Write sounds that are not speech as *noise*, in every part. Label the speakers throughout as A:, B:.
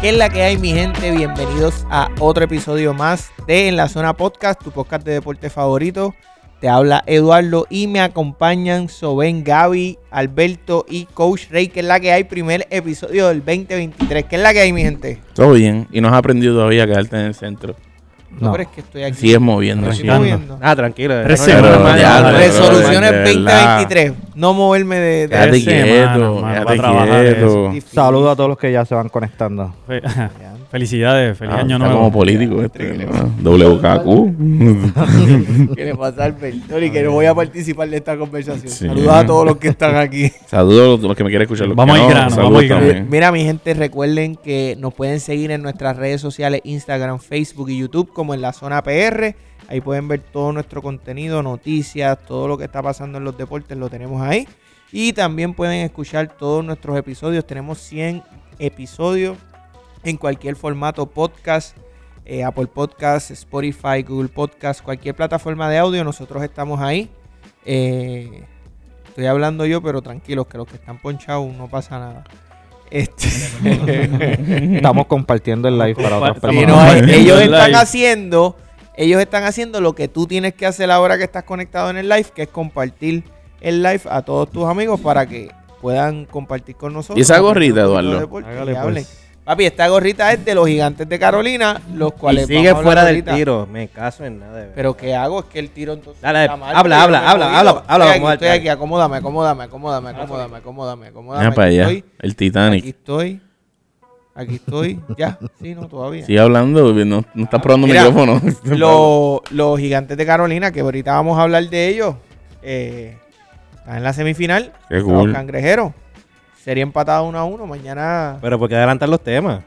A: ¿Qué es la que hay, mi gente? Bienvenidos a otro episodio más de En la Zona Podcast, tu podcast de deporte favorito. Te habla Eduardo y me acompañan Soben, Gaby, Alberto y Coach Rey, que es la que hay, primer episodio del 2023. ¿Qué es la que hay, mi gente?
B: Todo bien. Y no has aprendido todavía a quedarte en el centro.
A: No, pero es que estoy aquí.
B: Sigues moviendo.
A: Me sigo
C: Respirando.
A: moviendo.
C: Ah, tranquilo.
B: Pero-
C: Tres
B: pero-
C: semanas.
B: ya,
C: mano.
B: pero-
A: Resoluciones
B: de verdad.
A: 2023. No moverme de... de-
B: Quédate
C: Tres semanas,
B: quieto.
C: mano,
B: Quédate
C: para trabajar
B: quieto.
A: difícil.
D: Saludos a todos los que ya se van conectando.
C: Fe- Felicidades, feliz
B: Ah,
C: año
B: está
C: nuevo.
B: como político este. ¿no?
A: *laughs*
B: WKQ.
A: ¿Qué le pasa al Alberto? Y que no voy a participar de esta conversación.
B: Sí.
A: Saludos a todos los que están aquí.
B: Saludos a los- los que me quieren escuchar. los que
C: Vamos al
B: no,
C: grano,
B: saludos
C: vamos al grano.
B: también.
A: Mira, mi gente, recuerden que nos pueden seguir en nuestras redes sociales, Instagram, Facebook y YouTube, como en la zona PR. Ahí pueden ver todo nuestro contenido, noticias, todo lo que está pasando en los deportes, lo tenemos ahí. Y también pueden escuchar todos nuestros episodios. Tenemos 100 episodios en cualquier formato podcast, eh, Apple Podcast, Spotify, Google Podcast, cualquier plataforma de audio, nosotros estamos ahí. Eh, estoy hablando yo, pero tranquilos, que los que están ponchados no pasa nada.
C: *laughs*
A: Este,
D: Estamos compartiendo el live
A: *laughs*
D: para otras
C: Estamos
A: Sí,
D: personas.
A: no,
C: compartiendo *laughs*
A: eh, ellos
C: el
A: están
C: live.
A: haciendo, ellos están haciendo lo que tú tienes que hacer ahora que estás conectado en el live, que es compartir el live a todos tus amigos para que puedan compartir con nosotros.
B: ¿Y esa gorrita, Eduardo?
A: Los deportes y
D: Hágale, pues.
A: hablen. Papi, esta gorrita es de los gigantes de Carolina, los
C: Y
A: cuales
C: sigue
A: vamos a hablar
C: fuera del
A: ahorita.
C: tiro. Me caso en nada. de verdad.
A: Pero ¿qué hago? Es que el tiro entonces.
C: Dale,
A: está mal,
C: habla,
A: porque yo
C: habla,
A: no he
C: habla,
A: podido.
C: habla,
A: Estoy
C: habla,
A: aquí,
C: vamos a
A: Estoy
C: darle.
A: aquí, acomódame, acomódame,
D: Ah,
A: acomódame, acomódame, acomódame, acomódame.
B: Mira para allá.
A: Estoy,
B: El Titanic.
A: aquí estoy. Aquí
B: *laughs*
A: estoy. Ya. Sí, no, todavía.
B: Sigue hablando. No, no estás probando
A: Mira,
B: micrófono.
A: Lo- los gigantes de Carolina, que ahorita vamos a hablar de ellos, eh, están en la semifinal.
B: Qué
A: Los
B: cool.
A: cangrejeros. Sería empatado uno a uno. Mañana
C: Pero porque adelantar los temas.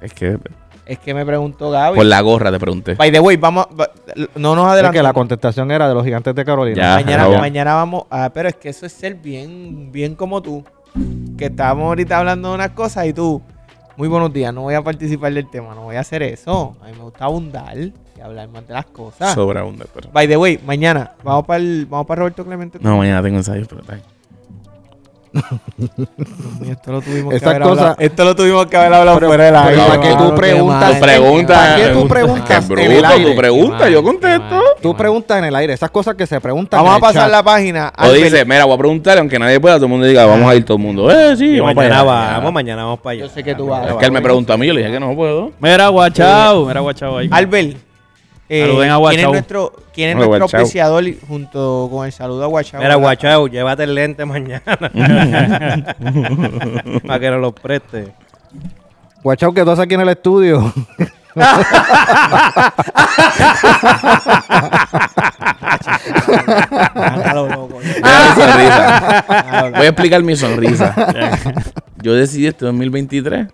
B: Es que
A: es que me preguntó Gaby.
B: por la gorra te pregunté.
A: By the way, vamos. a- va- no nos
D: Es que la
A: adelantamos.
D: contestación era de los gigantes de Carolina.
B: Ya.
A: mañana,
B: Ajá.
A: mañana vamos. Ah, pero es que eso es ser bien, bien como tú. Que estábamos ahorita hablando de unas cosas y tú. Muy buenos días, no voy a participar del tema, no voy a hacer eso. A mí me gusta abundar y hablar más de las cosas.
B: Sobra un pero-
A: By the way, mañana vamos para vamos para Roberto Clemente.
B: No, mañana tengo ensayo. Pero está bien.
A: Mío, Esto lo tuvimos que
D: Esas
A: haber
D: cosas-
A: hablado. Esto lo tuvimos que haber hablado fuera de la
D: pero
A: vida,
B: ¿para qué
A: mano,
D: tú
A: qué
D: preguntas?
A: mal,
D: Tú
A: qué
B: preguntas,
A: mal.
D: ¿para qué tú preguntas
B: Qué
D: en el
B: bruto,
D: aire?
B: tú preguntas, yo contesto.
D: Tú preguntas en el aire, esas cosas que se preguntan.
A: Vamos a
D: en el
A: pasar
D: chat.
A: la página.
B: O
A: Albert,
B: dice, mira, voy a preguntarle, aunque nadie pueda, todo el mundo diga, vamos a ir todo el mundo. Eh, sí,
C: Y
B: vamos para
C: mañana
B: allá.
C: vamos, mañana vamos para allá.
A: Yo sé que tú
C: Ah,
A: vas.
B: Es que él me preguntó a mí, yo le dije que no puedo.
C: Mira, guachao. Mira, guachao ahí.
A: Albert, eh,
C: Saluden
A: ¿quién es
C: a Guachau.
A: nuestro, quién es
B: Hola,
A: nuestro
B: Guachau.
A: auspiciador y- junto con el saludo a Guachau?
C: Mira, guachao, llévate el lente *laughs* mañana. para que nos los preste.
D: Guachao, que tú haces aquí en el estudio. *laughs*
A: Déjalo, Ah,
C: *laughs*
A: loco.
B: Mira mi
C: Ah,
B: sonrisa. Voy a explicar mi
C: *laughs*
B: sonrisa. Yo decidí este 2023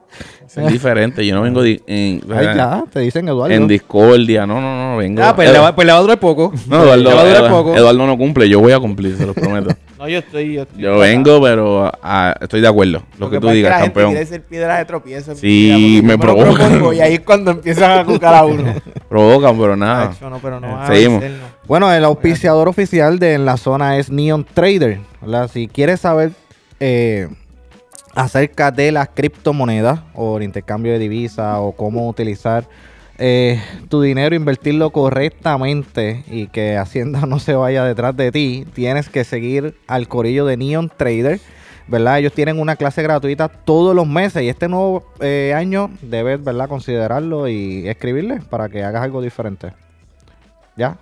B: ser diferente. Yo no vengo di- en,
D: Ay, ya, te dicen Eduardo.
B: Eh, en discordia. No, no, no, no, vengo.
C: Ah, pues, le va, pues le va a durar poco. *laughs*
B: no, Eduardo,
C: le va a durar
B: Eduardo-
C: poco.
B: Eduardo no cumple. Yo voy a cumplir, se los prometo.
A: No, yo estoy. Yo, estoy
B: Yo vengo, pero ah, estoy de acuerdo. Lo, que, tú
A: pasa es
B: digas,
A: la gente
B: campeón.
A: Quiere ser piedra de tropiezo. en mi
B: Sí,
A: vida, porque
B: me
A: yo
B: provoca.
A: propongo Y ahí es cuando empiezan a cucar a
B: *laughs*
A: uno.
B: Provocan, pero nada.
A: Tacho, no, pero no vas a
B: Ah. Seguimos.
A: vencer, no.
D: Bueno, el auspiciador oficial de en la zona es Neon Trader. ¿verdad? Si quieres saber eh, acerca de las criptomonedas o el intercambio de divisas o cómo utilizar eh, tu dinero, invertirlo correctamente y que Hacienda *laughs* no se vaya detrás de ti, tienes que seguir al corillo de Neon Trader. ¿verdad? Ellos tienen una clase gratuita todos los meses y este nuevo eh, año debes ¿verdad? considerarlo y escribirle para que hagas algo diferente. Ya,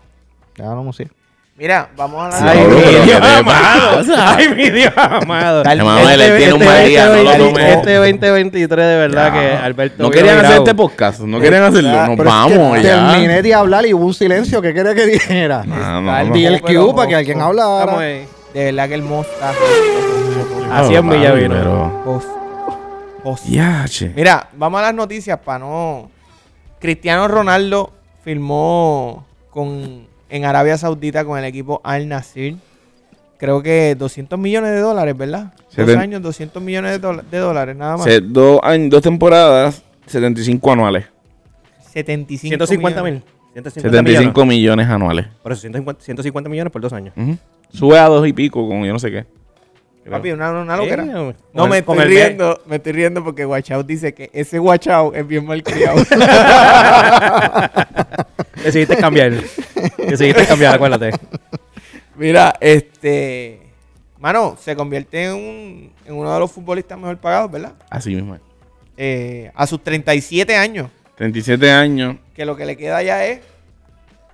D: ya no música.
A: Mira, vamos a la.
B: Sí, bro, pero ¿qué te pasa?
C: Ay, mi Dios amado.
A: Dale,
B: Mamá, él tiene un mal día, no lo tome.
C: este 2023 de verdad que Alberto
B: No
C: vino
B: querían hacer
C: virado.
B: este podcast. No querían hacerlo. Nos
D: Pero es que
B: vamos ya.
D: Terminé de hablar y hubo un silencio. ¿Qué quería que dijera?
B: No, no,
A: Al
B: no.
D: Di el
A: Pero,
D: Q para que alguien
C: Vamos
D: hablara.
C: ahí.
A: De verdad que el mozo está.
C: A 100
B: Papi,
C: millas vino.
D: Ah.
B: pero-
A: Os- os-
B: Ya, che.
A: Mira, vamos a las noticias para no. Cristiano Ronaldo firmó con en Arabia Saudita con el equipo Al Nasir. Creo que 200 millones de dólares, ¿verdad? Dos
B: Seten-
A: años, 200 millones de, dola- de dólares, nada más.
B: Se- dos, años- dos temporadas, 75 anuales.
A: 75
C: 150
A: millones.
C: mil. 150 millones.
B: 75 millones anuales.
C: Por eso, 150, 150 millones por dos años.
B: Ujú. Sube a dos y pico, como yo no sé qué.
A: Papi, una, una
C: Sí,
A: loquera.
C: hombre.
A: No,
C: Eh, Con-
A: me estoy
C: con el me-
A: riendo, me estoy riendo porque Guachao dice que ese Guachao es bien
C: *laughs*
A: malcriado.
C: Decidiste cambiar. Decidiste cambiar, acuérdate.
A: Mira, este. Mano, se convierte en, un- en uno de los futbolistas mejor pagados, ¿verdad?
B: Así mismo. es.
A: Eh, a sus 37 años,
B: 37 años.
A: que lo que le queda ya
B: *laughs*
A: es.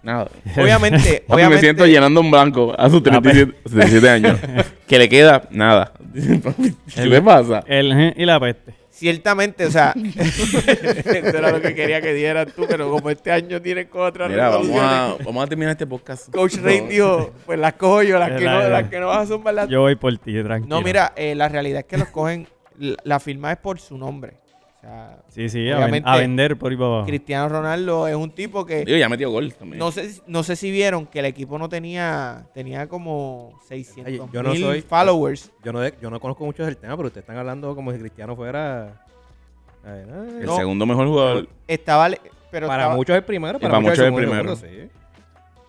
B: Nada.
A: Obviamente,
B: Papi,
A: obviamente.
B: me siento llenando un blanco a sus 37, 37 años. *laughs* ¿Qué le queda? Nada. *laughs* ¿Qué le pasa?
E: El je y la peste.
A: Ciertamente, o sea.
C: *laughs*
A: *laughs* eso era lo que quería que dieras tú, pero como este año tienes con otras
B: Mira, vamos
A: resoluciones,
B: a, vamos a terminar este podcast.
A: Coach Rain dijo: Pues las cojo yo, las que no, las que no vas a zumbar las
E: Yo voy por ti,
A: *laughs*
E: tranquilo.
A: No, mira, eh, la realidad es que los cogen, la, la firma es por su nombre. O sea,
E: Sí, sí, a, ven-
A: Obviamente-
E: a vender por ahí para abajo.
A: Cristiano Ronaldo es un tipo que
B: Digo, ya metió gol también.
A: no sé, si- no sé si vieron que el equipo no tenía tenía como 600
C: Oye, yo no
A: mil
C: soy-
A: followers.
C: Yo no, yo no conozco mucho del tema, pero ustedes están hablando como si Cristiano fuera... A ver, ah,
B: El
A: no.
B: segundo mejor jugador.
A: Estaba, le- pero
C: para
A: estaba,
C: muchos es el primero, para,
B: para
C: muchos es el
B: muchos
C: primero.
B: es el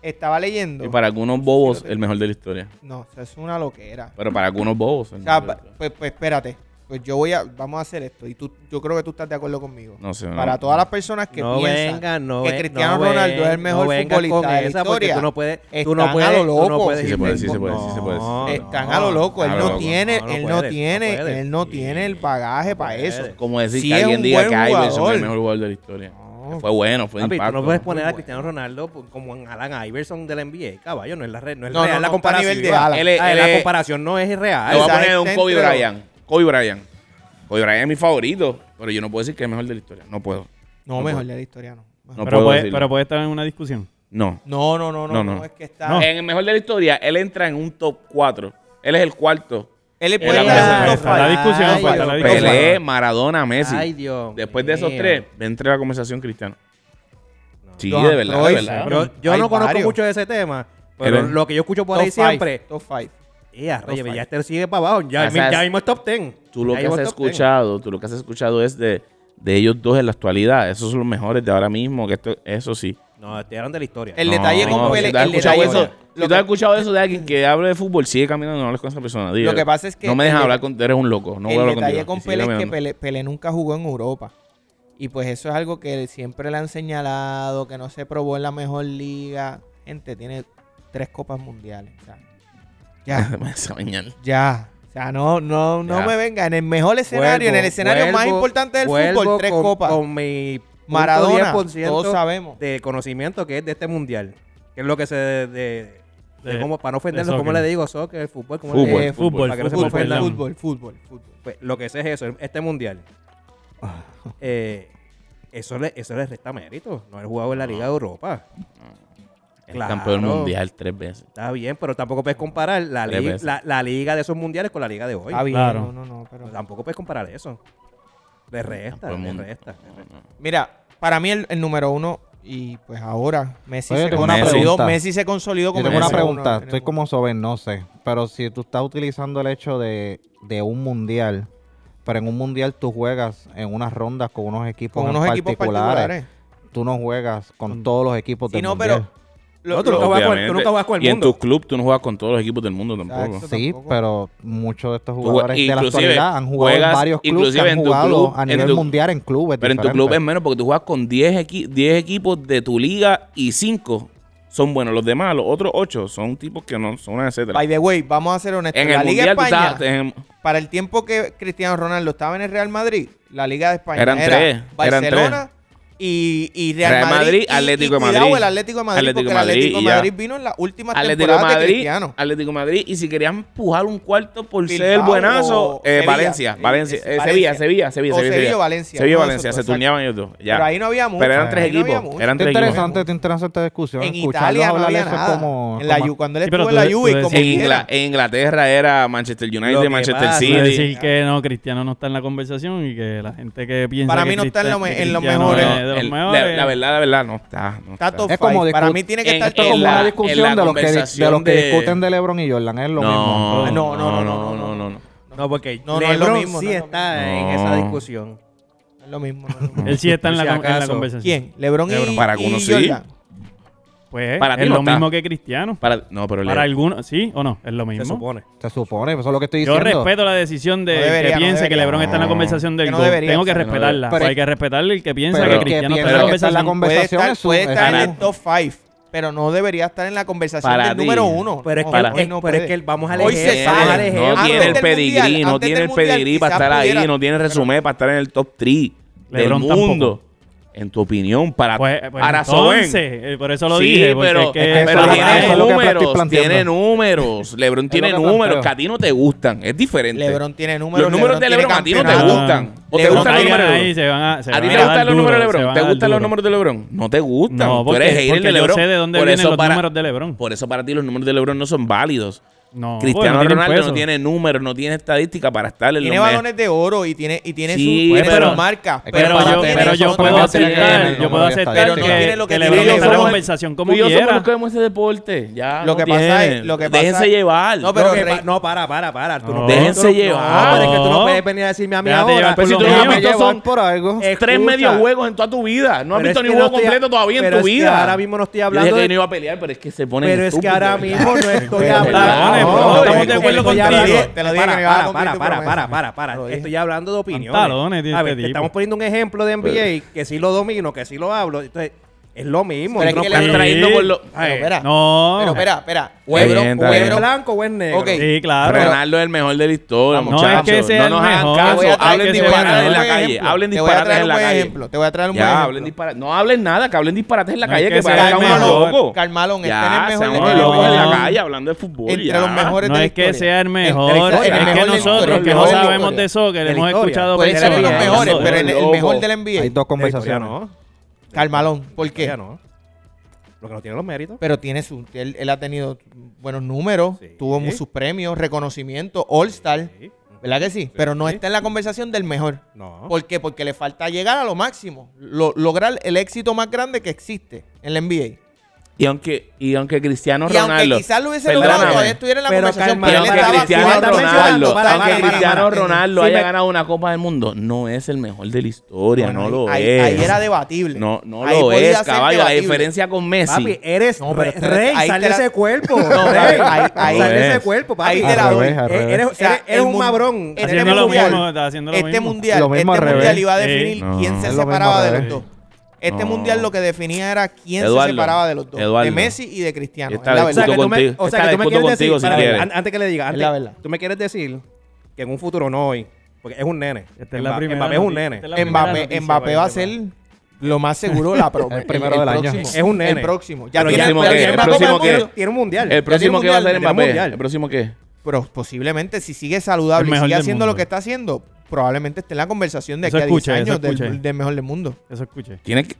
A: estaba leyendo.
B: Y para algunos bobos, el mejor de la historia.
A: No, eso es una loquera.
B: Pero para algunos bobos. el
A: O sea,
B: mejor de la
A: pa-
B: historia.
A: pues, pues espérate. Pues yo voy a, vamos a hacer esto. Y tú, yo creo que tú estás de acuerdo conmigo.
B: No sé. no.
A: para todas las personas que
C: no
A: piensan
C: venga, no
A: que
C: ve-
A: Cristiano
C: no
A: Ronaldo es el
C: ven-
A: mejor
C: no venga
A: futbolista
C: con
A: de la
C: esa porque
A: historia.
C: Tú no puedes, tú no
A: Están a
C: puedes,
A: lo
C: tú no
A: loco. Eh,
C: puedes
A: Sí
B: se
C: ir
B: puede,
C: con-
B: sí se puede, sí se puede, sí se
C: No,
B: puede.
A: están
C: no,
A: a lo loco.
B: a
A: Él
B: lo
A: no
B: loco.
A: tiene,
C: No, no
A: él no
C: puedes,
A: tiene,
C: no puedes.
A: él no
C: Sí.
A: tiene el bagaje para
C: puedes.
A: eso.
B: Como decir
A: Sí,
B: que
A: es
B: alguien
A: un
B: diga
A: buen
B: que Iverson
A: jugador.
B: es el mejor jugador de la historia.
A: No.
B: Fue bueno, fue de
C: Papi, tú
B: impacto.
C: no puedes poner a
A: Muy
C: Cristiano Ronaldo por- como en Alan Iverson del NBA, caballo. No es la, re- no es
A: No,
C: real
A: no,
C: la
A: no está a nivel
C: comparación.
A: de Alan.
B: Él es-
C: Ah,
B: él
C: la
B: es-
C: comparación no es
B: Le voy
C: real.
B: a
A: Esa
B: poner
A: gente
B: un Kobe
A: entró.
B: Bryant. Kobe Bryant. Kobe Bryant es mi favorito. Pero yo no puedo decir que es el mejor de la historia. No puedo.
A: No, mejor leer la historia no.
B: No
E: pero,
B: puedo
E: puede,
B: decirlo.
E: pero puede estar en una discusión.
B: No.
A: No, no, no, no,
B: No,
A: no,
B: no.
A: es que está.
E: No.
B: En el mejor de la historia, él entra en un top 4. Él es el cuarto.
A: Él
B: la
A: puede
B: pregunta.
A: estar en
E: Está la discusión,
A: Ay,
E: falta la
A: Dios.
E: discusión.
B: Pelé, Maradona, Messi.
C: Ay, Dios.
B: Después de esos
C: mío.
B: tres, entre la conversación Cristiano. Sí,
A: Johan
B: de verdad,
A: Cruyff,
B: de verdad.
A: bro.
C: Yo, yo
A: Hay
C: no conozco
A: varios.
C: mucho de ese tema, pero
B: Pero-
C: lo que yo escucho por
A: Top
C: ahí siempre.
A: five, Top five.
C: Ya, Reyes,
B: five.
C: ya este sigue para abajo. Ya,
B: O sea,
C: ya
B: es-
C: mismo es top 10.
B: Tú lo
C: Ya
B: que
C: mismo
B: has
C: es top 10.
B: escuchado, tú lo que has escuchado es de, de ellos dos en la actualidad. Esos son los mejores de ahora mismo. Que esto, eso sí.
C: No, este eran de la historia.
A: El
B: No,
A: detalle con
B: no,
A: Pelé,
B: Si tú has
A: el detalle
B: escuchado eso,
A: con-
B: si
A: lo
B: tú has
A: que-
B: escuchado eso de alguien que habla de fútbol, sigue caminando, no hables con esa persona. dile,
A: Lo que pasa es que
B: No me
A: el
B: dejas
A: de-
B: hablar con eres un loco. No voy a
A: el
B: hablar
A: detalle
B: contigo.
A: con
B: Y sigue
A: Pelé es que
B: caminando.
A: Pelé, Pelé nunca jugó en Europa. Y pues eso es algo que siempre le han señalado, que no se probó en la mejor liga. Gente, tiene tres copas mundiales. o sea,
C: *laughs*
A: ya,
B: *laughs* Esa mañana.
A: ya. O sea, no, no, no
B: Ya.
A: me venga. En el mejor escenario, en el
C: Vuelvo,
A: escenario más
C: vuelvo,
A: importante del
C: vuelvo
A: fútbol, tres
C: con-
A: copas.
C: Con mi punto
A: Maradona,
C: 10%
A: todos sabemos.
C: de conocimiento que es de este mundial. Que es lo que se de, de- de
E: De-
C: cómo- para no ofenderlo,
E: soccer.
C: ¿cómo le digo? Soccer, fútbol, ¿cómo
B: Fútbol.
C: le
A: Eh,
C: digo?
E: fútbol,
C: para que no se me
A: Fútbol,
C: ofendan.
A: fútbol, fútbol, fútbol.
C: Pues, lo que sé es eso, este mundial. Eh, eso, le, eso le resta mérito. No haber jugado en la Liga de Europa.
B: El
C: Claro.
B: campeón mundial tres veces.
C: Está bien, pero tampoco puedes comparar la,
B: Tres
C: li-
B: veces.
C: la, la liga de esos mundiales con la liga de hoy.
A: Está bien,
E: claro.
A: no, no, no, pero-
C: Tampoco puedes comparar eso. Le resta,
B: Campeón
C: le
B: mundial.
C: resta. le resta.
A: Mira, para mí el, el número uno, y pues ahora Messi,
D: Oye,
A: se,
D: tengo
B: una
A: consolidó,
D: pregunta.
A: Messi se consolidó
D: Yo
A: como
D: tengo una
A: el número uno
D: pregunta,
A: en el
D: estoy
A: mundo.
D: como sobre, no sé. Pero si tú estás utilizando el hecho de, de un mundial, pero en un mundial tú juegas en unas rondas con unos equipos,
A: con
D: en
A: unos equipos
D: particulares.
A: particulares. Mm.
D: Tú no juegas con todos los equipos
A: Sí,
D: del
A: no,
D: mundial.
A: pero lo-
C: No, tú
A: lo-
C: nunca vas con- tú nunca vas con el
B: y
C: mundo.
B: en tu club tú no juegas con todos los equipos del mundo tampoco.
A: Exacto.
D: Sí,
A: tampoco.
D: pero muchos de estos
B: jue-
D: jugadores de la
B: inclusive
D: actualidad han jugado en
B: juegas-
D: varios clubes que
B: inclusive
D: han
B: en tu
D: jugado
B: club,
D: a
B: en
D: nivel
B: tu-
D: mundial en clubes.
B: Pero en tu
D: diferentes.
B: club es menos porque tú juegas con 10, equi- 10 equipos de tu liga y 5 son buenos. Los demás, los otros 8 son tipos que no son una etcétera.
A: by the way, vamos a ser honestos.
B: En
A: la
B: el
A: Liga
B: mundial tú
A: España,
B: estabas- en-
A: para el tiempo que Cristiano Ronaldo estaba en el Real Madrid, la Liga de España
B: Eran
A: era
B: tres, eran
A: Barcelona y, y Real,
B: Real
A: Madrid,
B: Madrid,
A: y-
B: Atlético
A: y
B: de
A: cuidado
B: Madrid.
A: el Atlético de Madrid,
B: Atlético
A: porque
B: de Madrid
A: el Atlético de
B: y ya.
A: Madrid vino en las últimas
B: Atlético de
A: temporadas de
B: Madrid, ah,
A: Cristiano.
B: Atlético de Madrid y si querían empujar un cuarto por ser el
A: Bilbao
B: buenazo,
A: o
B: eh,
A: Sevilla.
B: Valencia,
A: Sí,
B: Valencia,
A: es-
B: eh,
A: Valencia.
B: Sevilla, Sevilla, Sevilla, Sevilla,
A: O Sevilla o Valencia,
B: Sevilla o
A: uno de
B: Valencia,
A: esos
B: se
A: dos,
B: turneaban ellos dos. ya.
A: Pero ahí no había mucho.
B: Pero eran
A: ahí
B: tres
A: no había
B: equipos,
A: mucho.
B: eran
D: Está
B: tres equipos.
D: interesante, está interesante discusión.
A: En
D: escucharlos
A: Italia no
D: hablar de
A: había
D: eso
A: nada.
D: como-
A: en la,
D: como-
A: Ju- cuando él
E: Sí, pero
A: estuvo en
E: tú-
A: la
E: tú
A: Juve, como
E: decías-
B: En,
A: quiera.
B: Ingla- en Inglaterra era Manchester
C: Lo
B: United,
C: que
B: Manchester
C: pasa
E: Sí,
B: City.
E: decir que no, Cristiano no está en la conversación y que la gente que piensa
A: Para
E: que
A: mí no está en lo
E: Cristi-
A: me-
E: que
A: en los
E: Cristiano
A: mejores.
E: es de los
B: El- la,
E: mejores.
B: la verdad, la verdad, no está. no
A: Está
B: está.
A: top
D: Es como
A: five. Para
D: discu-
A: mí tiene que
B: en-
A: estar
B: en
A: top
D: como
B: la-
D: una
A: five.
B: en la
D: discusión de los, que, di- de los que
B: conversación de-
D: discuten de LeBron y Jordan, es lo mismo.
B: No,
A: No, no, no, no, no, no,
C: No, porque
A: No, no es lo
C: LeBron
A: mismo,
C: sí
A: no es lo
C: está
B: mismo.
C: en esa
B: No.
C: discusión.
A: No es lo mismo. no es lo mismo.
E: Él sí está en
C: Por
E: la,
C: si
E: con- en la
C: acaso.
E: conversación.
A: ¿Quién? ¿Lebron y,
B: Lebron. Para algunos
A: y
B: sí.
A: Jordan?
E: Pues
B: Para ti
E: es
B: no
E: lo
B: está.
E: mismo que Cristiano.
B: Para, no, pero
E: Para
B: le,
E: algunos, sí o no, es lo
C: Se
E: mismo.
C: supone.
D: Se supone, eso es lo que estoy
E: Yo
D: diciendo.
E: respeto la decisión de
A: No debería,
E: que
A: no
E: piense que
A: debería.
E: LeBron está en la
B: No.
E: conversación del
A: Que no
E: GOAT.
A: debería,
E: Tengo que
A: que
B: no
E: respetarla.
D: debería.
E: Pero hay que respetarle el que piensa
D: Pero
E: que
D: el que
E: Cristiano está en
D: piensa
E: la
D: que está en la
E: conversación.
A: Puede estar,
D: conversación es su-
A: puede estar en
B: Para-
A: el top 5, pero no debería estar en la conversación
B: Para
A: del
B: ti.
A: número 1.
C: Pero es que,
B: para-
C: eh, pero es que el- vamos al
A: Hoy
C: ejemplo.
A: se
C: vamos
A: sabe.
C: al
B: no
C: ejemplo.
B: tiene el
A: Antes del
B: pedigrí,
A: mundial,
B: no
A: antes
B: tiene
A: del
B: el
A: mundial,
B: pedigrí para
A: quizás
B: estar ahí,
A: pudiera-
B: no tiene resumen para estar en el top 3 del
E: LeBron
B: mundo. En tu opinión, para,
E: Pues, pues
B: para
E: entonces,
B: Soben.
E: eh, por eso lo
B: sí,
E: dije. porque
B: pero,
E: es que-
D: es que
B: pero
D: eso es lo que-
B: tiene
D: eso es lo que estoy
B: números,
D: planteando.
B: tiene números. LeBron tiene
D: Es lo que
B: números
D: planteo.
B: que a ti no te gustan, es diferente.
A: LeBron tiene números.
B: Los números de
A: tiene
B: LeBron a ti no te
A: campeonato.
B: gustan. O te
A: LeBron
B: gustan los
A: tiene-
E: Ahí,
B: números de
E: ahí se van a, se
B: ¿A ti
E: van
B: te
E: dar
B: gustan los
E: duro,
B: números de
E: se
B: LeBron?
E: van
B: ¿Te
E: a dar
B: gustan los
E: duro.
B: números de LeBron? No te gustan.
E: No,
B: Tú
E: porque,
B: eres hater
E: porque
B: de LeBron.
E: yo sé de dónde
B: Por
E: vienen
B: eso
E: los
B: para-
E: números de LeBron.
B: Por eso para ti los números de LeBron no son válidos.
E: No, porque
B: Cristiano
E: tienen
B: Ronaldo
E: peso.
B: no tiene números, no tiene estadística para estar en
A: Tiene
B: los
A: balones de oro y tiene, y tiene
B: Sí,
A: su, tiene
E: pero-
A: sus marcas.
D: pero
E: Pero,
A: no
E: yo,
A: tiene
E: pero
A: esos
E: yo
D: no
E: puedo
D: tiene
A: números que tiene
E: aceptar,
A: el
E: yo
D: número
E: puedo
D: de
E: aceptar que,
D: estadística. Pero no
A: tiene lo que
E: que
A: tiene
E: LeBron está en la
A: LeBron.
E: conversación como
B: Tú y yo somos
E: quiera.
B: los que vemos ese deporte. Ya,
A: Lo
B: no
A: que pasa es-
B: tienen.
A: lo que pasa-
B: Déjense llevar.
A: No,
C: Pero
A: pero
C: que
A: Rey-
C: pa- no, para, para, para. Tú no,
E: No.
C: puedes-
B: Déjense
C: tú no-
B: llevar.
C: No, pero es que tú no
E: No.
C: puedes venir a decirme a mí
E: Déjate
C: ahora.
E: llevar
B: Pues
E: por
B: si
E: lo
B: tú
E: mío.
B: no has
D: Déjame
B: visto
D: llevar
B: son
D: por algo.
C: Escucha,
B: tres medio juegos en toda tu vida. No has
C: pero
B: visto
C: es
B: ni
C: que
B: un juego
C: no estoy-
B: completo todavía en
C: pero
B: tu
C: es que
B: vida.
C: ahora mismo no estoy
B: Yo dije
C: hablando
B: que
C: de-
B: no iba a pelear, pero es que se pone
C: Pero es que ahora
B: *laughs*
C: mismo no estoy
A: Pero-
C: hablando.
E: Perdone,
C: No,
E: pero estamos
C: es
E: de
C: que
E: acuerdo
C: estoy
E: contigo.
C: hablando-
A: Te lo dije
C: Para,
A: que no iba a
C: para,
A: cumplir
C: para,
A: tu
C: para,
A: promesa.
C: para, para, para.
A: Lo dije.
C: Estoy hablando de opiniones.
E: Pantalones tiene
C: A
E: este
C: ver, te
E: tipo.
C: estamos poniendo un ejemplo de NBA que sí lo domino, que sí lo hablo. Entonces, es lo mismo.
A: Pero
C: Tú
A: es
C: no
A: que
B: Están
A: le-
C: puedes-
B: trayendo por lo...
A: Pero espera,
E: No.
A: pero espera, espera.
B: bien,
A: Lebron-
B: está
C: ¿O es
B: Pero-
A: Lebron-
C: blanco o es negro?
A: Ok.
E: Sí, claro.
B: Ronaldo es el mejor de la historia,
E: No,
B: muchachos. No,
E: es que sea el
B: nos hagan
E: mejor.
A: Te voy
B: caso.
A: a traer-
B: Hablen
A: te voy a traer
B: disparates en la
A: un
B: calle.
A: ejemplo. Te voy a traer un
B: Hablen disparates en la
A: buen
B: calle.
A: ejemplo. Te voy a traer un buen
B: Ya, hablen
A: ejemplo.
B: disparates. No hablen nada, que hablen disparates en la
E: No
B: calle,
E: es
B: que,
E: que sea
B: parezca
E: el
B: uno
E: mejor.
B: loco.
A: Carmalón, está en el
B: Ya, sean
A: este mejor
B: unos
A: de los
E: loco.
B: locos en la
E: No.
B: calle hablando de fútbol.
A: Entre
B: ya.
A: los mejores
E: No
A: de la
E: es que
A: historia.
E: sea el mejor,
A: Entre- el
E: es que
A: mejor de la
E: nosotros
A: historia,
E: que
A: el
E: no
A: mejor de la
E: sabemos
A: historia.
E: de eso, que
C: De la
E: le hemos
C: historia.
E: escuchado
A: Puede
E: que
A: ser
E: le
A: de los
E: hagan
C: Lebron,
A: mejores,
E: eso.
A: pero el, el
B: Loco.
A: mejor del
D: Hay
A: NBA.
D: dos
C: De historia
D: conversaciones.
C: no.
A: Carmalón, ¿por
C: De historia
A: qué?
C: no. Lo que no tiene los méritos.
A: Pero tiene su, él, él ha tenido buenos números,
C: Sí.
A: tuvo mu- sus premios, reconocimiento, All Star,
C: Sí.
A: ¿verdad que sí? Pero no está en la conversación del mejor.
C: No.
A: ¿Por qué? Porque le falta llegar a lo máximo, lo- lograr el éxito más grande que existe en la NBA.
B: Y aunque, y aunque Cristiano
A: Y aunque
B: Ronaldo.
A: quizás lo hubiese
B: Perdóname.
A: logrado, todavía estuviera en la
C: Pero
A: conversación,
C: calma,
B: y
A: pero él
B: aunque
A: estaba
B: Cristiano
A: jugando-
C: estás
B: Ronaldo,
C: mencionando, para,
B: aunque
C: para, para,
B: Cristiano
C: para.
B: Ronaldo
C: Sí,
B: haya
C: me-
B: ganado una Copa del Mundo, no es el mejor de la historia,
A: Bueno,
B: no lo
A: ahí,
B: es.
A: ahí era debatible.
B: No, no
A: Ahí
B: lo
A: podía
B: es,
A: ser
B: caballo. La
A: debatible.
B: diferencia con Messi.
C: Papi, eres
A: No, pero
C: re-
A: te-
C: rey,
A: ahí
C: sal
A: te
C: de
A: la-
C: ese cuerpo.
A: No,
C: rey.
A: papi, ahí- ahí-
C: Sal de
B: Al
C: ese cuerpo, papi.
A: Ahí
D: te la doy. Al
C: Eres-
D: revés.
C: Eres
A: O sea,
C: eres- eres
A: el
C: un
A: mun-
C: mabrón.
A: el
C: Eres
E: Haciendo
A: Este
E: lo
A: mundial,
E: mismo, está haciendo lo
A: Este
E: mismo.
A: mundial,
D: Lo mismo
A: este
D: al
A: mundial
D: revés.
A: iba a
E: Sí.
A: definir
B: No.
A: quién se
D: Es lo mismo
A: separaba
D: al
A: de los
D: revés.
A: dos. Este
B: No.
A: mundial lo que definía era quién se
B: Eduardo,
A: separaba de los dos. De
B: Eduardo.
A: Messi y de Cristiano.
B: Esta
A: es la
B: vez
A: verdad.
B: discuto
C: tú me-
B: contigo.
C: o sea,
B: Esta
C: que tú me
B: discuto
C: quieres
B: contigo
C: decir,
B: si
C: para-
B: quieres.
C: an- antes que le diga, antes,
A: la verdad.
C: tú me quieres decir que en un futuro no hoy, porque es un nene.
E: Esta es la
C: Mba-
E: primera
C: Mbappé es un
E: noticia,
C: nene.
E: esta es la primera
A: Mbappé,
E: noticia,
A: Mbappé va a
E: vaya,
A: ser lo más seguro
D: *laughs*
A: la pro-
D: El primero del año.
A: próximo.
C: Es un nene.
A: El próximo. Ya
C: Pero
A: tiene-
B: próximo
A: pero
B: que-
A: tiene
B: el
A: una Copa
B: próximo
A: del
B: que-
A: Mundo.
C: Tiene un mundial.
B: El próximo que va a ser
C: mundial,
B: Mbappé.
C: mundial.
B: El próximo que.
A: Pero posiblemente si sigue saludable
E: El
A: y
E: mejor
A: sigue
E: del
A: haciendo
E: mundo.
A: lo que está haciendo, probablemente esté en la conversación de
E: Eso
A: aquí a 10
E: escuché, eso
A: años del,
E: escuché.
A: del mejor del mundo.
E: Eso escuché.
B: Tiene que.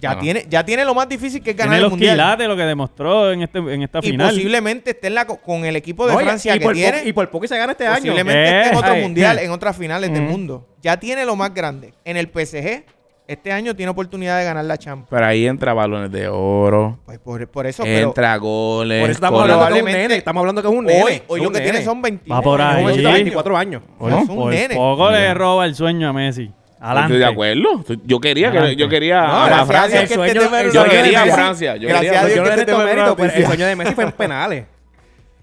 A: Ya,
B: Ah.
A: tiene, ya tiene lo más difícil que es ganar
E: Tiene
A: el
E: los
A: mundial.
E: quilates, lo que demostró en, este, en esta
A: y
E: final.
A: posiblemente esté en la, co- con el equipo de
C: No, y-
A: Francia
C: y
A: que
C: por
A: tiene.
C: poco- Y por poco y se gana este año.
A: posiblemente esté en
E: Eh,
A: otro
C: ay,
A: mundial,
E: eh.
A: en otras finales del mundo. Ya tiene lo más grande. En el PSG, este año tiene oportunidad de ganar la Champions.
B: Pero ahí entra balones de oro.
A: Pues por, por eso, pero
B: Entra goles.
C: Por eso estamos
B: goles.
C: hablando que es un
A: probablemente-
C: nene. Estamos hablando que es un nene.
A: hoy, hoy
C: es
A: lo
C: un
A: que
C: nene.
A: tiene son 20,
E: Va por ahí.
A: un
C: Un
E: Sí.
C: chico de
A: 24
C: 24 años.
E: Por,
A: Es un
E: por
A: nene.
E: poco le roba el sueño a Messi. Adelante.
B: Estoy de acuerdo. Estoy- Yo quería que
E: Adelante.
B: yo quería
C: No,
B: a
A: gracias a
B: Ah, Francia.
A: Dios que este
C: Sueño-
A: tema era
C: el
A: una
C: sueño de
A: noticia.
B: Messi. Yo
A: gracias
B: quería-
A: a Dios que
C: Yo no le
A: este
C: resto
A: tema era
C: mérito,
A: una
C: pero el
A: noticia.
C: sueño de Messi fue en penales.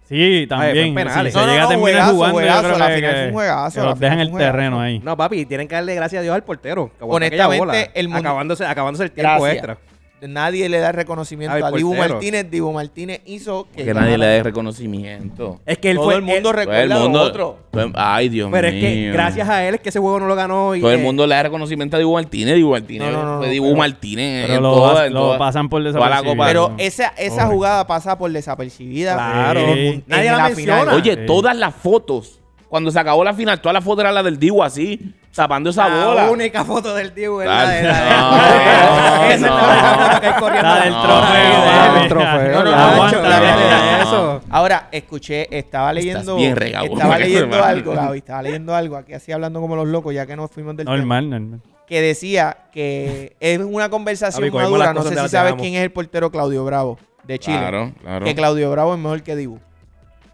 E: Sí,
C: fue
E: también.
C: en penales.
E: Si
A: No,
E: se
A: no,
E: llega a
A: no,
E: terminar
A: juegazo,
E: jugando, yo
A: juegazo,
E: creo
A: la
E: que-
A: final fue un juegazo,
E: que
A: la
E: los
A: final
E: dejan
A: fue
E: el
A: un juegazo.
E: terreno ahí.
C: *laughs* No, papi, tienen que darle gracias a Dios al portero. que aguantó
A: Honestamente,
C: aquella bola,
A: el mundo-
C: acabándose, acabándose el tiempo
A: Gracias.
C: extra.
A: Nadie le da reconocimiento
C: Ay,
A: a Dibu
C: portero.
A: Martínez. Dibu Martínez hizo que,
B: Que nadie le dé reconocimiento.
C: Es que él
A: todo
C: fue
A: el mundo
C: él-
B: Todo
A: recuerda
B: el mundo.
A: a otro.
B: todo- Ay, Dios mío.
C: Pero es que gracias a él es que ese juego no lo ganó. Y,
B: Todo el
C: eh,
B: mundo le da reconocimiento a Dibu Martínez. Dibu Martínez.
A: No, no, no,
B: fue
A: no,
B: Dibu
A: pero-
B: Martínez.
E: Pero
B: en
E: lo,
B: toda-
E: vas-
B: en
E: lo
B: toda-
E: pasan por
B: toda la
E: desaparecido.
B: Copa.
A: Pero esa, esa
E: Pobre.
A: jugada pasa por desapercibida.
C: Claro.
A: En el mun-
C: Nadie
A: en
C: la menciona.
A: final.
B: Oye,
E: Sí.
B: todas las fotos. Cuando se acabó la final, todas las fotos eran la del Dibu así, tapando esa
C: la
B: bola.
C: única foto del Dibu es la
A: *laughs*
B: Claro.
C: de la de-
B: No,
C: Esa es
B: no.
C: la foto que hay corriendo.
E: La del
B: No,
E: trofeo.
B: la
E: baby.
D: del trofeo,
A: No, no, no,
E: Aguanta,
A: Juancho, la
E: baby.
A: verdad.
C: eso.
A: Ahora, escuché, estaba leyendo.
B: bien regado.
A: estaba leyendo
B: Hermano.
A: algo, Gaby. Estaba leyendo algo aquí, así hablando como los locos, ya que nos fuimos del tema.
E: Normal, normal.
A: Que decía que es una conversación
C: Gaby, cogemos
A: madura.
C: las
A: No
C: cosas
A: sé
C: de
A: si
C: las
A: sabes
C: dejamos.
A: quién es el portero Claudio Bravo de Chile.
B: Claro, claro.
A: Que Claudio Bravo es mejor que Dibu.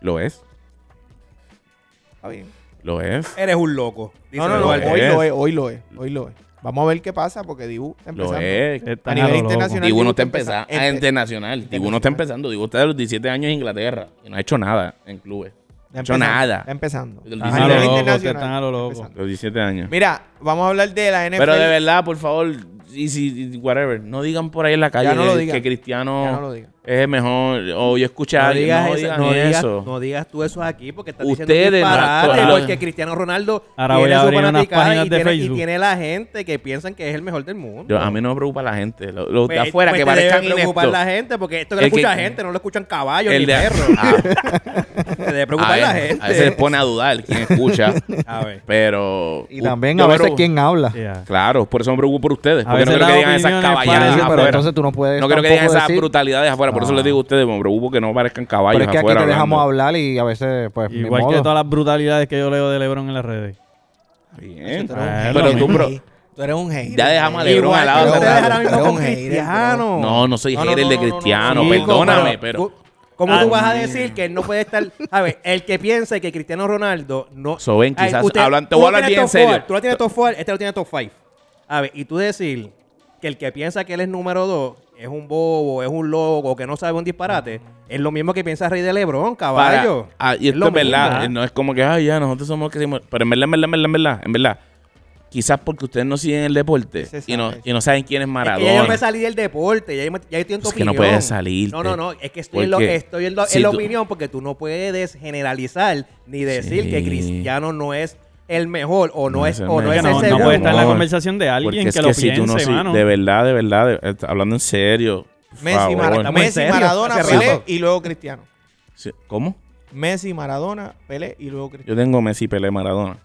B: Lo es.
A: Está bien.
B: Lo es.
C: Eres un loco. dice
A: No, no, no.
B: Eduardo.
A: Hoy
B: Es.
A: lo es, hoy lo es, hoy lo es. Vamos a ver qué pasa porque Dibu está
B: Lo
A: empezando.
B: es.
E: Está
A: A nivel
E: a lo loco.
A: internacional.
B: Dibu no está
A: está
B: empezando.
A: empezando.
B: Ah, internacional. Dibu no está empezando. Dibu está de los 17 años en Inglaterra y no ha hecho nada en clubes.
A: Está
B: hecho
A: empezando,
B: nada.
A: Está empezando.
B: Del
A: A
E: Están a
B: Dice-
E: lo
A: nivel
E: loco, ustedes
A: internacional,
E: están a lo
A: está
E: loco.
A: empezando.
B: Los 17 años.
A: Mira, vamos a hablar de la NFL.
B: Pero de verdad, por favor, y si y whatever, no digan por ahí en la calle
A: Ya no lo
B: que-
A: digan.
B: que Cristiano
A: Ya no lo digan.
B: es el mejor. O yo escuché a
C: No
B: alguien,
C: digas,
B: no
C: eso,
B: digan
C: no, digas,
B: eso.
C: no digas tú eso aquí porque estás
B: Ustedes,
C: diciendo disparate
B: exacto, ajá.
C: porque Cristiano Ronaldo
E: Ahora voy
C: tiene
E: a
C: su
E: abrir unas
C: fanaticada
E: páginas
C: y,
E: de
C: tiene, y
E: Facebook.
C: tiene la gente que piensan que es el mejor del mundo.
B: Yo- a mí no me preocupa la gente. Los los de
C: Pues-
B: afuera
C: pues
B: que
C: te debe
B: parezcan
C: preocupar
B: ineptos.
C: la gente porque esto que lo
B: El que-
C: escucha gente, no lo escuchan caballos
B: El
C: ni
B: de-
C: perros.
B: Ah,
C: *laughs* Te debe preocupar
B: a
C: la
B: ver,
C: gente.
B: A veces pone a dudar quién escucha.
C: A ver.
B: Pero.
D: Y
B: u-
D: también
B: yo
D: a
B: me
D: veces
B: preocupo-
D: quién habla.
E: Yeah.
B: Claro, por eso me preocupo por ustedes.
E: A
B: Porque no
E: veces
B: quiero que
E: las
B: digan esas
E: opiniones
B: caballadas
E: para-
D: Sí, pero
B: afuera.
D: entonces tú no puedes.
B: no quiero que digan
D: tampoco
B: esas
D: decir-
B: brutalidades afuera. Por eso
D: No.
B: les digo a ustedes, me preocupo que no parezcan caballos
D: Pero es que aquí
B: afuera.
D: te dejamos
B: hablando.
D: hablar y a veces, pues, ni
E: Igual que
D: modo.
E: todas las brutalidades que yo leo de Lebron en las redes.
B: Bien.
A: Tú eres un
E: Ah,
A: hater.
E: pero tú,
B: bro-
A: Tú eres un hater.
B: Ya dejamos a
A: Igual
B: Lebron
A: que
B: al lado
A: ustedes
B: cerrado.
A: ahora mismo
C: con
A: con Cristiano.
C: Cristiano.
B: No, no soy
A: No, no,
B: hater
A: no,
B: de
A: no, no, no.
B: Cristiano,
A: Chico,
B: perdóname, pero.
C: ¿Cómo
E: Ah,
C: tú vas a
E: mira.
C: decir que él no puede estar? A ver, el que piense que Cristiano Ronaldo no.
B: So, ven, quizás
C: usted-
B: hablan- te
C: tú
B: voy a
C: lo
B: hablar
C: tienes
B: bien
C: top
B: serio.
C: four, Tú lo tienes top 4, este lo tiene top 5. A ver, y tú decir que el que piensa que él es número 2 es un bobo, es un loco, que no sabe un disparate, es lo mismo que piensa Rey de Lebrón,
B: para-
C: caballo.
B: ah, y esto
C: lo
B: es verdad.
C: mismo.
B: eh, No es como que, ay, ya, nosotros somos los que hicimos. Pero en verdad, en verdad, en verdad, en verdad, en verdad. Quizás porque ustedes no siguen el deporte
A: Se
B: y no,
A: sabe.
B: y no saben quién es
C: Es que
B: Maradona.
C: ya yo me salí del deporte, ya yo, me- ya yo estoy en tu
B: Es que no
C: opinión.
B: puedes salirte.
C: No, no, no, es que estoy en, lo,
B: Porque
C: estoy en, lo- en
B: si
C: la
B: tú-
C: opinión porque tú no puedes generalizar ni decir
B: Sí.
C: que Cristiano no es el mejor o no,
B: No
C: es,
B: es el
C: o no
B: mejor.
E: Que
C: Pues es
E: no,
C: el
E: no
C: segundo.
E: puede estar en la
B: No,
E: conversación de alguien
B: Porque
E: que
B: es que
E: lo
B: si tú no
E: piense,
B: si-
E: mano.
B: de verdad, de verdad, de- eh, hablando en serio. por
A: Messi,
B: favor.
A: Mara-
C: Estamos en
A: Messi
C: serio.
A: Maradona,
C: Hace
A: Pelé
C: rato.
A: y luego Cristiano.
B: Sí, ¿Cómo?
A: Messi, Maradona, Pelé y luego Cristiano.
B: Yo tengo Messi, Pelé, Maradona.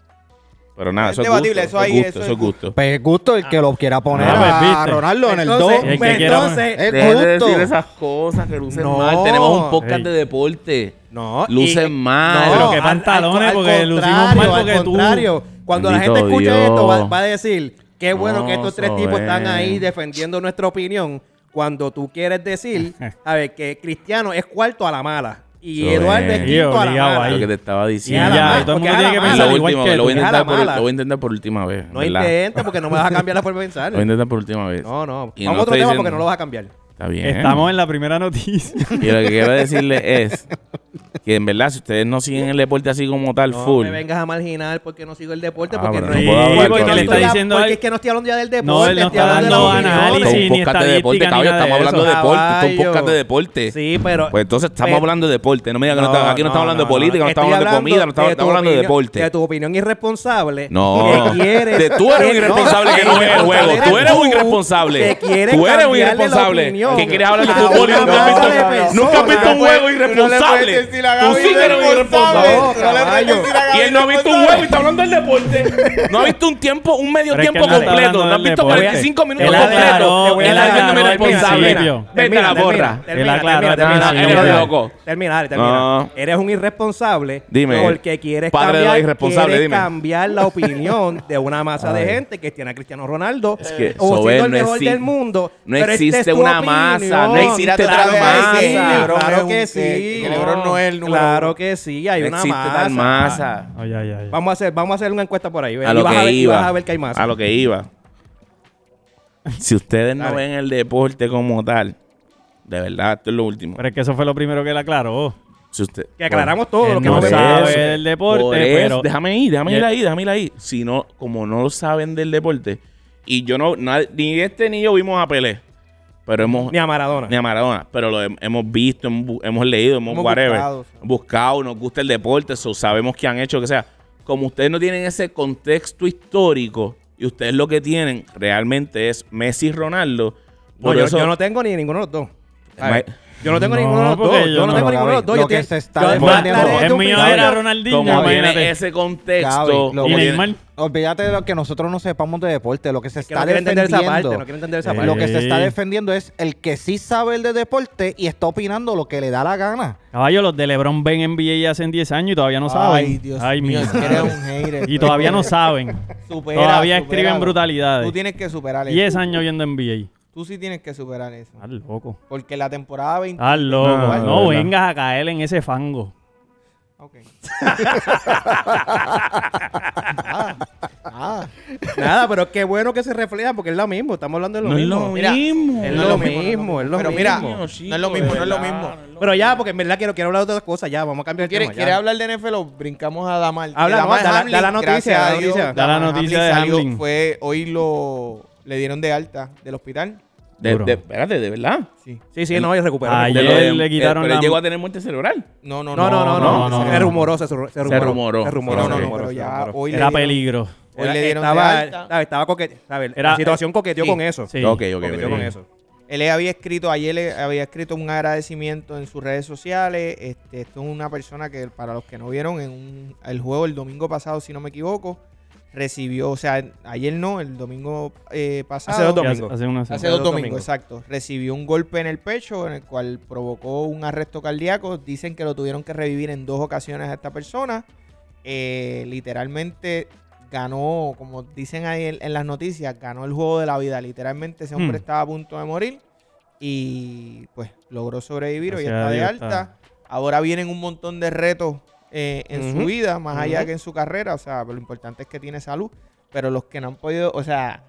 B: Pero nada,
A: Es
B: eso es
A: debatible,
B: gusto.
A: eso
B: Eso,
A: ahí,
B: es gusto,
A: eso
B: eso es
A: es
B: gusto.
D: Pues es gusto el que lo quiera poner
E: Ah, pues,
D: a
E: viste.
D: Ronaldo en el
C: Entonces,
D: 2.
E: el que
C: pues,
E: quiera-
C: entonces,
D: Es
B: Dejen de
D: gusto.
B: decir esas cosas que lucen
C: No.
B: mal. Tenemos un podcast
E: Ey.
B: de deporte.
C: No,
B: Lucen mal.
E: Pero qué
C: al-
E: pantalones,
C: al
E: porque
C: contrario,
E: lucimos mal
C: al
E: porque tú-
C: contrario. Cuando la
B: Bendito
C: gente escuche
B: Dios.
C: esto, va, va a decir qué bueno
B: No,
C: que estos tres
B: eso
C: tipos están
B: es.
C: ahí defendiendo nuestra opinión. Cuando tú quieres decir, a ver, que Cristiano es cuarto a la mala y
B: Eso
C: Eduardo es
B: es.
C: quinto a la
E: Obligado
C: mala.
E: ahí.
B: Lo que te estaba
E: Y
B: diciendo.
C: nada
E: ya, y
C: más,
E: todo el mundo
C: porque es a
E: tiene
C: la
E: que
C: mala.
E: pensar
B: lo
E: igual
B: último,
E: que
B: lo
E: tú.
B: voy, a
C: Es a la
B: intentar por,
C: mala.
B: lo voy a intentar por última vez.
C: No
B: ¿verdad?
C: intentes porque no me vas a cambiar la forma de
B: *laughs*
C: pensar.
B: Lo voy a intentar por última vez.
C: No, no.
B: Y
C: Vamos
B: no
C: a otro
B: estoy
C: tema
B: diciendo-
C: porque no lo vas a cambiar.
B: Está bien.
E: *laughs* Estamos en la primera
B: *laughs*
E: noticia. *laughs*
B: Y lo que quiero decirle es que en verdad, si ustedes no siguen el deporte así como tal,
C: No
B: full.
C: me vengas a marginar porque no sigo el deporte.
B: Ah,
C: porque
B: pero
C: no,
B: no
C: es-
B: puedo hablar,
C: porque
B: Carlito.
C: no estoy
E: Está
C: a-
E: diciendo
C: porque
E: al-
C: es que no estoy hablando ya del deporte.
E: No, él no
C: estoy
E: está
C: hablando de
E: dando
C: la opinión.
E: análisis
B: Esto es
E: ni
B: un podcast de
E: estadística
B: deporte,
E: ni
B: caballo.
E: nada de
B: Estamos hablando de
C: eso.
B: deporte. Esto es un podcast de
C: Caballo.
B: deporte.
C: Sí, pero.
B: Pues entonces estamos
C: Pero-
B: hablando de deporte. No me digan que no está- aquí no, estamos hablando
C: no,
B: de política, no,
C: no.
B: estamos
C: Estoy
B: hablando de comida, no estamos,
C: de tu
B: estamos hablando de
C: opinión-
B: deporte.
C: De tu opinión irresponsable.
B: No.
C: que quieres-
B: De- tú eres un
C: que-
B: irresponsable que no ves el juego.
C: irresponsable
B: Tú eres un irresponsable.
C: que quieres
B: Tú eres un
C: cambiarle la
B: irresponsable
C: opinión
B: que quieres hablar de
C: a
B: fútbol y
C: una
B: nunca has visto-
C: masa de personas.
B: nunca has visto un juego irresponsable. Tú sí que eres un irresponsable.
C: No, caballo.
B: Y él no ha visto un huevo y está hablando del deporte. No ha visto un tiempo, un medio
E: Pero es que
B: tiempo
E: él no está
B: completo.
E: hablando
B: No ha
E: del
B: visto
E: deporte.
B: 45 minutos
E: Él aclaró,
B: completos.
E: él
B: Él
E: aclaró,
B: haciéndome
E: él
B: responsable.
E: aclaró.
B: Vete a la borra.
E: Él aclaró al
C: termina,
E: principio.
C: termina,
E: Eres
B: loco.
C: Termina, termina.
B: No.
C: Eres un irresponsable
B: Dime,
C: porque quieres
B: padre de los
C: cambiar,
B: irresponsables,
C: quieres
B: dime.
C: cambiar la opinión de una masa de gente que tiene a Cristiano Ronaldo
B: Es que eso
C: o siendo
B: es,
C: el
B: no
C: mejor
B: exi-
C: del mundo.
B: no
C: Pero esta es
B: existe
C: tu
B: una masa, no
C: opinión.
B: existe
C: Claro
B: otra
C: que sí,
B: masa.
C: Claro
A: Que-
C: que sí.
A: que LeBron no es el número
C: Claro
A: uno.
C: que sí, hay
B: No
C: una
B: existe tal
C: masa.
B: masa.
E: Ay, ay, ay.
C: Vamos a hacer, vamos a hacer una encuesta por ahí. ve,
B: A
C: y
B: lo
C: vas a
B: que
C: ver, y
B: iba.
C: vas a ver que hay más.
B: A lo que iba. *laughs* Si ustedes no
C: Dale.
B: ven el deporte como tal, de verdad, esto es lo último.
E: Pero es que eso fue lo primero que él aclaró.
B: Si usted-
C: Que aclaramos todo
E: Él
C: lo que
E: no
C: no vemos.
E: sabe
B: eso.
E: del deporte,
B: Por eso,
E: pero...
B: déjame ir, déjame
E: Ya-
B: ir ahí, déjame ir ahí. Si no, como no lo saben del deporte, y yo no, na- ni este ni yo vimos a Pelé, pero hemos,
C: Ni a Maradona.
B: ni a Maradona, pero lo hem- hemos visto, hemos, bu- hemos leído, hemos,
A: Hemos
B: whatever,
A: buscado, sí.
B: hemos buscado, nos gusta el deporte, so sabemos que han hecho, que sea. Como ustedes no tienen ese contexto histórico y ustedes lo que tienen realmente es Messi y Ronaldo,
C: No,
B: por
C: yo,
B: eso
C: yo no tengo ni ninguno de los dos. A
B: Ma-
C: ver, Yo no tengo
E: No,
C: ninguno de los
E: porque
C: dos. Yo
E: yo
C: no
E: no.
C: tengo
D: Pero,
C: ninguno de los
D: Gaby,
C: dos.
D: lo
C: yo
D: que
C: te-
D: se está
C: yo-
D: defendiendo-
C: aclaré desde
E: Es
C: un
E: mío
C: principio.
E: era Ronaldinho,
B: como
E: imagínate.
B: tiene ese contexto,
D: Gaby, lo-
B: como
E: Y
B: tiene-
E: Neymar.
D: Olvídate de lo que nosotros no sepamos de deporte, lo que se
C: Que
D: está
C: no quiero entender esa parte. No
D: defendiendo.
C: quiero entender esa
E: Eh,
C: parte.
D: Lo que se está
E: Sí.
D: defendiendo es el que sí sabe el de deporte y está opinando lo que le da la gana.
E: Caballo, los de LeBron ven NBA ya hace 10 años y todavía no saben.
A: Ay, Dios
E: Ay,
A: mío,
E: mi
A: es que
E: madre.
A: eres un hater.
E: Y todavía no saben.
A: Supera,
E: todavía
A: supéralo.
E: escriben brutalidades.
A: Tú tienes que superar eso.
E: 10 años viendo NBA.
A: Tú sí tienes que superar eso.
E: Estás loco.
A: Porque la temporada 20...
E: Estás loco.
B: No,
E: No,
B: de verdad.
E: vengas a caer en ese fango.
A: Ok. ah, ah.
C: Nada, pero qué bueno que se refleja porque es lo mismo. Estamos hablando de lo
B: No es
C: mismo.
B: lo
A: Mira,
B: mismo.
C: es lo mismo, es lo
A: Pero
C: mismo.
A: mira, no
B: Coño,
A: es
B: chico,
A: lo mismo, no es lo
B: de
A: mismo.
B: verdad, no es lo
C: Pero ya, porque en verdad quiero, quiero hablar de otras cosas. Ya, vamos a cambiar el
A: ¿Quieres,
C: tema. ya.
A: ¿Quieres hablar de NFL o brincamos a Damar? Que
C: Habla,
A: Damar
C: no, da la-
A: Hamlin,
C: da la noticia,
A: gracias
C: da la
A: a Dios,
C: noticia.
E: Da la
A: Damar
E: noticia
A: Hamlin
E: de
A: salió,
E: Hamlin.
A: Fue, hoy lo, le dieron de alta del hospital.
B: De,
E: Duro.
B: de- espérate, de verdad.
A: Sí.
C: Sí, sí, no, y recuperó.
E: Ay,
B: De
E: Ayer
C: recuperó.
B: lo de-
E: le
B: eh,
E: quitaron
B: pero él
E: la-
B: llegó a tener muerte cerebral.
A: No, no,
C: No, no, no, no.
E: no, no,
C: se
E: no.
C: rumoró, se, ru- se rumoró.
B: rumoró.
C: Se
A: No,
C: rumoró,
A: no,
C: se
A: no,
C: rumoró,
A: pero
C: se
A: ya
C: rumoró.
A: hoy le
E: Era
A: dieron-
E: peligro.
A: Hoy le dieron de
C: estaba,
A: alta.
C: estaba- estaba coquete- ¿sabes?
E: Era-
C: la situación coqueteó
A: sí,
C: con eso.
E: Sí.
B: Ok, ok,
C: Coqueteó
B: ok.
C: con eso.
A: Él le había escrito, ayer le había escrito un agradecimiento en sus redes sociales. Este, esto es una persona que, para los que no vieron, en un- el juego el domingo pasado, si no me equivoco, recibió, o sea, ayer no, el domingo eh, pasado.
C: Hace dos
E: Que hace-
C: Domingo.
E: hace una
A: Hace
E: semana.
A: dos
C: dos
A: domingos,
C: domingos.
A: exacto. Recibió un golpe en el pecho en el cual provocó un arresto cardíaco. Dicen que lo tuvieron que revivir en dos ocasiones a esta persona. Eh, literalmente ganó, como dicen ahí en, en las noticias, ganó el juego de la vida. Literalmente ese hombre
E: Hmm.
A: estaba a punto de morir y pues logró sobrevivir. Hoy
E: Gracias
A: está
E: a
A: de
E: Dios,
A: alta.
E: está-
A: Ahora vienen un montón de retos eh, en su
C: Ujú,
A: vida, más allá
C: ujú.
A: que en su carrera. O sea, lo importante es que tiene salud. Pero los que no han podido, o sea,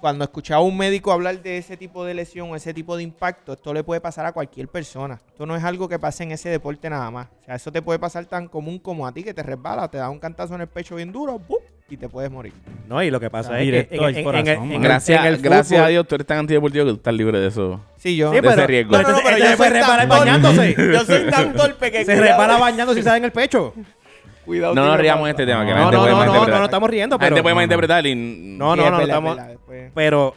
A: cuando escuchaba a un médico hablar de ese tipo de lesión o ese tipo de impacto, esto le puede pasar a cualquier persona. Esto no es algo que pase en ese deporte nada más. O sea, eso te puede pasar tan común como a ti que te resbalas, te da un cantazo en el pecho bien duro, ¡pum! y te puedes morir.
C: No, y lo que pasa es que
E: Directo al corazón, mano.
C: el-
B: Gracias,
C: en el
B: gracias
C: fútbol-
B: a Dios, tú eres tan antideportivo que tú estás libre de eso.
A: Sí, yo.
C: Sí,
B: de
C: pero,
B: ese riesgo.
C: No, no, no, pero yo se pues, repara bañándose. *laughs*
A: Yo soy tan torpe que
C: Se repara bañándose y se da en el pecho.
A: Cuidado,
B: No
A: tiene
B: nos riamos de
A: razón.
B: este tema, que la
C: No, no,
B: gente
C: no,
B: puede
C: no, no,
B: malinterpretar.
C: no estamos riendo,
B: La
C: pero.
B: gente puede malinterpretar y...
C: No, no,
A: Sí,
C: no,
A: es verdad,
C: estamos-
A: es pues, verdad, después.
C: Pero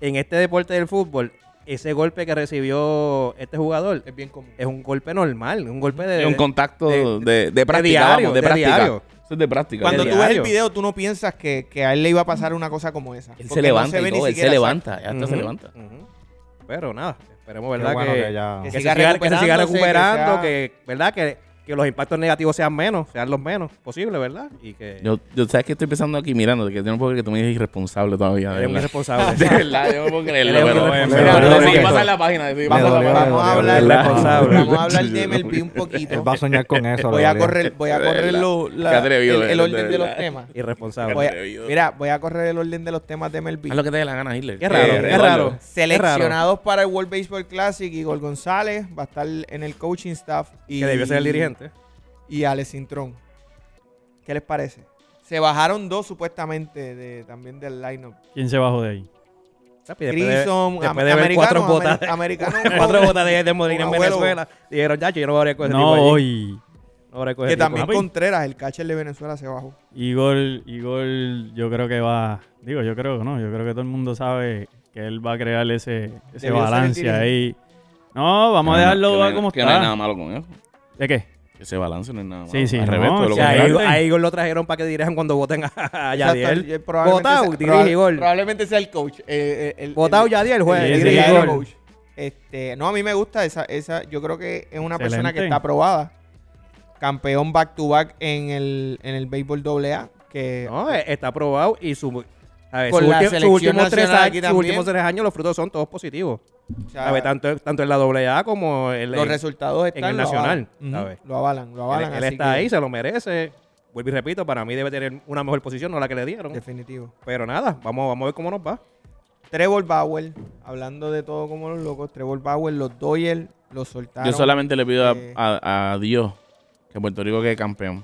C: en este deporte del fútbol, ese golpe que recibió este jugador
A: Es bien común.
C: es un golpe normal, un golpe de.
B: Y un contacto de, de, práctica,
C: diario,
B: vamos, de,
C: de
B: práctica.
C: diario.
B: Eso es de práctica.
A: Cuando
B: de
A: tú ves el
C: diario.
A: video, tú no piensas que, que a él le iba a pasar una cosa como esa.
B: Él
A: Porque
B: se
A: no
B: levanta
A: ve
B: y
A: ni
B: todo, él se
A: siquiera
B: levanta, hasta
C: Ujú,
B: se levanta.
C: ujú. Pero nada, esperemos,
D: Qué
C: ¿verdad?
D: bueno
C: que,
D: que ya-
C: que
A: que
C: se
A: siga
C: siga, que se
A: recuperándose, que
C: siga recuperando,
A: sea-
C: que, ¿verdad? Que, que los impactos negativos sean menos, sean los menos posible, ¿verdad? Y que
B: Yo, yo sabes que estoy pensando aquí mirándote, que yo no puedo creer que tú me digas irresponsable todavía. De
C: eres muy
B: verdad,
C: responsable.
B: *laughs* de verdad yo no puedo creerlo.
C: Eres un
B: pero, pero
C: irresponsable.
D: Me dolió
B: decidí
D: eso.
B: pasar la página. decidí
D: Me
B: pasar la
D: dolió,
B: página.
D: me
A: Vamos a
D: dolió,
A: hablar,
D: de verdad.
C: responsable.
A: Vamos a
B: *laughs*
A: hablar de MLB un poquito.
D: Él va a soñar con eso.
A: Voy
D: la
A: a
D: verdad.
A: correr, voy a
B: De
A: correr
B: verdad.
A: lo- la-
B: Qué atrevido
A: el, el
B: eres,
A: orden
B: de
A: de los
B: verdad.
A: temas.
C: Irresponsable.
A: Voy a-
B: atrevido.
A: mira, voy a correr el orden de los temas de MLB.
B: Haz lo que te dé la gana, Hitler.
C: Qué raro,
B: Eh,
C: qué
B: Eduardo.
C: raro.
A: Seleccionados para el World Baseball Classic, Igor González va a estar en el coaching staff. Y,
C: que debió ser el dirigente.
A: Y Alex Cintrón. ¿Qué les parece? Se bajaron dos supuestamente de, también del lineup.
E: ¿Quién se bajó de ahí?
C: Chapi, después de-
A: Grison,
C: después
A: am-
C: de ver cuatro
A: americano,
C: botas,
A: amer- americano,
C: *laughs* cuatro botas de, de Molina en
A: Un abuelo.
C: Venezuela, dijeron, ya, yo no voy a abrir con ese
E: No,
C: Pues, tipo allí.
E: hoy.
C: No voy a coger
A: que
C: ese tipo
A: también
E: Papi.
A: Contreras, el catcher de Venezuela, se bajó.
E: Igor, Igor, yo creo que va. Digo, yo creo que no. Yo creo que todo el mundo sabe que él va a crear ese, ese
A: Debió ser el
E: balance
A: dirigente.
E: ahí. No,
B: Que no
E: vamos
B: hay
E: a
B: na-
E: dejarlo
B: que no hay-
E: como
B: Que no hay nada
E: está.
B: malo con eso.
E: ¿De qué?
B: Ese balance no es nada malo.
E: Sí, sí,
B: Al
E: no,
B: revés, todo lo
E: sí,
C: O sea, a,
B: contrario.
C: Igor, a Igor lo trajeron para que dirijan cuando voten a, a Ah, Yadiel.
A: Exacto, eh, probablemente
C: Votado,
A: sea-
C: dirige Igor.
A: Probablemente sea el coach. eh, eh, el-
C: Votado
A: el-
C: Yadiel, juez.
A: el
E: Sí,
A: dirige
E: sí,
A: Igor.
E: Igor.
A: coach. Este, no, a mí me gusta esa, esa. Yo creo que es una persona que
E: Excelente.
A: está aprobada. Campeón back to back en el, en el béisbol AA. Que
C: No, eh, está aprobado y su... A ver,
A: Con
C: sus
A: la
C: últimos- sus
A: selección
C: últimos tres
A: nacional
C: años-
A: aquí
C: sus
A: también.
C: últimos tres años los frutos son todos positivos.
A: o sea,
C: A ver, tanto, tanto en la AA como en
A: los resultados están.
C: el
A: lo
C: nacional,
A: avalan. Ujú,
C: ¿sabes?
A: Lo avalan, lo avalan.
C: Él, él
A: así
C: está
A: que-
C: ahí, se lo merece. Vuelvo y repito, para mí debe tener una mejor posición, no la que le dieron.
A: Definitivo.
C: Pero nada, vamos, vamos a ver cómo nos va.
A: Trevor Bauer, hablando de todo como los locos, Trevor Bauer, los Doyle, los soltaron.
B: Yo solamente le pido a,
A: Eh.
B: a- a Dios que Puerto Rico quede campeón.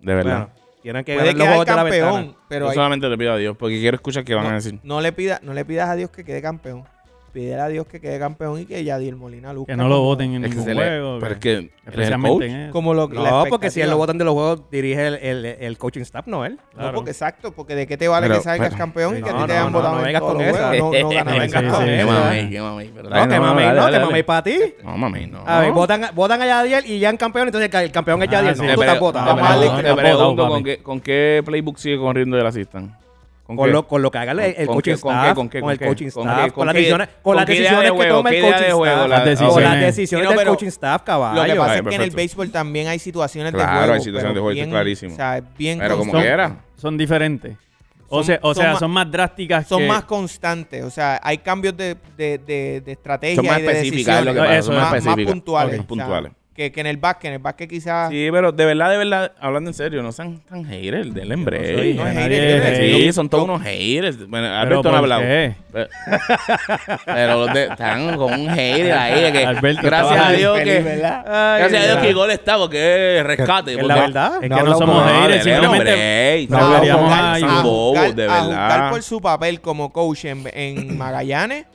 B: De verdad.
C: Bueno, tienen que
A: Puede
C: ganar los
A: quedar
C: juegos de la
A: campeón,
C: ventana.
A: pero
B: Yo
A: hay
B: solamente le pido a Dios porque quiero escuchar qué van
A: no,
B: a decir.
A: no le pida, no le pidas a Dios que quede campeón. Pídele a Dios que quede campeón y que Yadier Molina luzca.
E: Que no lo
A: como-
E: voten en
B: Es que
E: ningún
B: se le-
E: juego.
B: pero es
E: que-
B: que él es el
E: especialmente
B: coach.
E: en eso.
A: Como lo, la
C: No, porque si él
A: expectativa.
C: lo votan de los juegos, dirige el, el- el coaching staff, no él.
A: No,
E: Claro.
A: porque exacto, porque de qué te vale
B: Pero-
A: que salgas
B: pero-
A: campeón y que a ti
C: No,
A: te
C: no,
A: hayan
C: no,
A: votado
C: no
A: en
C: vengas
A: todos
C: con
A: los
C: esa.
A: juegos. No, no ganas,
E: *laughs* Sí,
A: vengas
E: sí,
A: con
E: sí.
A: esa.
B: Qué
E: Eso,
B: mamey, qué mamey. pero
C: No, que
B: dale, dale, dale,
C: mami, no, que
B: dale.
C: mami Ah, para ti.
B: No, mami, no.
C: A ver, votan, votan a Yadiel y ya han campeón, entonces el, campeón es
E: Ah,
C: Yadiel.
E: sí,
C: no,
B: Te
C: tú
B: pre-
C: estás votado.
B: te
E: Vamos a darle-
B: pregunto-
E: que-
B: te pregunto
E: Votado,
B: con
E: papi.
B: qué, con qué playbook sigue corriendo de la asistan.
C: con, lo, con lo que haga el, el
B: ¿Con
C: coaching
B: qué- con qué-
C: staff,
B: con qué-
C: con
B: con
C: el
B: qué-
C: coaching
B: con
C: staff,
B: qué-
C: con
B: con
C: las
B: qué-
C: decisiones, con las
B: con qué idea
C: decisiones
B: de
C: que
B: juego,
C: toma
B: qué
C: el
B: idea
C: coaching
B: de juego,
C: staff,
B: la-
E: Las
C: con
E: decisiones.
C: las decisiones
A: Sí, no,
C: del
A: pero
C: coaching staff, caballo.
A: Lo que pasa
B: Ay,
A: es que en el
B: perfecto.
A: béisbol también hay situaciones de
B: Claro,
A: juego.
B: hay situaciones
A: pero
B: de juego, eso es
A: bien-
B: clarísimo.
A: O sea, es bien
B: Pero como
A: constante.
B: quiera.
E: Son diferentes.
A: Son-
E: O sea, o
A: son
E: sea
A: más-
E: son más drásticas
A: son
E: que-
A: más constantes. O sea, hay cambios de, de, de, de estrategia.
B: Son más
A: y de
B: específicas, es lo que
A: decisiones.
B: pasa,
E: Eso,
B: son más
A: más, más
B: específicas.
A: puntuales.
B: Son
A: o sea,
B: puntuales.
A: que, que en el básquet, en el básquet quizás...
B: Sí, pero de verdad, de verdad, hablando en serio, no sean tan haters, denle en
E: soy
B: break.
A: no es
E: nadie
A: hater,
E: es
A: es
E: hater.
A: hater.
B: Sí, son todos unos haters. Bueno,
E: Pero
B: Alberto no ha
E: ¿por
B: hablado.
E: qué?
B: Pero de- están con un hater ahí. de que
E: Alberto,
B: gracias
E: estaba
B: a Dios
A: feliz,
B: que.
A: ¿verdad?
E: Ah,
B: Ay, gracias a Dios
E: verdad.
B: que Igor está porque es rescate.
C: Es
B: porque-
C: la verdad.
E: Es
D: No
E: que no
D: hablamos
E: somos
D: de
E: haters,
B: denle un
E: simplemente.
B: break.
E: no
B: son
E: deberíamos
B: bobos,
E: a-
B: son
E: a
B: bobos, de
A: a juzgar
B: verdad.
A: por su papel como coach en,
B: *clears throat*
A: en Magallanes,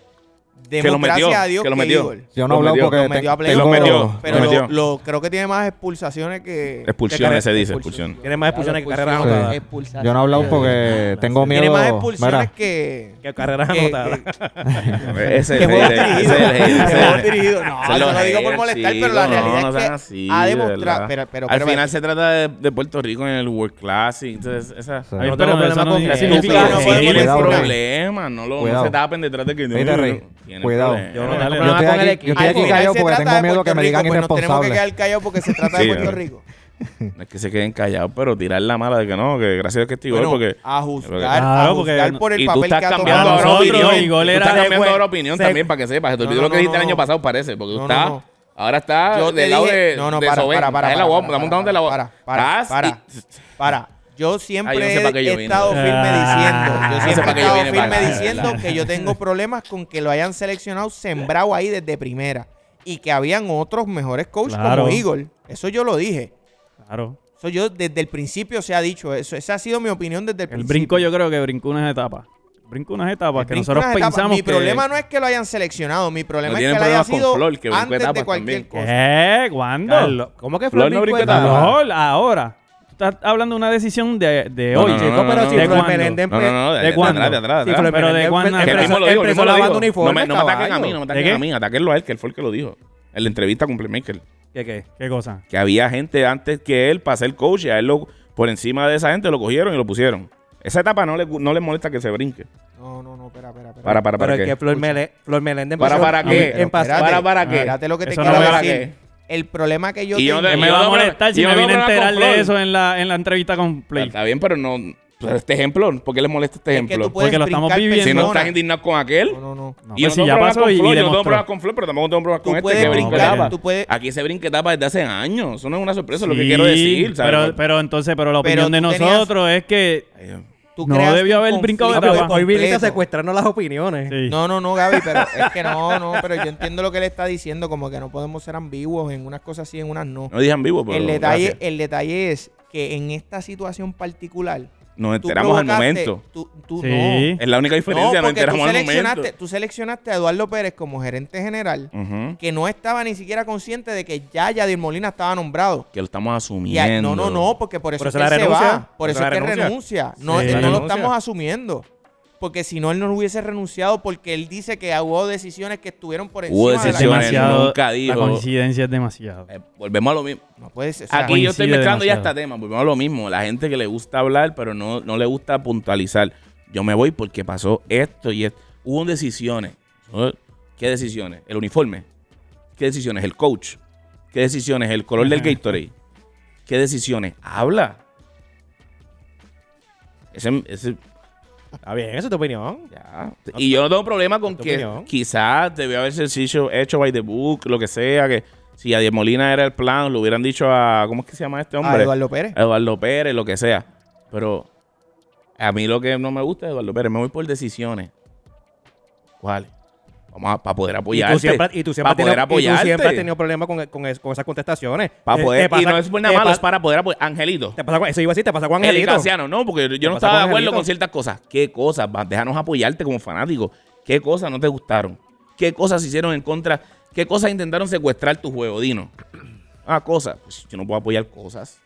B: Que lo metió.
A: democracia a Dios
B: Que lo
A: que
B: metió.
A: Igor.
D: Yo no he
B: Lo
D: hablado
B: metió.
D: porque
A: Lo metió a
D: te-
A: playoff,
B: Lo
D: tengo-
B: metió.
A: Pero
B: Lo
A: lo-
B: metió.
A: lo- creo que tiene más expulsaciones que...
B: Expulsiones se dice, expulsiones.
C: Tiene más expulsiones que carreras
D: expulsiones.
C: anotadas.
A: Expulsaciones.
D: Yo no he hablado porque tengo miedo.
A: Tiene más expulsiones
D: Mira,
A: que...
C: Que carreras
A: que-
C: anotadas.
A: que-
B: Ese es
A: que
B: el
A: juegos
B: hater. Ese es el hater.
A: dirigidos. que
B: ese es el
A: juegos
B: hater.
A: dirigidos. No,
B: Son
A: yo
B: los
A: lo digo por
B: haters,
A: molestar, pero la
B: chicos,
A: realidad
B: no, no
A: es
B: sean
A: que
B: así,
A: ha
B: de
A: demostrado...
B: verdad.
A: Pero, pero,
B: Al
A: pero-
B: final se trata de, de Puerto Rico en el World Classic. Entonces, esa.
D: Sí.
E: Ay, pero
C: No tengo
E: eso
C: problema
E: no
C: con
E: dice-
A: que-
E: significa-
A: Cuidado,
E: significa-
B: tienen
D: cuidado, Rey.
B: problemas. No, lo- no
D: Cuidado.
B: se tapen detrás de que.
D: Vete, Rey.
B: Tienen
D: Cuidado.
B: problemas.
C: Yo no tengo
D: yo
C: problema
D: estoy
C: con el
D: aquí, yo
C: equipo.
D: estoy aquí
A: Al final
D: callado
A: se
D: porque
A: trata
D: tengo
A: de
D: miedo que
A: Puerto
D: me
A: Rico,
D: digan
A: pues nos tenemos que
D: irresponsable.
A: quedar callados porque se trata de
B: Sí,
A: Puerto
B: ¿no?
A: Rico.
B: No es que se queden callados, pero tirar la mala de que no, que gracias a Dios que estoy
A: Bueno,
B: gol, porque.
A: a juzgar,
E: Claro,
A: a juzgar
E: porque-
A: por el
B: y tú
A: papel
B: estás
A: que ha
B: cambiando
A: tomado.
E: ahora
B: ahora
E: nosotros,
B: opinión.
E: el gol
B: Tú
E: era-
B: estás cambiando
C: se-
B: ahora opinión
C: se-
B: también, para que sepas. Se te
A: No,
B: olvidó
A: no,
B: lo que
A: no,
B: dijiste el
A: no.
B: año pasado, parece. Porque tú
A: No, no,
B: estás.
A: no.
B: Ahora estás
A: Yo te
B: del lado
A: dije-
B: Ah, de.
A: no, no,
B: de
A: para,
B: Soben.
A: para, para,
B: Estás en la
A: para,
B: boba,
A: para,
B: dame un down de la boba.
A: para, para,
B: Estás
A: para.
B: y-
A: Para, yo siempre
B: Ay, yo no sé para qué yo
A: he
B: vine.
A: estado firme diciendo,
E: Ah.
A: yo
E: No sé
A: siempre he
B: para qué yo
A: estado
B: vine para
A: firme
B: acá, de
A: diciendo
B: verdad.
A: que yo tengo problemas con que lo hayan seleccionado sembrado ahí desde primera y que habían otros mejores coaches
E: Claro.
A: como Igor. Eso yo lo dije.
E: Claro.
A: Eso yo desde el principio se ha dicho eso. Esa ha sido mi opinión desde el,
E: El
A: principio.
E: brinco yo creo que brincó unas etapas. Brincó unas etapas que
A: Brinco
E: nosotros
A: unas etapas.
E: pensamos
A: Mi
E: que...
A: problema no es que lo hayan seleccionado, mi
B: No
A: problema es
B: tienen
A: que lo haya
B: problemas con
A: sido
B: Flor, que brincó
A: antes de
B: etapas
A: cualquier
B: también.
A: cosa.
E: Eh. ¿Qué? ¿Cuándo?
C: Carlos, ¿Cómo que
B: Flor
C: Flor
B: no
C: brincó
B: brinca
C: etapas?
B: nada.
E: Lol, ahora. Tú estás hablando de una decisión de, de
B: No,
E: hoy.
B: no,
C: Chico,
B: no, no,
C: pero
B: no,
C: si
E: no.
C: Flor
E: ¿De cuándo?
C: Meléndez
B: No, no, no, de,
E: ¿De
B: de
E: cuándo?
B: atrás, de atrás, de
C: Sí, Flor
B: atrás.
E: Pero
C: Meléndez
E: de cuándo- que
C: empe-
B: Que
E: Pero
B: el mismo
C: empezó-
B: lo dijo, el
C: empezó
B: mismo lo
C: lavando
B: dijo. No me,
C: uniformes,
B: no me ataquen a mí, no
C: caballo.
B: me
E: ¿De
B: ataquen
E: qué?
B: a mí, ataquenlo a él, que él fue el que lo dijo. En la entrevista con Playmaker.
C: ¿Qué, qué?
E: ¿Qué cosa?
B: Que había gente antes que él para ser coach y a él lo, por encima de esa gente lo cogieron y lo pusieron. Esa etapa no le, gu- no le molesta que se brinque.
A: No, no, no, espera, espera, espera.
B: Para, para,
C: Pero
B: para.
C: es
B: qué?
C: que Flor, Mele- Flor Meléndez
B: ¿Para, para
C: empezó-
B: qué?
C: en pas-
A: Espérate.
B: ¿Para, para qué?
A: Espérate lo que te
E: Eso
A: quiero
E: no me va a
A: decir.
B: qué.
A: El problema que yo
B: Y yo
A: tengo...
B: no te-
E: me
B: yo
E: va a
B: no me-
E: molestar si
B: yo
E: me
B: no me
E: viene a
B: voy a
E: enterar
B: con
E: de
B: Flor.
E: eso en la, en la entrevista con Play.
B: Está bien, pero no. pero este ejemplo, ¿por qué le molesta este
A: es que
B: ejemplo?
A: tú puedes
E: Porque lo estamos
A: brincar
E: viviendo.
B: Si no
A: personas.
B: estás indignado con aquel.
A: No, no, no.
E: No,
B: Y yo
E: pues
B: no
E: si
B: tengo
E: ya
B: problemas
E: pasó
B: con
E: y
B: Flor, yo no tengo
E: demostró.
B: problemas con Flor, pero tampoco tengo problemas
A: Tú
B: con este
A: puedes
B: que
E: brincar,
B: brinca etapa.
A: brincar,
E: etapa.
A: tú puedes...
B: Aquí se brinca etapa desde hace años. Eso no es una sorpresa, es lo que
E: Sí,
B: quiero decir. ¿sabes?
E: Pero, pero entonces, pero la
A: Pero
E: opinión de
A: tú tenías-
E: etapas. nosotros es que...
B: Ay, Dios.
A: tú
E: No
A: creaste
E: debió
A: un
E: haber brincado
A: conflicto
E: etapas.
C: Hoy viniste a
A: completo.
C: secuestrarnos las opiniones.
E: Sí.
A: No, no, no, Gaby, pero es que no, no, pero yo entiendo lo que él está diciendo, como que no podemos ser ambiguos en unas cosas sí, en unas no.
B: No dijan vivo, pero.
A: el, detalle,
B: gracias.
A: el detalle es que en esta situación particular,
B: Nos
A: tú
B: enteramos al
A: provocaste-
B: momento.
A: Tú, tú
E: Sí.
A: no.
B: Es la única
A: no,
B: diferencia, nos
A: porque tú
B: enteramos al momento.
A: seleccionaste, tú seleccionaste a Eduardo Pérez como gerente general,
B: Ujú.
A: que no estaba ni siquiera consciente de que ya Yadir Molina estaba nombrado.
B: Que lo
A: Y
B: estamos
A: ahí-
B: asumiendo.
A: no, no, no, porque por eso,
C: Por eso
A: es que
C: la
A: él se
C: renuncia.
A: va. Por
C: Por
A: eso
C: eso
A: es que
C: la
A: renuncia. No,
E: Sí.
A: eh,
E: La
A: no lo
C: renuncia.
A: estamos asumiendo. Porque si no, él no hubiese renunciado porque él dice que hubo decisiones que estuvieron por encima
B: Hubo
A: de la-
E: Es
B: decisiones.
E: demasiado...
B: nunca
E: La
B: dijo.
E: coincidencia es demasiado.
B: Eh, volvemos a lo mismo.
A: No puede ser. o sea,
B: Aquí yo estoy
E: coincide
B: mezclando ya
E: demasiado.
B: este tema. Volvemos a lo mismo. La gente que le gusta hablar, pero no, no le gusta puntualizar. Yo me voy porque pasó esto y esto. Hubo decisiones. ¿no? ¿Qué decisiones? El uniforme. ¿Qué decisiones? El coach. ¿Qué decisiones? El color del Gatorade. ¿Qué decisiones? Habla. Ese, ese,
C: Está bien, esa es tu opinión.
B: ya. Y yo no tengo problema con
C: ¿Tu
B: que
C: opinión?
B: quizás debió haberse hecho, hecho by the book, lo que sea, que si a Diez Molina era el plan, lo hubieran dicho a, ¿cómo es que se llama este
A: a
B: hombre?
A: Eduardo Pérez.
B: A Eduardo Pérez, lo que sea. Pero a mí lo que no me gusta es Eduardo Pérez, me voy por decisiones. ¿Cuáles? Vamos a, para poder
C: Y
B: apoyarte.
C: tú siempre, y tú
B: para
C: siempre, has tenido-
B: poder
C: y tú
B: apoyarte.
C: siempre has tenido problemas con, con es- con esas contestaciones.
B: para
C: Te-
B: poder,
C: te pasa-
B: y no es por nada
C: te
B: malo,
C: pa-
B: es para poder apoyar. Angelito.
C: te pasa con- eso iba a decir, te pasa con
B: El
C: Angelito.
B: Casiano, no, porque yo no
C: pasa
B: estaba de
C: con
B: acuerdo
C: Angelito?
B: con ciertas cosas. ¿Qué cosas? Va, Déjanos apoyarte como fanático. ¿Qué cosas no te gustaron? ¿Qué cosas se hicieron en contra? ¿Qué cosas intentaron secuestrar tu juego, Dino? Ah, cosas. Pues yo no puedo apoyar cosas.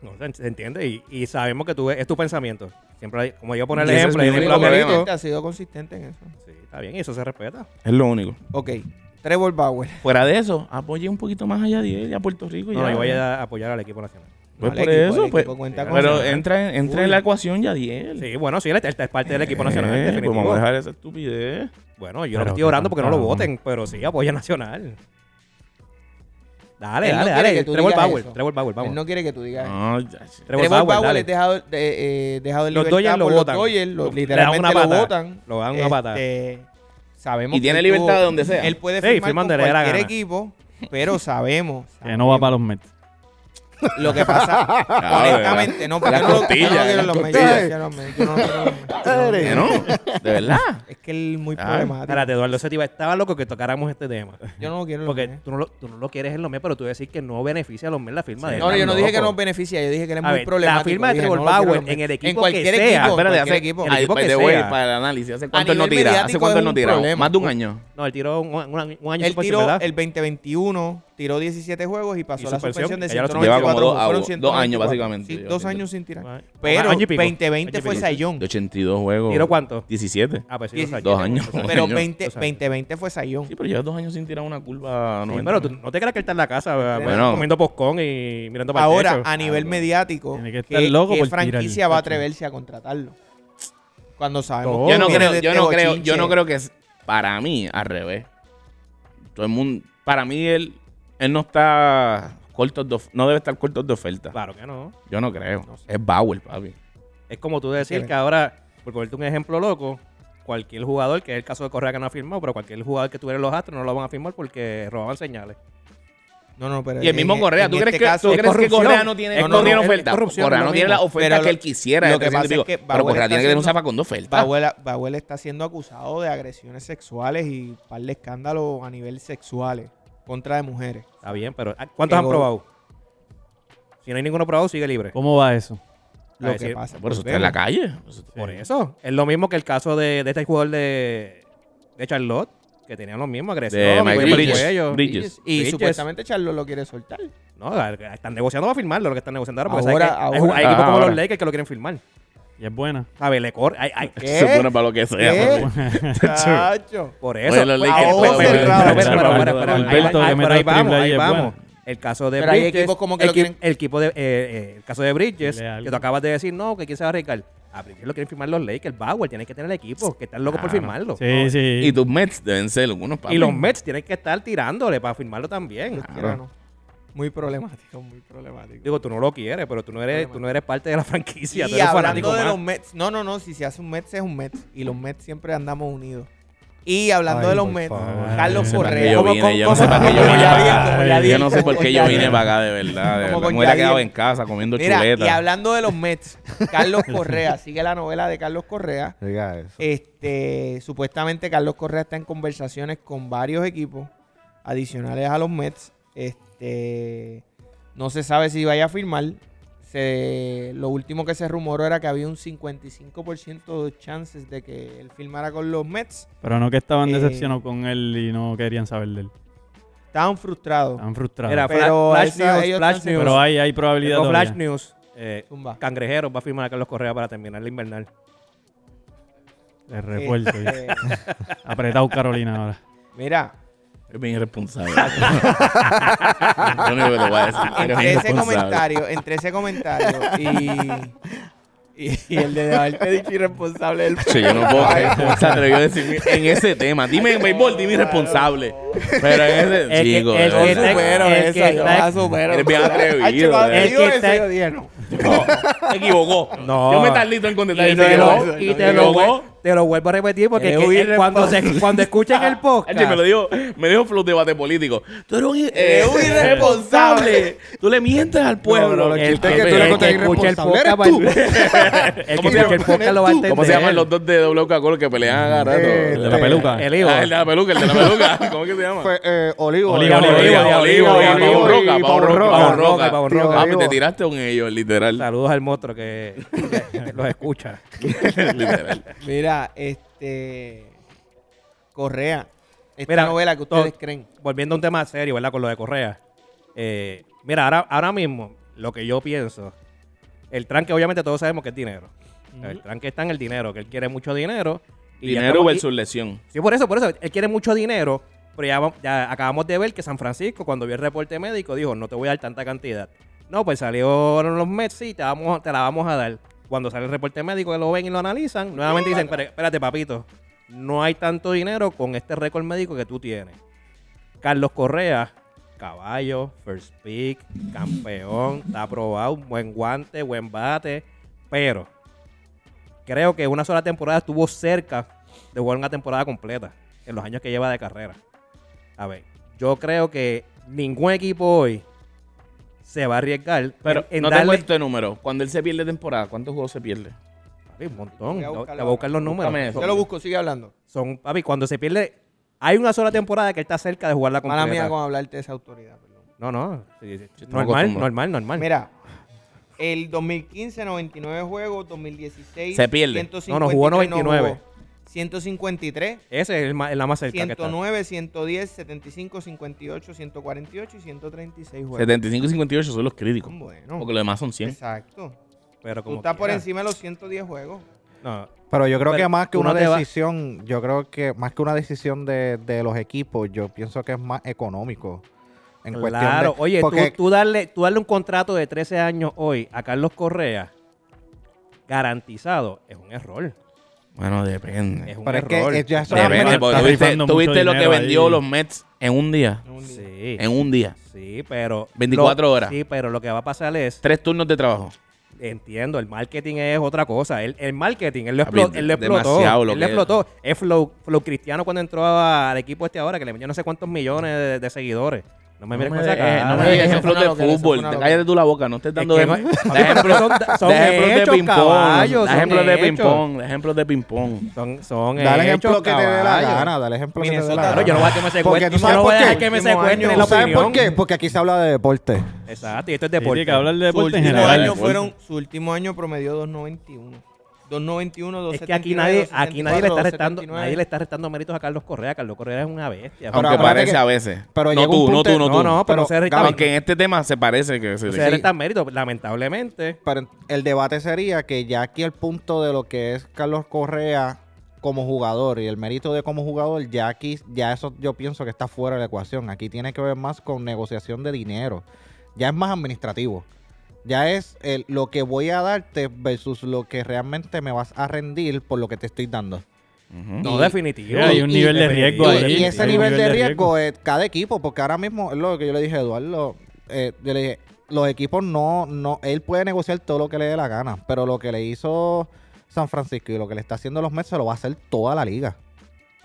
C: No, se se entiende. Y, y sabemos que tú es, es tu pensamiento. Siempre, hay- como yo poner el
B: Y ese
C: ejemplo,
B: es
C: el
B: mi
C: ejemplo
B: único
C: a
B: problema.
C: Angelito.
A: Ha sido consistente en eso.
C: Sí, está bien, y eso se respeta.
B: Es lo único.
A: Ok. Trevor Bauer.
B: Fuera de eso, apoyé un poquito más allá de a Puerto Rico. y
C: No,
B: ya.
C: yo voy a apoyar al equipo nacional.
B: Pues
A: No, el
B: por
A: equipo-
B: eso,
A: el
B: pues.
A: equipo cuenta con-
B: Pero entra, en- entra en la ecuación Yadiel.
C: Sí, bueno, sí, él, él es parte del equipo nacional.
B: Eh, pues
C: definitivo.
B: vamos a dejar esa estupidez.
C: Bueno, yo no
E: Pero
C: estoy
E: qué
C: orando porque no lo
E: tanta-
C: voten, pero sí apoya Nacional. Dale,
A: Él no
C: dale,
A: quiere
C: dale.
A: que tú
C: Trevor
A: digas
C: Bauer,
A: eso.
C: Trevor Bauer, vamos.
A: Él no quiere que tú digas eso.
B: No, ya sé.
C: Trevor Bauer, dale.
A: es dejado, de, eh, dejado en
C: Los
A: libertad
C: Dodgers lo
A: por
C: votan.
A: Los Dodgers, lo-
C: Lo- le dan
A: literalmente
C: una
A: lo
C: patada.
A: votan.
C: Lo dan una patada.
A: Este, Sabemos
B: Y tiene
A: él
B: libertad
A: tuvo-
B: de donde sea.
A: Él puede
C: Sí,
A: firmar
C: firman
A: con
C: donde le dé la
A: cualquier
C: gana.
A: equipo. pero
C: *laughs*
A: sabemos.
E: Que no va para los Mets.
A: Lo que pasa, honestamente, no, porque
B: Las
A: yo no, lo- yo
B: costillas,
A: no lo quiero
B: las
A: en los medios.
B: costillas.
A: yo no lo quiero- yo no lo
B: *laughs*
A: quiero en los medios, yo no lo quiero.
B: Que Eh, no, de verdad.
A: Es que él es muy
B: Ah,
A: problemático.
C: Espérate, Eduardo Setiba estaba loco que tocáramos
A: *laughs*
C: este tema.
A: Yo no lo quiero en los
C: Porque
A: medios.
C: tú no, lo, tú no lo quieres en los mes, pero tú decir que no beneficia a los mes la firma de
A: No, no, yo no
C: Hernando,
A: dije que
C: loco.
A: nos beneficia, yo dije que él es
C: A
A: muy
C: ver,
A: problemático.
C: la firma de
A: Dije,
C: Trevor
A: lo quiero en
C: Bauer
A: los Mets.
C: en el equipo
A: En cualquier
C: que sea.
A: equipo.
B: Espérate,
A: cualquier
B: hace,
A: equipo.
B: ahí,
C: equipo
B: by
C: que
B: the way,
C: sea.
B: para el análisis, ¿hace cuánto
A: nivel
B: él no tira?
A: mediático
B: ¿Hace cuánto
A: es
B: él no
A: un
B: tira?
A: problema.
B: Más de un año.
C: No, él tiró un, un- un año
A: Él
C: suspensión,
A: tiró
C: ¿verdad?
A: el 2021, tiró 17 juegos y pasó
C: Y
A: la
C: suspensión,
A: suspensión de
C: ella lo
A: 194.
B: lleva como dos-
A: Fueron
B: dos
A: 194.
B: años, básicamente,
A: Sí,
B: yo
A: dos
B: siento.
A: años sin tirar.
C: Ah,
A: Pero
C: año y pico.
A: 2020
C: Año y
A: fue
C: pico.
A: Sayón.
B: De 82 juegos.
C: ¿Tiró cuánto?
B: 17.
C: Ah, pues sí, dos
A: Dieciséis.
B: Dos años. *laughs*
A: Pero
B: un año.
A: 20,
C: Dos años.
A: 2020 fue Sayón.
B: Sí, pero llevas dos años sin tirar una curva.
C: Sí,
B: 90.
C: pero tú no te creas que él está en la casa eh,
B: Bueno.
C: bueno. comiendo poscón y mirando para
A: Ahora,
C: el techo.
A: a nivel mediático,
E: Tiene que
A: ¿qué,
E: estar loco
A: qué
E: por tirar el
A: franquicia va a
E: tacho.
A: atreverse a contratarlo? Cuando sabemos
C: Todo.
A: que
B: yo no
A: viene
B: creo,
A: de
B: yo
A: este
B: no creo, yo
A: bochinche.
B: no creo que es- para mí, al revés. Todo el mundo, para mí él, él no está corto de, of- no debe estar corto de oferta.
C: Claro que no.
B: Yo no creo.
A: No sé.
B: Es Bauer, papi.
C: Es como tú
A: que
C: decir
A: ver.
C: que ahora, por ponerte un ejemplo loco, cualquier jugador, que es el caso de Correa que no ha firmado, pero cualquier jugador que tuviera los astros no lo van a firmar porque robaban señales.
A: No, no, pero
B: Y el mismo
A: en-
B: Correa,
A: en
B: ¿tú
A: este
B: crees, que,
A: caso-
B: tú
C: es
B: crees que
C: corrupción.
B: Correa no tiene,
C: Es
B: no
C: corrupción,
B: tiene
C: es
B: oferta?
C: corrupción,
B: Correa
C: es
B: no
C: lo
B: tiene
C: mismo.
B: la oferta
A: Pero
B: que
A: lo-
B: él quisiera.
A: lo
B: de
A: que pasa
B: 300 y
A: es
B: pico.
A: que
B: pero
A: Bauer
B: Correa
A: está
B: tiene que tener un
A: haciendo-
B: zafacón de oferta.
A: Bauer, Bauer está siendo acusado de agresiones sexuales y un par de escándalos a nivel sexuales contra de mujeres.
C: Está bien, pero ah, ¿cuántos
A: Qué
C: han
A: gol.
C: probado? Si no hay ninguno probado, sigue libre.
A: Oh,
E: ¿Cómo va eso?
A: Lo
C: Ah,
A: que
C: sí.
A: pasa. pues,
B: Por eso está
A: Volvemos.
B: en la calle. Eso-
C: Por eso. Es lo mismo que el caso de, de este jugador de, de Charlotte, que tenían los mismos
B: De Mike
C: agresiones. golpe en el
B: Bridges.
C: cuello.
B: Bridges.
A: Y
C: Bridges.
A: supuestamente Charlo lo quiere soltar.
B: Eh,
C: No, están negociando para firmarlo, lo que están negociando ahora. Porque
A: Ahora,
C: sabes que hay-
A: ahora.
C: Hay, hay equipos
B: Ah,
C: como
B: ahora.
C: los Lakers que lo quieren firmar.
E: Y es buena.
C: A ver, le corre. Hay, hay,
A: ¿Qué?
B: Se pone para lo que sea.
A: ¿Qué? *laughs*
B: *laughs* papi.
A: Chacho.
C: Por
B: Oye,
C: eso.
B: los
C: Pues,
B: Lakers,
C: ah,
A: pues,
C: pero- pero-
A: cerrado.
C: pero- pero- pero- pero- pero-
E: Alberto,
C: ahí-
E: que meta
C: pero ahí
E: triple
C: vamos,
E: ahí
C: ahí
E: es
C: vamos.
E: bueno.
C: El caso de
A: Pero hay
C: Bridges.
A: equipos como que lo
C: equi-
A: quieren-
C: El, equipo de, eh, eh, el caso de Bridges,
E: Dile algo.
C: que tú acabas de decir, no, que quién se va a arriesgar. A Bridges lo quieren firmar los Lakers. Bauer tiene que tener el equipo, que están locos por
B: Claro.
C: firmarlo.
E: Sí, sí.
B: Y tus Mets deben ser unos
C: Y los Mets tienen que estar tirándole para firmarlo también.
A: Pero no. Muy problemático, muy problemático.
C: Digo, tú no lo quieres, pero tú no eres, tú no eres parte de la franquicia. tú
A: y
C: eres un
A: hablando
C: fanático
A: de
C: más.
A: los Mets, no, no, no, si se hace un Mets es un Mets y los Mets siempre andamos unidos. Y hablando
D: Ay,
A: de los
D: por
A: Mets,
D: favor.
A: Carlos
E: Yo sé para
B: que
A: Correa.
B: yo
A: Como-
B: vine, yo no
A: como-
B: sé para qué yo
A: como
B: vine.
A: Yadier, como Yadier,
B: Yo no sé por
A: como
B: qué yo
A: Yadier.
B: vine para acá, de verdad. De
A: Como
B: verdad.
A: con
B: Me hubiera
A: Yadier.
B: quedado en casa comiendo
A: Mira, y
B: chuletas.
A: hablando de los Mets, Carlos Correa, sigue la novela de Carlos Correa.
D: Diga eso.
A: Este, supuestamente Carlos Correa está en conversaciones con varios equipos adicionales a los Mets. Este, no se sabe si vaya a firmar. Se- lo último que se rumoró era que había un 55% de chances de que él firmara con los Mets.
E: Pero no que estaban
A: Eh,
E: decepcionados con él y no querían saber de él.
A: Estaban frustrados.
E: Estaban frustrados.
C: Era
A: Pero
C: Flash
A: esa-
C: News,
A: ellos
C: Flash
A: están
C: News.
E: pero hay, hay probabilidad
C: Tengo Flash
E: todavía.
C: News. eh,
A: Zumba.
C: Cangrejeros va a firmar a Carlos Correa para terminar la invernal.
E: El refuerzo. ya.
A: Este,
E: Apretado Carolina ahora.
A: mira,
B: Es bien irresponsable. *laughs* yo no lo voy a decir. eres
A: entre ese
B: irresponsable.
A: comentario, entre ese comentario y, y, y el de haberte dicho irresponsable del *laughs*
B: Sí, yo no puedo ser responsable. Yo decir en ese tema. Dime en béisbol, dime irresponsable. Pero en ese.
C: Es que-
B: Chico,
C: es
B: de
C: que-
B: verdad.
C: supero
A: el
C: esa,
A: que está-
C: yo la
B: Eres bien atrevido.
A: Ah,
B: de
A: chaval,
B: verdad.
A: digo
C: que
A: eso,
C: está-
A: yo dije, no.
B: No, se equivocó.
C: No.
B: Yo me tardito en contestar. se
C: Y te
B: equivocó.
C: lo, y
B: Se
C: te lo,
B: equivocó.
C: vuel- te lo vuelvo a repetir porque
A: Eres
C: es que-
A: un
C: es cuando,
B: *laughs*
C: se, cuando escuchen el podcast.
B: Angie me lo dijo, me dijo Flow debate político. Tú eres un, ir-
A: Eres un irresponsable.
B: Tú le mientes al pueblo.
D: no, lo
C: el
D: chiste
C: que,
D: es que tú
C: el
D: eres
C: que escucha
D: contra
C: el
D: irresponsable,
C: podcast va a- el que
B: ¿Cómo se
C: escucha
B: llama?
C: el podcast lo va a entender.
B: ¿Cómo se llaman los dos de WK que pelean a cada rato?
D: Eh,
E: El de la
D: Este,
E: peluca.
C: El hijo.
B: Ah, el de la peluca, el de la peluca. ¿Cómo que se llama?
D: Fue, eh, Olivo.
E: Olivo,
D: Olivo,
E: Olivo,
D: Olivo,
B: Olivo,
D: Olivo,
B: Olivo,
D: Olivo,
B: Roca,
D: y
B: Pavón Roca, Pavón Roca.
C: Pavón
D: Tío,
C: Roca.
B: Ah, pues
D: Olivo.
B: te tiraste con ellos, literal.
C: Saludos al monstruo que, que los escucha.
B: *laughs* literal.
A: Mira, este. Correa. Esta
C: Mira,
A: novela que ustedes
C: to-
A: creen.
C: Volviendo a un tema serio, ¿verdad? Con lo de Correa. Eh, mira, ahora, ahora mismo, lo que yo pienso, el tranque obviamente todos sabemos que es dinero. El tranque está en el dinero, que él quiere mucho dinero. y ya
B: Dinero
C: estamos-
B: versus lesión.
C: Sí, por eso, por eso. Él quiere mucho dinero, pero ya, va- ya acabamos de ver que San Francisco, cuando vio el reporte médico, dijo, no te voy a dar tanta cantidad. No, pues salieron los Mets, sí, te, vamos, te la vamos a dar. Cuando sale el reporte médico, que lo ven y lo analizan, nuevamente dicen, "Espera- espérate, papito, no hay tanto dinero con este récord médico que tú tienes. Carlos Correa, caballo, first pick, campeón, está aprobado, buen guante, buen bate, pero creo que una sola temporada estuvo cerca de jugar una temporada completa en los años que lleva de carrera. A ver, yo creo que ningún equipo hoy se va a arriesgar
B: Pero
C: en, en
B: no te
C: darle
B: cuento de número. Cuando él se pierde temporada, ¿cuántos juegos se pierde?
C: Papi, un
A: Voy
C: montón. Te
A: a
C: te voy
A: buscarlo
C: a buscar los
B: ahora. Búscame
C: números.
B: eso.
A: Yo lo busco, sigue hablando.
C: Son, papi, cuando se pierde, hay una sola temporada que él está cerca de jugarla completa.
A: Mala mía con hablarte de esa autoridad, perdón.
C: No, no. sí, sí,
B: estamos
C: Normal,
B: acostumbrados.
C: normal, normal.
A: Mira, el 2015, 99 juegos, 2016.
B: Se pierde.
A: 153
C: No, no, jugó 99.
A: 153,
C: Ese es el ma- la más cerca que
A: 109, 110, 75, 58, 148 y 136 juegos.
B: 75 y 58 son los críticos.
A: Bueno,
B: Porque los demás son 100.
A: exacto.
C: está. Pero
A: Tú
C: como
A: estás por
C: quiera.
A: encima de los 110 juegos.
C: No,
D: Pero yo creo
C: Pero
D: que más que
C: tú no
D: una
C: te vas-
D: decisión, yo creo que más que una decisión de, de los equipos, yo pienso que es más económico. En cuestión de,
C: claro. Oye, tú-
D: porque-
C: tú, darle, tú darle un contrato de 13 años hoy a Carlos Correa garantizado es un error.
B: Bueno, depende.
C: Es un
D: pero es
C: error.
D: que es- ya eso
E: Depende,
D: habla-
B: Depende, porque
E: está
B: tuviste,
E: rifando mucho
B: lo que
E: dinero ahí.
B: vendió los Mets en un día.
C: Sí.
B: En un día.
C: Sí, pero...
B: 24
C: lo-
B: horas.
C: Sí, pero lo que va a pasar es...
B: Tres turnos de trabajo.
C: Entiendo, el marketing es otra cosa. El, el marketing, él lo,
B: Papi,
C: explo- él lo
B: demasiado
C: explotó.
B: lo
C: él lo
B: que-
C: explotó. Es Flow, Flow Cristiano cuando entró a- al equipo este ahora, que le metió no sé cuántos millones de, de seguidores. No me mires con esa
B: eh,
C: cara.
B: no me
A: Eso
B: digas
A: fue
B: ejemplos
A: una
B: de
A: loquera, eso fue
B: fútbol.
A: una
B: Te
A: loquera.
B: cállate tú la boca, no estés dando
C: que
B: de,
C: no-
B: de *laughs*
C: Papi, pero
B: ejemplos
C: son- son
B: de ejemplos de
C: hechos, caballo,
B: ping-pong. De
C: son
B: ejemplos de
C: hechos.
B: ping-pong. De ejemplos de ping-pong.
C: Son, son
D: Dale
C: hechos,
D: ejemplo que te dé la
C: caballo.
D: gana, dale ejemplo que te dé la
A: Minnesota,
D: gana.
C: Claro, yo no voy a que me
D: Porque
C: secuestren.
D: tú
C: Yo
D: sabes
C: no
D: por
C: voy a dejar
D: qué.
C: que me
A: Último
C: secuestren
A: año.
C: la
A: ¿Tú
D: ¿Sabes por
C: opinión.
D: qué? Porque aquí se habla de deporte.
C: Exacto, y esto es
E: Sí,
C: deporte.
E: que hablar de
A: Su
E: deporte en
A: último
E: general.
A: año fueron, su último año promedió 2.91. 2.91,
C: Es que aquí nadie, aquí nadie le está restando, nadie le está restando méritos a Carlos Correa. Carlos Correa es una bestia.
D: Ahora,
B: Aunque
D: acuérdate
B: parece
D: que-
B: a veces.
D: pero
B: no
D: llega un
B: tú, no
D: punto-
B: tú, no
C: no,
B: tú.
C: no, pero,
D: Pero,
C: se resta-
B: Aunque en este tema se parece que se-
C: se
B: sí.
C: restan méritos, lamentablemente.
D: Pero el debate sería que ya aquí el punto de lo que es Carlos Correa como jugador y el mérito de como jugador, ya aquí, ya eso yo pienso que está fuera de la ecuación. Aquí tiene que ver más con negociación de dinero. Ya es más administrativo. Ya es el- lo que voy a darte versus lo que realmente me vas a rendir por lo que te estoy dando.
B: Ujú.
C: No, definitivo.
E: Hay un
D: Y-
E: nivel de
C: y-
E: riesgo
C: y-
E: ahí.
D: y
C: sí,
D: ese
E: hay un
D: nivel de riesgo es cada equipo, porque ahora mismo es lo que yo le dije a Eduardo. eh, yo le dije, los equipos no, no, él puede negociar todo lo que le dé la gana, pero lo que le hizo San Francisco y lo que le está haciendo los Mets se lo va a hacer toda la liga.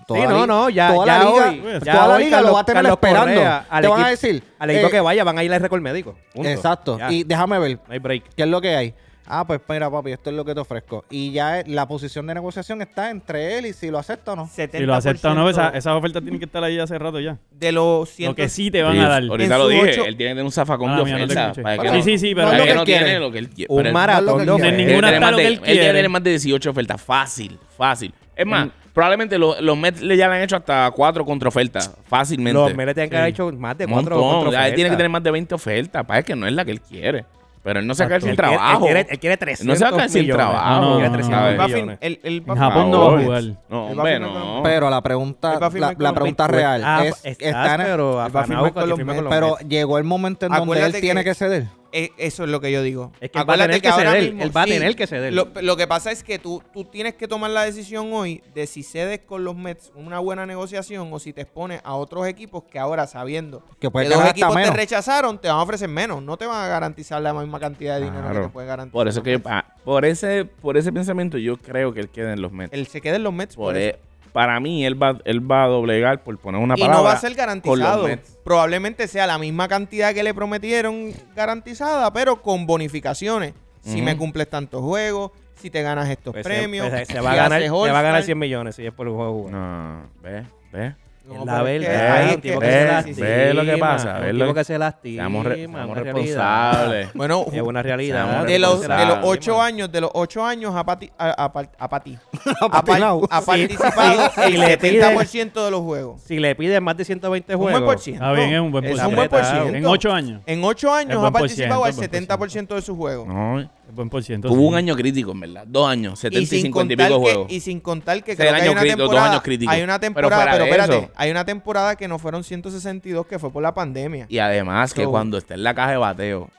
D: Toda
C: sí,
D: la
C: no,
D: liga-
C: no, ya,
D: toda
C: ya
D: la liga,
C: hoy,
E: pues,
C: ya
D: toda la
C: hoy
D: liga
C: Carlos-
D: lo va a tener
C: Carlos
D: esperando.
C: Correa, al
D: Te van a
C: equipo-
D: decir.
C: Al equipo
D: eh,
C: que vaya van a ir al récord médico. Punto.
D: Exacto.
C: Ya,
D: Y déjame ver,
C: no hay break.
D: ¿Qué es lo que hay? Ah, pues mira, papi, esto es lo que te ofrezco. Y ya eh, la posición de negociación está entre él y si lo acepta o no.
E: Si lo acepta o no, esa- esas ofertas tienen que estar ahí hace rato ya.
A: de los
E: Lo
A: 100,
E: que sí te van a dar.
B: Ahorita
A: En
B: lo
A: sus
B: dije,
A: ocho-
B: él tiene que tener un zafacón de
E: Mala mía, no te
B: oferta.
E: escuché.
B: para que
D: Bueno,
E: Sí,
B: no-
E: sí, sí,
D: no
E: pero...
D: es
B: para
D: lo
B: que
D: que
B: no
D: quiere.
B: tiene lo que él quiere.
C: Un
B: Pero él-
C: maratón de
D: no es lo que
E: de
C: ofertas.
D: quiere.
E: ninguna
B: tiene
E: está
B: más
E: lo que
B: de-
E: él quiere.
B: tiene que tener más de 18 ofertas. Fácil, fácil. Es más, probablemente lo- los Mets le ya le han hecho hasta cuatro contraofertas. Fácilmente.
C: Los Mets le tienen que haber hecho más de
B: Un
C: cuatro
B: montón.
C: cuatro
B: Ya, él tiene que
C: ofertas.
B: tener más de 20 ofertas. Para que no es la que él quiere. Pero él no se va a quedar sin
C: Él quiere-
B: trabajo.
C: Él quiere, él quiere 300
B: No se va a quedar sin
C: millones.
B: trabajo,
C: No, quiere
E: no, no,
C: 300
B: no, no.
C: millones.
A: el, el
E: En Japón no va a
B: No,
E: jugar.
A: Él va a
B: hombre,
A: firmar con-
B: no.
D: Pero la pregunta,
A: Él va a
D: la,
A: firmar
D: la
A: con
D: pregunta
A: los Mets.
D: real
C: Ah,
D: es,
C: estás,
D: está en-
C: pero
A: Él va a
C: afanado
A: firmar
C: con
A: con
C: que
A: los
C: firme
A: Mets,
C: con los
D: pero
C: Mets.
D: llegó el momento en donde él
A: Acuérdate
D: tiene
A: que-
D: que ceder.
A: Eh, Eso es lo que yo digo.
C: Es que él va a
A: Acuérdate
C: tener que
A: ahora
C: ceder, él va a tener que ceder.
A: Lo, lo que pasa es que tú, tú tienes que tomar la decisión hoy de si cedes con los Mets una buena negociación o si te expones a otros equipos que ahora, sabiendo
D: Que
A: que
B: Pues
D: puede
A: dos
D: quedar hasta
A: equipos te
D: menos.
A: rechazaron, te van a ofrecer menos. No te van a garantizar la misma cantidad de dinero que
B: Claro.
A: te puede garantizar.
B: Por eso que yo- ah, por ese, por ese pensamiento yo creo que él queda en los Mets.
A: Él se queda en los Mets.
B: Por
A: por eso.
B: e- para mí él va, él va a doblegar por poner una
A: y
B: palabra.
A: no va a ser
B: con
A: garantizado.
B: los Mets.
A: Probablemente sea la misma cantidad que le prometieron garantizada, pero con bonificaciones. Si
B: Ujú.
A: me cumples tantos juegos, si te ganas estos
C: Pues se-
A: premios,
C: pues se, se
A: si
C: va a ganar,
A: haces
C: se va a ganar
A: All-Star.
C: 100 millones si es por el juego jugado.
B: No, ve, ve.
A: No,
C: la
A: pero es que
C: verdad,
A: ahí es
C: un tipo
A: que-
C: que se
B: ve,
C: lastima.
B: ve lo que pasa, ve
C: Un
B: lo
C: tipo
B: que-
C: que se lastima.
B: Seamos, re-
C: una
B: seamos
C: realidad.
A: *laughs*
B: responsables.
A: Bueno,
C: Es una realidad.
B: Seamos
A: de los, de los
B: responsable,
A: ocho años, de los ocho años ha, pati- ha- ha par- ha
B: *laughs*
A: pati- ha par-
D: Apatinado.
A: ha participado
C: Sí, *laughs* y
A: el
C: le piden-
A: 70% de los juegos.
C: Si le piden más de 120
A: Un buen por
C: juegos.
A: ciento.
E: Está bien, es un buen
A: Es
E: porcentaje.
A: un buen por ciento.
E: En ocho años.
A: En ocho
E: Es
A: años
E: buen
A: ha
E: por
A: participado
E: ciento,
A: al
E: es buen por
A: 70% de sus juegos.
B: No,
E: Es buen por ciento.
B: tuvo
E: sí.
B: un año crítico, en verdad. Dos años, 70 y 50 y
A: contar
B: pico
A: que-
B: juegos.
A: y sin contar que
B: Ese es
A: creo
B: el
A: que hay
B: año
A: una
B: crítico, dos
A: temporada,
B: años críticos.
A: hay una
B: Pero
A: temporada,
B: fuera
A: pero,
B: de
A: espérate,
B: eso-
A: hay una temporada que no fueron 162 que fue por la pandemia.
B: Y además que
A: So-
B: cuando está en la caja de bateo,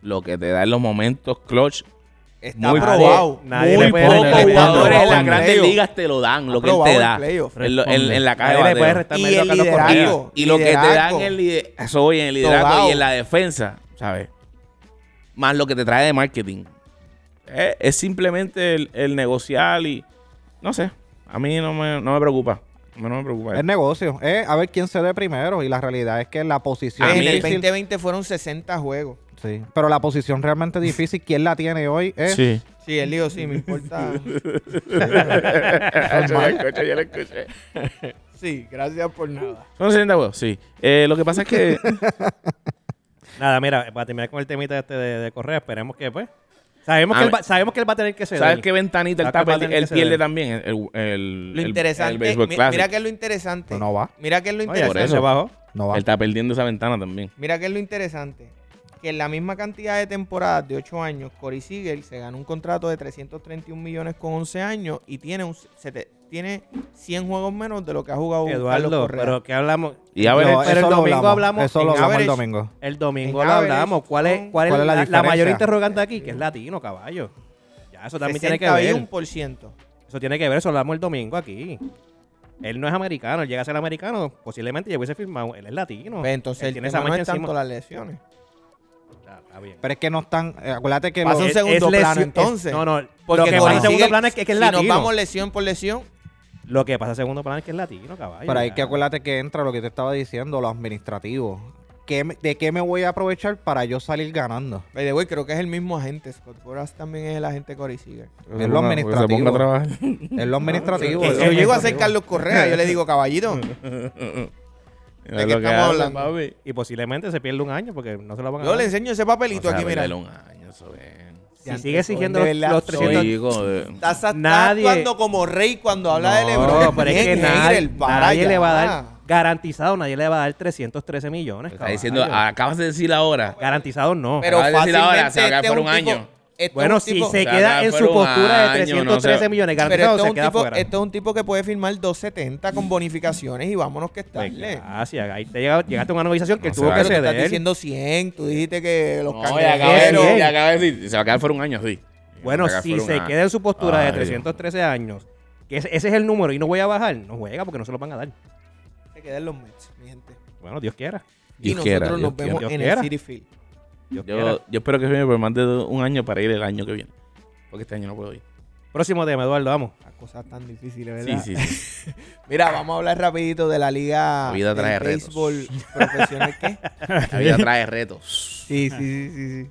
B: lo que te da en los momentos clutch,
A: Está
B: muy
A: probado.
B: poco-
C: nadie
B: muy
C: le puede
B: pocos
C: restar-
B: jugadores en
A: aprobado
B: las
A: en
B: grandes
A: playoff.
B: ligas te lo dan, lo que él
A: Aprobado
B: te
A: en
B: da
A: playoff.
B: en, lo- en- en la caja
C: Nadie le
B: de
C: puede
B: bateo.
C: restar
A: Y
C: mérito a
A: el
C: Carlos Correa.
A: liderazgo.
B: Y, y lo que te dan
A: liderazgo.
B: en el liderazgo, eso hoy en el liderazgo
A: Dogao.
B: y en la defensa, ¿sabes? Más lo que te trae de marketing. Eh, Es, simplemente el, el negociar y no sé, a mí no me, no me preocupa. No, no me preocupa.
D: Es negocio. Es a ver quién se ve primero. Y la realidad es que la posición.
B: A
A: en
B: mí-
A: el
D: difícil-
A: 2020 fueron 60 juegos.
D: Sí. Pero la posición realmente difícil, ¿quién la tiene hoy? Es
B: Sí.
A: Sí, él dijo, sí, me
B: *laughs*
A: importa.
B: yo lo escuché, yo lo escuché.
A: Sí, gracias por nada.
B: Son 60 huevos, sí. Eh, lo que pasa es que.
C: Nada, mira, para terminar con el temita este de, de Correa, esperemos que, pues. Sabemos
A: Ah,
B: A
C: que, él
B: ver.
C: va, sabemos que él va a tener que ceder.
B: ¿Sabes qué ventanita él
C: Este, ¿Sabes
B: tapa?
C: qué
B: Él,
C: ventanita se
B: pierde
C: da?
B: también el, el,
A: Lo
B: el- el
A: interesante,
B: Baseball
A: mi-
B: Classic.
A: mira que es lo interesante.
D: No, no va.
A: Mira que es lo
C: Oye,
A: interesante.
B: por
C: se-
B: eso.
C: se bajó.
D: No va.
B: Él está perdiendo esa ventana también.
A: Mira que es lo interesante. Que en la misma cantidad de temporadas de 8 años, Corey Seager se ganó un contrato de 331 millones con 11 años y tiene, un, se te- tiene 100 juegos menos de lo que ha jugado Carlos
C: Eduardo,
A: Correa.
C: pero ¿qué hablamos?
B: Y a
D: No,
B: ver,
C: pero
D: eso
C: el
D: lo
C: domingo hablamos
D: Eso
A: en
D: lo hablamos el
A: average.
D: domingo.
C: El domingo
A: En
C: lo
A: average,
C: hablamos. ¿Cuál es, cuál es
D: ¿Cuál es la
C: la, la
D: diferencia?
C: mayor interrogante aquí? Que es latino, caballo. Ya, eso también tiene que ver.
A: 61%.
C: Eso tiene que ver, eso lo hablamos el domingo aquí. Él no es americano, él llega a ser americano, posiblemente ya hubiese firmado. Él es latino.
A: Pues entonces
C: Él
A: el
C: tiene
A: tema
C: esa
A: no
C: mancha
A: es tanto
C: encima.
A: las lesiones.
C: Está- está bien.
D: Pero es que no están. eh, acuérdate que
A: Pasa
D: los-
A: un segundo
C: lesión-
A: plano, entonces.
C: no, no.
A: Porque
C: lo que
A: Corey
C: pasa en segundo
A: Seager,
C: plano es que, que es
A: si
C: latino.
A: nos vamos lesión por lesión,
C: Lo que pasa en segundo plano es que es latino, caballo.
D: Pero hay
C: ya.
D: que acuérdate que entra lo que te estaba diciendo, lo administrativo. ¿Qué me- ¿De qué me voy a aprovechar para yo salir ganando?
A: by the way, creo que es el mismo agente. Scott Boras también es el agente Corey Seager.
D: Es lo
B: Que se ponga a
D: administrativo.
B: trabajar.
D: Es lo administrativo.
A: Que
C: Pues,
D: es
A: si
D: lo
A: yo llego a ser
D: administrativo.
A: Carlos Correa, yo le digo,
C: *laughs*
A: caballito,
B: Mira
A: qué
B: lo
A: estamos
B: que hace,
A: hablando?
B: papi.
C: Y posiblemente se pierde un año porque no se lo van a
A: yo le
C: dar.
A: enseño ese papelito
B: O sea,
A: aquí, mira.
B: perderle un año, eso es.
C: Si sigue exigiendo los, los
B: Sí,
C: 300...
B: joder.
A: Estás, estás
C: Nadie-
A: actuando como rey cuando habla de
C: No,
A: LeBron.
C: pero es que
A: Bien,
C: nadie,
A: Hager, para
C: nadie
A: allá.
C: le va a dar... Garantizado, nadie le va a dar 313 millones,
B: Está
C: caballo.
B: diciendo, ah. acabas de decir ahora.
C: Garantizado no.
A: Pero
B: Acabas de
A: fácilmente
B: decir ahora, se va a quedar
A: este es
B: por un
A: tipo-
B: año.
A: este es
C: bueno,
A: un
C: si
A: tipo-
B: o
C: se
B: sea,
C: queda en
B: fueron
C: su postura de
B: años, no
C: 313
B: sé.
C: millones,
A: pero
C: garantizado
A: este es
C: se
A: un
C: queda
A: tipo,
C: fuera.
A: este es un tipo que puede firmar 270 con bonificaciones y vámonos que está.
C: Pues,
A: Le-
C: gracias, ahí te llega- llegaste a una negociación que
B: No
C: tuvo
B: se
A: Pero
C: que
A: tú estás
C: ceder.
A: diciendo 100, tú dijiste que los
B: No, ya acaba de
A: cangrejeros...
B: decir,
C: bien.
B: ya acaba de decir, Se va a quedar por un año, sí.
C: Bueno,
B: Se va a quedar
C: si
B: por un
C: se
B: año.
C: queda en su postura de
B: Ay,
C: 313 años, que ese, ese es el número y no voy a bajar, no juega porque no se lo van a dar.
A: Se quedan los Mets, mi gente.
C: Bueno, Dios quiera.
A: Y
B: Dios
A: nosotros
B: quiera,
A: nos
B: Dios
A: vemos
C: quiera.
A: en
C: Dios
A: el
C: quiera.
A: City Field.
C: Dios quiera.
B: Yo, yo espero que firme por más de un año para ir el año que viene. Porque este año no puedo ir.
C: Próximo tema, Eduardo, vamos.
A: Las cosas tan difíciles,
B: Sí,
A: ¿verdad?
B: sí, sí.
A: Mira, vamos a hablar rapidito de la liga
B: La vida
A: del
B: trae retos.
A: béisbol profesional.
B: *laughs*
A: ¿Qué?
B: La vida trae retos.
A: Sí, sí, sí, sí. sí. Eh,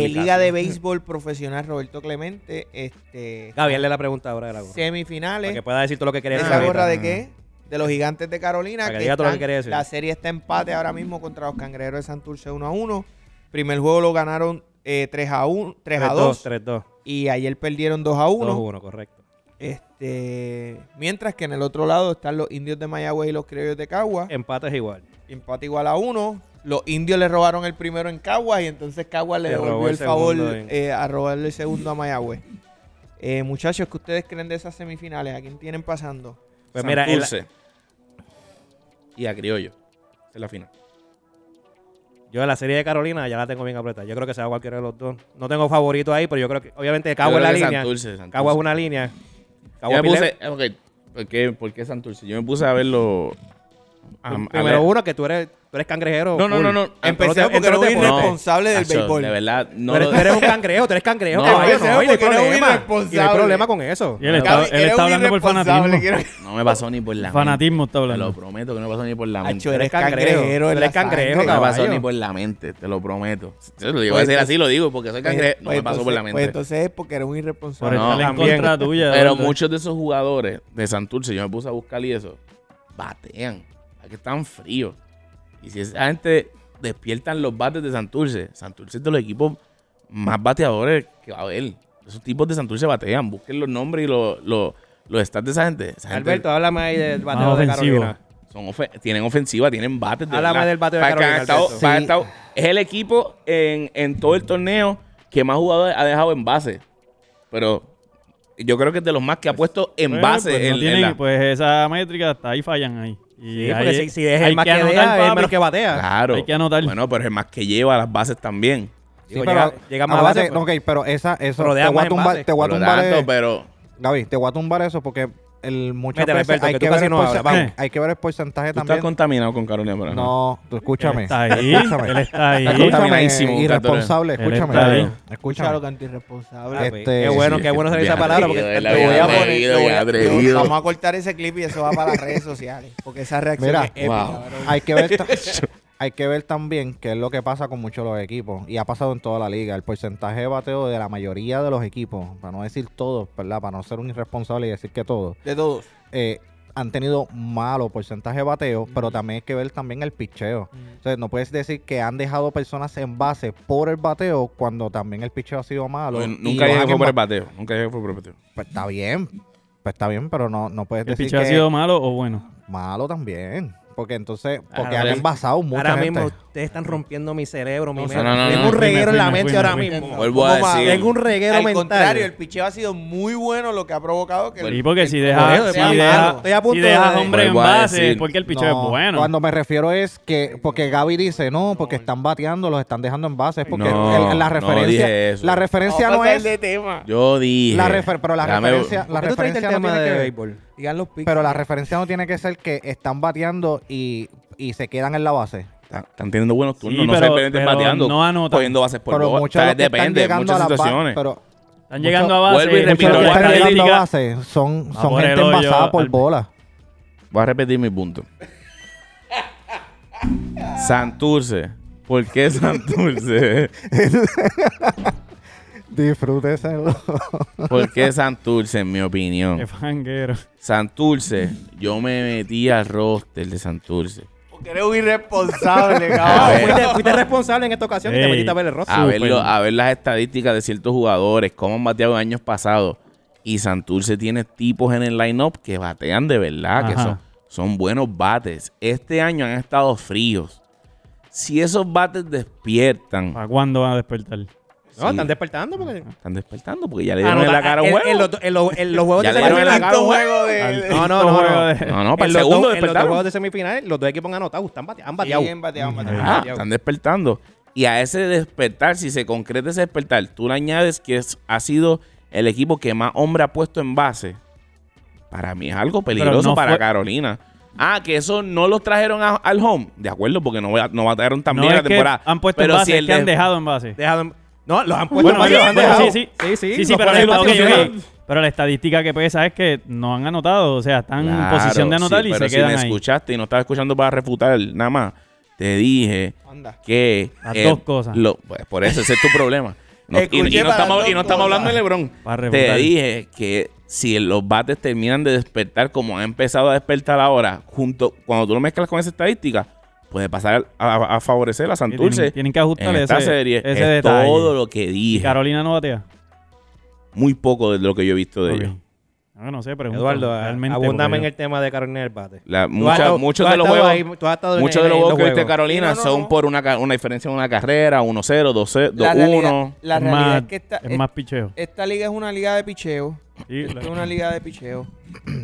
B: Complicado.
A: Liga de Béisbol Profesional Roberto Clemente, este,
C: Gabriel le la pregunta ahora de la gorra. Para
A: semifinales.
C: que pueda decir todo lo que quería decir.
A: ¿Esa
B: ahorita.
C: ahorita.
A: gorra de qué? De los gigantes de Carolina.
C: Para que diga todo lo que
A: están-
C: quería decir.
A: La serie está empate ahora mismo contra los cangrejeros de Santurce 1 a 1. Primer juego lo ganaron eh, 3 a 1, 3 a 2.
C: 3-2.
A: Y ayer perdieron 2 a 1.
C: 2-1, correcto.
A: Este, mientras que en el otro lado están los indios de Mayagüez y los criollos de Cagua.
C: Empate es igual.
A: Empate igual a uno. Los indios le robaron el primero en Caguas y entonces Caguas le
C: Le robó
A: devolvió el,
C: el
A: favor
C: segundo en-
A: eh, a robarle el segundo a Mayagüez. Eh, muchachos, ¿qué ustedes creen de esas semifinales? ¿A quién tienen pasando?
C: Pues mira, el-
B: Santurce y a Criollo. Es la final.
C: yo la serie de Carolina ya la tengo bien apretada. Yo creo que sea cualquiera de los dos. No tengo favorito ahí, pero yo creo que, obviamente,
B: Yo
C: Cagua es
B: creo
C: la
B: que
C: línea.
B: Santurce, Santurce.
C: Cagua es una línea. Cagua
B: Yo me
C: Pilet.
B: puse. eh, ok, ¿por qué, por qué Santurce? Yo me puse a verlo. a- a ver-
C: Primero uno, que tú eres, tú eres cangrejero.
B: No, no,
C: full.
B: no, no.
A: Empecé
C: pero no te-
A: porque no
C: pero no
A: es
C: te pones.
A: irresponsable del
B: Nacho,
A: béisbol.
B: De verdad, no
C: tú, eres,
B: lo-
C: tú eres un cangrejo, tú eres cangrejo,
B: No,
C: caballo,
A: empecé
C: no, y no hay
A: porque eres un
C: problema. Y no hay
A: irresponsable.
C: problema con eso.
E: Y él está,
A: Gaby,
E: él
A: eres
E: está
A: un
E: hablando por
A: irresponsable,
E: fanatismo.
A: quiero-
B: no me pasó ni por la mente.
E: Fanatismo está
B: Te lo
E: hablando.
B: prometo que no me pasó ni por la mente.
A: Hacho, eres cangrejero.
C: Eres
A: en la
C: cangrejero,
A: sangre.
B: No me pasó
C: caballo.
B: ni por la mente, te lo prometo. Yo lo digo a
A: Pues
B: decir
A: entonces-
B: así, lo digo, porque soy
A: Pues-
B: cangrejero. No
A: pues
B: me pasó por la
A: entonces- Pues
B: mente.
A: entonces es porque eres un
E: Por
A: irresponsable.
B: No,
E: estar en
C: también.
E: contra tuya.
B: Pero
E: Eduardo.
B: muchos de esos jugadores de Santurce, yo me puse a buscar y eso, batean. Aquí están fríos. Y si esa gente despiertan los bates de Santurce, Santurce es de los equipos más bateadores que va a haber. Esos tipos de Santurce batean. Busquen los nombres y los, los, los stats de esa gente. Esa gente
C: Alberto, háblame ahí del bateo de
E: ofensivo.
C: Carolina.
B: son ofe- tienen ofensiva, tienen bates. de
C: Háblame
B: verdad.
C: del bateo de
B: Para que
C: Carolina,
B: han estado-
C: Alberto.
B: para
A: Sí.
B: han estado- es el equipo en, en todo el torneo que más jugadores ha dejado en base. Pero yo creo que es de los más que ha puesto en
E: Bueno,
B: base.
E: Pues, no
B: en- en
E: tienen-
B: la-
E: pues esa métrica, hasta ahí fallan ahí. Y
C: Sí, porque
E: ahí-
C: si, si es
E: hay
C: el más que,
E: anotar,
C: deja, es el
E: papi.
C: menos que batea.
B: Claro.
E: Hay que anotar.
B: Bueno, pero es el más que lleva las bases también.
C: Digo,
D: Sí, pero-
C: llega, llega más
D: acuérdate-
C: base, pues.
D: Ok, pero esa, eso.
C: Pero
D: te
C: deja
D: voy a
C: más
D: tumbar,
C: envase.
D: te voy a
B: Por lo
D: tumbar,
B: tanto,
D: eh,
B: pero
D: Gaby, te voy a tumbar eso porque el muchas
C: Métele,
D: veces
C: Alberto,
D: hay,
C: que
D: que
C: tú
D: ver
C: casi
D: el
C: no hablas,
D: porce-
E: vamos.
D: hay que ver el porcentaje
B: Tú estás
D: también.
B: contaminado con Carolina Brown.
D: No, tú
E: Él
D: escúchame.
E: está ahí.
D: Escúchame.
E: Él está ahí.
B: Está contaminado.
D: Escúchame,
B: Contaminadísimo,
D: irresponsable,
E: Catorce. Él
D: escúchame.
E: está
D: Escúchame.
E: ahí.
A: Escucha lo que antirresponsable.
C: Ah,
D: Este,
C: pues, qué bueno, qué bueno salir esa palabra porque
B: Atrevido,
C: te voy a
B: atrevido,
C: poner.
B: y atrevido.
A: Vamos a cortar ese clip y eso va para las redes sociales. Porque esa reacción
D: Mira,
A: es épica,
B: wow.
A: bro.
D: Hay
B: *laughs*
D: que ver ta- hay que ver también qué es lo que pasa con muchos de los equipos y ha pasado en toda la liga, el porcentaje de bateo de la mayoría de los equipos, para no decir todos, ¿verdad? Para no ser un irresponsable y decir que todos.
A: De todos.
D: eh, han tenido malo porcentaje de bateo, pero también hay que ver también el picheo. O sea, no puedes decir que han dejado personas en base por el bateo cuando también el picheo ha sido malo.
B: Porque
D: y
B: Pues, Nunca
D: los
B: llegué
D: han
B: fue por el
D: emba-
B: bateo. Nunca llegué fue por el bateo.
D: Pues está bien, pues está bien, pero no, no puedes
E: ¿El
D: decir
E: picheo
D: que
E: ha sido malo o bueno?
D: malo también. Porque entonces, porque
C: Ahora
D: han
C: mismo-
D: envasado mucha
C: Ahora
D: gente.
C: mismo ustedes están rompiendo mi cerebro, mi
B: No,
C: mente.
B: no, no,
C: Tengo
B: no,
C: un
E: no,
C: reguero en la
E: fuime,
C: mente
E: fuime,
C: ahora
E: fuime,
C: mismo.
B: Vuelvo a
A: ¿Cómo va?
B: decir.
C: Tengo un reguero
A: Al
C: mental.
A: contrario, el picheo ha sido muy bueno, lo que ha provocado que.
E: Sí, porque si
C: Por
E: dejas
C: eso,
E: si
C: papi,
E: deja,
C: mano, estoy a
E: si
C: punto de-
E: dejas hombre en
B: Vuelvo a
E: base,
B: decir.
E: es porque el picheo
D: No,
E: es bueno.
D: Cuando me refiero es que, porque Gaby dice, no, porque están bateando, los están dejando en base. Es porque
B: No,
D: el- la
B: no
D: referencia,
B: dije eso.
D: la referencia
A: pues,
D: no, es.
A: tema.
B: Yo dije.
D: La refer- pero la
B: Dame-
D: referencia, la
C: ¿Por qué tú trajiste
D: referencia
C: el
D: no
C: tema
D: tiene
C: de
D: que ver.
C: béisbol?
A: Digan los
D: *laughs*
A: picks.
D: Pero la referencia no tiene que ser que están bateando y, y se quedan en la base.
B: Están están teniendo buenos turnos.
E: Sí,
B: no
E: pero-
B: solamente
E: pero
B: bateando.
E: no anotan.
B: Cogiendo bases por
D: pero
B: bola.
D: muchos
B: Pues O sea,
D: de los que están
B: depende.
D: llegando
B: Muchas
D: a la base.
B: situaciones.
D: Pero
E: están
D: mucho-
E: llegando a base.
B: vuelvo y
E: muchos
B: repito,
D: muchos de
B: Pero
D: los que
B: voy a
E: las
D: están llegando a
E: estadísticas-
D: base son, son
E: por el
D: gente envasada
E: hoyo,
D: por
E: al-
D: bola.
B: Voy a repetir mi punto. Santurce. ¿Por qué Santurce?
D: *laughs* Disfrútese.
B: ¿Por qué Santurce, en mi
E: Qué
B: opinión?
E: fanguero.
B: Santurce, yo me metí al roster de Santurce.
A: Porque eres un irresponsable,
B: A
C: Ah,
B: ver.
A: cabrón.
C: fuiste, fuiste responsable en esta ocasión y te
E: Ey.
C: metiste a ver el rostro.
B: A ver, lo- a ver las estadísticas de ciertos jugadores, cómo han bateado en años pasados. Y Santurce tiene tipos en el lineup que batean de verdad, que
E: Ajá.
B: son, son buenos bates. Este año han estado fríos. Si esos bates despiertan,
E: ¿Para cuándo van a despertar?
C: No,
B: sí.
C: están despertando porque...
B: están despertando porque ya le dieron en la
C: Anota-
B: cara a un
C: en-
B: juego.
C: En, los, do- en los- en los juegos
B: Ya le
C: de
B: dieron en la
C: semifinal.
B: cara a un
A: juego de.
E: Al
A: de-
E: quinto
C: no, no,
E: juego
C: no.
E: de-
B: No, no, para
C: en
B: el segundo
C: los dos- en los dos
B: despertaron.
C: juegos de semifinal, los dos equipos han anotado. Están bate- han bateado.
A: Bien bateado, bateado,
B: Ah,
A: bateado.
B: están despertando. Y a ese despertar, si se concreta ese despertar, tú le añades que es- ha sido el equipo que más hombre ha puesto en base. Para mí es algo peligroso
E: no
B: para
E: fue-
B: Carolina. Ah, que eso no los trajeron a- al home. De acuerdo, porque no, va- no bataron tan
E: No
B: bien
E: es
B: la
E: que
B: temporada.
E: han puesto
B: Pero
E: en
B: si
E: base, es
B: el
E: que han
B: de-
E: dejado en base.
C: Dejado en- No, los han puesto
E: Bueno,
C: en base,
E: sí,
C: los han
E: bueno,
C: dejado.
E: sí,
C: sí.
E: Sí, sí,
C: los
E: pero,
C: ponen en
E: la-
C: base
E: ok,
C: y los
E: ok.
C: dejan.
E: Pero la estadística que pesa es que no han anotado. O sea, están en
B: Claro,
E: posición de anotar
B: sí,
E: y
B: pero
E: se
B: si
E: quedan
B: me
E: ahí.
B: escuchaste y no estaba escuchando para refutar nada más, te dije
A: Anda.
B: que...
E: Las dos cosas.
B: lo- pues, por eso, ese es tu problema. No- y,
A: Escuché
B: y no
A: para
B: estamos,
A: las
B: y no
A: dos
B: estamos
A: cosas.
B: hablando de Lebron.
E: Para
B: Te
E: refutar.
B: dije que si los bates terminan de despertar como han empezado a despertar ahora, junto cuando tú lo mezclas con esa estadística, puede pasar a, a- a favorecer a
E: Y Tienen,
B: Santurce.
E: tienen que ajustar
B: en esta
E: ese,
B: serie
E: ese
B: es
E: detalle.
B: todo lo que
E: Y
B: dije.
E: Carolina no batea.
B: Muy poco de lo que yo he visto de
E: Ok.
B: ellos.
E: No, no sé, pregunto.
C: Eduardo,
E: Realmente, porque
C: abundame en
E: yo-
C: el tema de Carolina del bate.
B: La-
C: Tú has
B: mucha-
C: estado-
B: muchos
C: tú has
B: de los
C: estado
B: juegos,
C: ahí, tú has estado en-
B: muchos de los
C: en
B: juegos que viste
C: juegos.
B: Carolina
A: Sí, no, no,
B: son
A: no.
B: por una, ca- una diferencia de una carrera, 1-0, 2-0,
A: La realidad,
B: 2-1.
A: la
E: es
A: realidad
E: más,
A: es que esta,
E: es más picheo.
A: esta liga es una liga de picheo.
E: Y
A: Esto
E: la-
A: es una liga de picheo.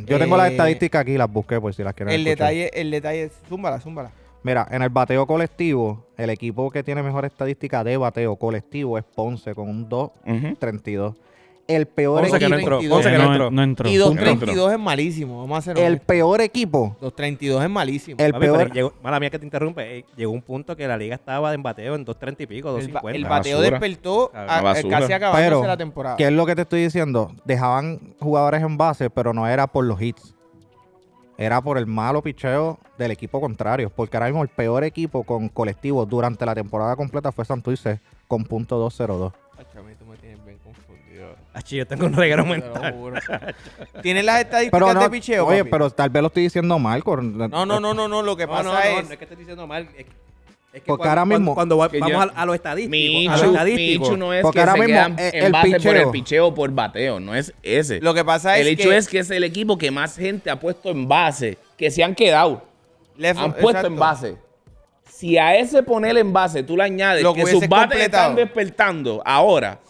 D: Yo tengo las
A: Eh,
D: estadísticas aquí, las busqué por si las quieren
A: El
D: escuchar.
A: detalle, el detalle, zúmbala, zúmbala.
D: Mira, en el bateo colectivo, el equipo que tiene mejor estadística de bateo colectivo es Ponce con un 2.32.
B: Ujú.
D: El peor
C: Ponce que no entró.
D: equipo,
A: 32.
C: Ponce que
E: no,
C: no entró.
E: no entró.
A: Y
B: Otro.
A: 232 es malísimo, vamos a hacer
D: el peor equipo,
A: 232 es malísimo.
D: el
C: Papi,
D: peor
C: pero llegó- mala mía que te interrumpe. eh, llegó un punto que la liga estaba en bateo en 2.30 y pico,
A: El, ba-
C: 2.50.
A: el
D: Ah,
B: Una
A: bateo
B: basura.
A: despertó
C: Una
A: a- a-
B: basura.
A: casi acabándose
D: Pero,
A: la temporada.
D: ¿Qué es lo que te estoy diciendo? Dejaban jugadores en base, pero no era por los hits. Era por el malo picheo del equipo contrario. Porque ahora mismo el peor equipo con colectivo durante la temporada completa fue Santurce con punto .202.
A: Ay, chame, tú me tienes bien confundido.
C: Achi, yo tengo un reguero
A: Te lo
C: mental.
A: juro. ¿Tienes las estadísticas
D: Pero
A: de
D: no,
A: picheo?
D: oye,
A: papi?
D: pero tal vez lo estoy diciendo mal. con-
A: No, no, no, no, no, lo que
C: No,
A: pasa
C: no, no,
A: es...
C: no es que te estoy diciendo mal. Es que, es que
D: Porque ahora mismo-
C: Cuando, va-
B: Que
C: vamos
B: yo-
C: a, a lo estadístico. a lo
B: Michu,
C: estadístico.
B: Michu no es
D: Porque
B: que
D: ahora
B: se
D: mismo,
B: quedan
D: eh,
B: en
D: el
B: base por
D: picheo.
B: el picheo o por bateo, no es ese.
A: Lo que pasa
B: el
A: es
B: hecho
A: que
B: es que es el equipo que más gente ha puesto en base, que se han quedado,
A: Lefo-
B: han puesto en
A: exacto.
B: base. Si a ese poner en base tú le añades
A: Lo
B: que sus
A: hubiese
B: bates
A: completado.
B: están despertando ahora,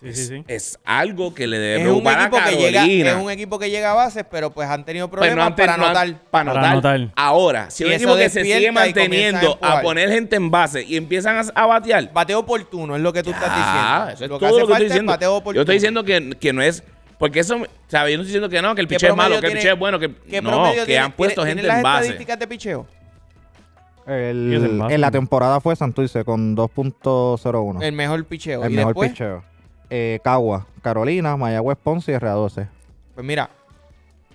E: Sí, sí, sí.
B: es algo que le debe
A: Es un,
B: preocupar a
A: equipo que
B: Carolina.
A: llega, es un equipo que llega a bases, pero pues han tenido
B: Pero
A: problemas
B: no han
A: para
B: ten- no han-
A: anotar.
B: para
E: Para
B: anotar.
E: anotar.
B: Ahora, si
A: Y
B: un
A: eso
B: equipo que se
A: despierta
B: sigue
A: y comienza a
B: manteniendo a
A: empujar.
B: poner gente en base y empiezan a, a batear,
A: Bateo oportuno es lo que tú estás diciendo.
B: Ah, eso es todo lo que estoy diciendo.
A: bateo oportuno.
B: Yo estoy diciendo que, que no es Porque eso, ¿sabes? Yo no estoy diciendo que no, que el
A: ¿Qué
B: picheo es malo,
A: promedio
B: que el
A: tiene-
B: picheo es bueno, que.
A: ¿Qué
B: No,
A: promedio
B: que
A: tiene-
B: han puesto
A: tiene-
B: gente
A: tiene las
B: en base.
A: estadísticas de picheo?
D: El-
E: Y del básquet.
D: en la temporada fue Santurce con 2.01.
A: El mejor picheo.
D: El
A: y
D: mejor
A: después,
D: picheo. Eh, Cagua, Carolina, Mayagüez, Ponce y RA12.
A: pues mira,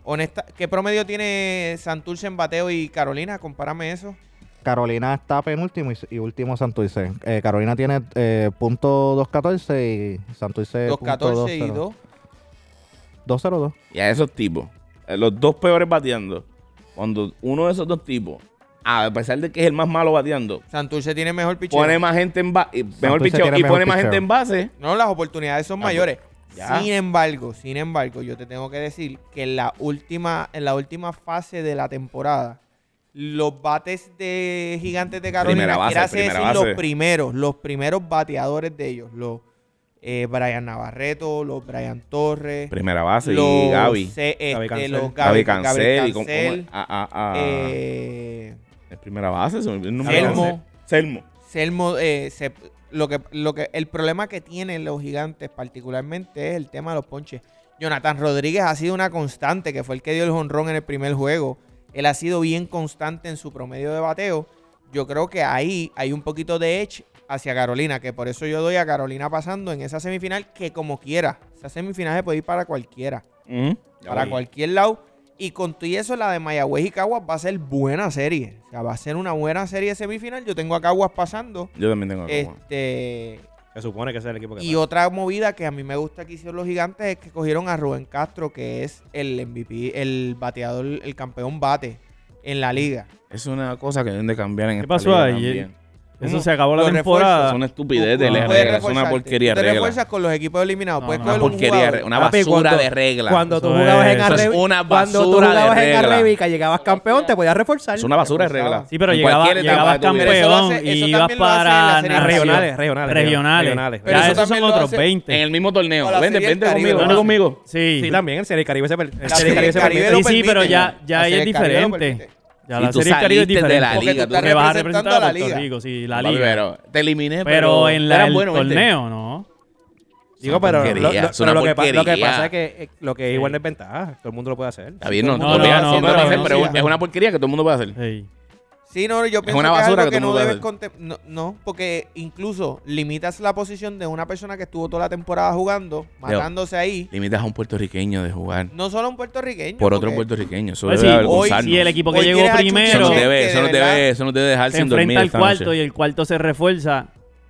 A: honesta, ¿qué promedio tiene Santurce en bateo y Carolina? Compárame eso.
D: Carolina está penúltimo y, y último Santurce. Eh, Carolina tiene eh, punto .214 y Santurce
A: 2-14 y
D: 2.20.
A: 2.
D: 2.02.
B: Y a esos tipos, a los dos peores bateando, cuando uno de esos dos tipos, a pesar de que es el más malo bateando,
A: Santurce tiene mejor picheo.
B: pone más gente en base, mejor
D: Santurce
B: picheo,
D: tiene
B: y
D: mejor
B: pone más gente
D: picheo.
B: en base.
A: No, las oportunidades son
B: Ah, pues,
A: mayores.
B: ya.
A: Sin embargo, sin embargo, yo te tengo que decir que en la última, en la última fase de la temporada, los bates de gigantes de Carolina,
B: Primera base,
A: quiero hacer
B: primera
A: decir los
B: base.
A: primeros, los primeros bateadores de ellos, los eh, Brian Navarreto, los Brian Torres,
B: Primera base
A: los
B: y Gaby.
A: ce- este,
C: Gaby Cancel.
A: los
B: Gaby
A: Gaby,
B: Cancel. Y
A: Gabriel
B: con, Ah.
A: Cancel,
B: a, a, a-
A: eh,
B: es primera base, se me olvidó el nombre.
A: Selmo.
B: Selmo.
A: Selmo, eh, se- lo que, lo que, el problema que tienen los gigantes particularmente es el tema de los ponches. Jonathan Rodríguez ha sido una constante, que fue el que dio el jonrón en el primer juego. Él ha sido bien constante en su promedio de bateo. Yo creo que ahí hay un poquito de edge hacia Carolina, que por eso yo doy a Carolina pasando en esa semifinal, que como quiera. Esa semifinal se puede ir para cualquiera,
B: Ujú.
A: para
B: Gaby.
A: cualquier lado. Y con todo y eso, la de Mayagüez y Caguas va a ser buena serie. O sea, va a ser una buena serie de semifinal. Yo tengo a Caguas pasando.
B: Yo también tengo que
A: Este,
C: Se supone que ese es el equipo que
A: y otra movida que a mí me gusta que hicieron los gigantes es que cogieron a Rubén Castro, que es el MVP, el bateador, el campeón bate en la liga.
B: Es una cosa que deben de cambiar en
E: ¿Qué
B: esta
E: pasó
B: liga
E: ahí?
B: también.
E: Eso
A: Ujú.
E: se acabó la
A: Los
E: temporada.
B: Es una estupidez de
E: Tú
B: regla,
E: puedes
B: es una
A: reforzarte.
B: porquería
A: Tú
B: de
A: te
B: regla.
A: refuerzas con los equipos eliminados.
E: No,
A: Puedes
E: no,
B: Una
A: coger un
B: porquería, de
A: jugador.
B: re- una
C: Papi,
B: basura
C: cuando-
B: de regla.
C: Cuando tú
E: Eso es-
C: jugabas en
E: eso
B: es
C: Arrevi-
B: una
C: Cuando tú
B: basura de
C: jugabas en
B: regla.
C: Arrevica, llegabas campeón, te podías reforzar.
B: Es una basura de
A: reforzaba.
B: regla.
E: Sí, pero
B: En
E: llegaba,
B: cualquier etapa
E: llegabas
B: de tu vida.
A: Eso lo
E: campeón
A: hace-
E: y
A: eso
E: ibas
A: también lo hace la
E: para
A: serie nacional.
E: regionales,
C: Regionales,
E: regionales,
C: regionales,
E: regionales.
C: regionales.
A: Pero
E: Ya
A: eso
E: esos son
A: también lo
E: otros
A: hace-
E: 20.
B: En el mismo torneo.
A: O la
B: Vente,
A: Serie del
B: vente conmigo,
A: Caribe.
B: vente conmigo.
E: Sí,
C: Sí, también, el Serie Caribe se per- el
A: La
C: Serie Caribe se
A: Serie Caribe
C: permite.
A: lo
E: sí, sí,
A: permite.
E: pero ya, ya
A: La
E: ahí es
A: Serie Caribe lo
E: diferente.
A: permite.
E: Ya
B: Sí,
E: la
B: tú
E: serie del Caribe es
B: saliste de la
E: diferente.
A: Porque tú
B: liga, tú
E: Te
A: estás
B: te
E: vas a
A: representando
E: representar a
A: la
E: Puerto
A: liga.
E: Rico, sí, la
B: Papi,
E: liga. Pero,
B: pero te eliminé, pero...
E: en
B: tú
E: la,
B: eras
E: el
B: bueno, vente.
E: torneo, ¿no?
C: Digo, pero lo,
B: porquería,
C: lo-
B: es una
C: pero lo que, pa- lo que
B: porquería.
C: pasa es que eh, lo que es igual no es ventaja. Todo el mundo lo puede hacer.
B: Está bien, no, no,
E: No, no,
B: no, pero,
E: no, pero-
B: pero
A: no, sí,
B: es una porquería que todo el mundo puede hacer.
E: Sí.
A: Sí, no, yo pienso
B: una
A: que es
B: basura
A: algo
B: que
A: que
B: tú
A: no
B: no
A: debes
B: puedes
A: contem- no, no, porque incluso limitas la posición de una persona que estuvo toda la temporada jugando, matándose ahí.
B: Limitas a un puertorriqueño de jugar
A: No solo a un puertorriqueño.
B: por otro
A: porque-
B: puertorriqueño. Eso
E: Pues
B: debe
E: sí,
B: avergonzarnos.
E: si el equipo que
A: Hoy
E: llegó
A: tienes a Chucho
B: Eso
E: primero
B: nos
A: Pero-
B: debe,
A: que
B: eso nos
A: de verdad
B: debe, eso nos debe dejar
E: se
B: sin dormir
E: enfrenta al
B: esta noche.
E: cuarto y el cuarto se refuerza.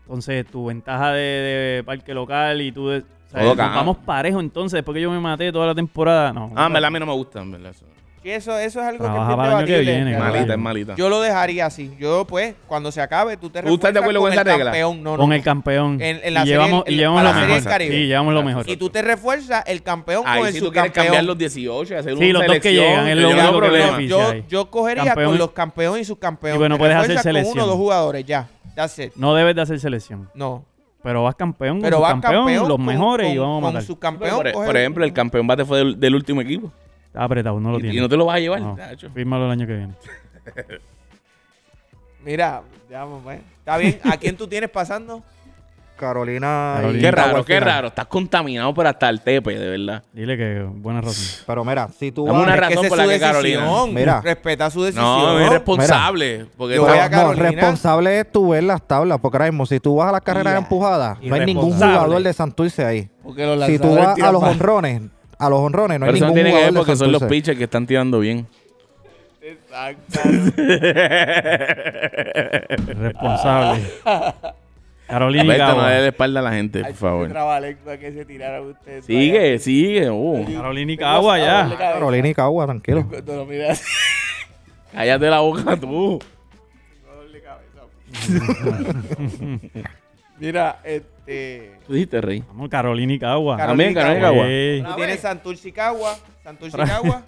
E: Entonces, tu ventaja de, de parque local y tú... de- o sea,
B: Todo
E: nos
B: cagado.
E: vamos parejo entonces, después que yo me maté toda la temporada. No,
B: Ah, en verdad a mí no me gusta, en verdad. eso.
A: Sí, Eso, eso es algo
E: Trabaja
A: que es bien
E: para el año que
A: debatible,
E: viene,
A: ya.
E: Claro.
B: Malita, es malita.
A: Yo lo dejaría así. Yo, pues, cuando se acabe, tú te
B: ¿Tú estás de
A: refuerzas
B: acuerdo con
A: con el
B: esa regla?
A: campeón. No, no,
E: con
A: no.
E: el campeón.
A: En- en la
E: y
A: serie-
E: llevamos,
A: en-
E: y llevamos
A: para
E: lo
A: la serie
E: mejor.
A: del Caribe.
E: Sí, llevamos lo mejor.
A: Y tú te refuerzas el campeón con
B: Ahí
A: el
B: si tú quieres cambiar
A: subcampeón.
B: los 18, hacer
E: Sí,
B: una
E: los dos que
B: selección,
E: llegan, es
B: yo
E: lo
B: no tengo
E: único que
B: problema.
E: beneficia.
A: yo,
E: ahí.
A: yo cogería
E: Campeón.
A: con los campeón y subcampeón.
E: Y bueno,
A: Te
E: puedes hacer
A: refuerzas con uno
E: selección.
A: o dos jugadores ya. That's it.
E: No debes de hacer selección.
A: No.
E: Pero vas campeón,
A: Pero va
E: campeón,
A: campeón.
E: los
A: con-
E: mejores y
A: con-
E: vamos a
A: con
E: matar.
A: subcampeón,
B: Por, e-
A: coge-
B: por ejemplo, el campeón bate fue del, del último equipo.
E: Está Ah, apretado, no lo
B: Y,
E: tiene.
B: y no te lo vas a llevar.
E: No,
B: tacho.
E: Fírmalo el año que viene.
A: Mira, ya, mamá. Está bien. ¿A quién tú tienes
B: *laughs*
A: pasando?
D: Carolina. y
E: Carolina.
B: Qué
D: Cagua
B: raro,
D: al
B: qué
D: final.
B: raro. Estás contaminado por hasta el tepe, de verdad.
E: Dile que buena razón.
D: Pero mira, si tú
B: Dame
D: vas-
A: Es
B: una
A: que
B: razón
A: esa es
B: por la
A: su
B: que Carolina-
A: decisión.
D: Mira.
A: Respeta su decisión.
B: No, es responsable. Porque
A: Yo
D: No,
A: voy a
D: no,
A: Carolina.
D: responsable es tú ver las tablas, porque ahora mismo, si tú vas a las carreras
A: Ya,
D: empujadas, no hay ningún
C: irresponsable.
D: jugador de Santurce ahí.
A: Porque los
D: Si tú
A: lanzadores
D: vas a
A: tiran
D: los
A: más.
D: honrones, a los honrones, no hay
B: pero eso no
D: ningún
B: tiene que ver
D: jugador de
B: porque son los
D: Santurce.
B: pitchers que están tirando bien. *laughs*
E: Responsable. Carolina. y
B: Vete, no
E: Cagua.
B: le dé la espalda a la gente, por favor.
A: que se tiraron ustedes.
B: Sigue, sigue. uh.
E: Carolina y Cagua ya.
D: Carolina y Cagua, tranquilo.
B: Cállate la boca tú.
A: *laughs* Mira, este.
B: Tú dijiste, rey.
E: Vamos, Carolina y Cagua.
A: Carolina
B: También, Carolina Cagua.
E: Ey.
A: Tú tienes Santurce y Cagua. Santurce y
E: *laughs*
A: Cagua.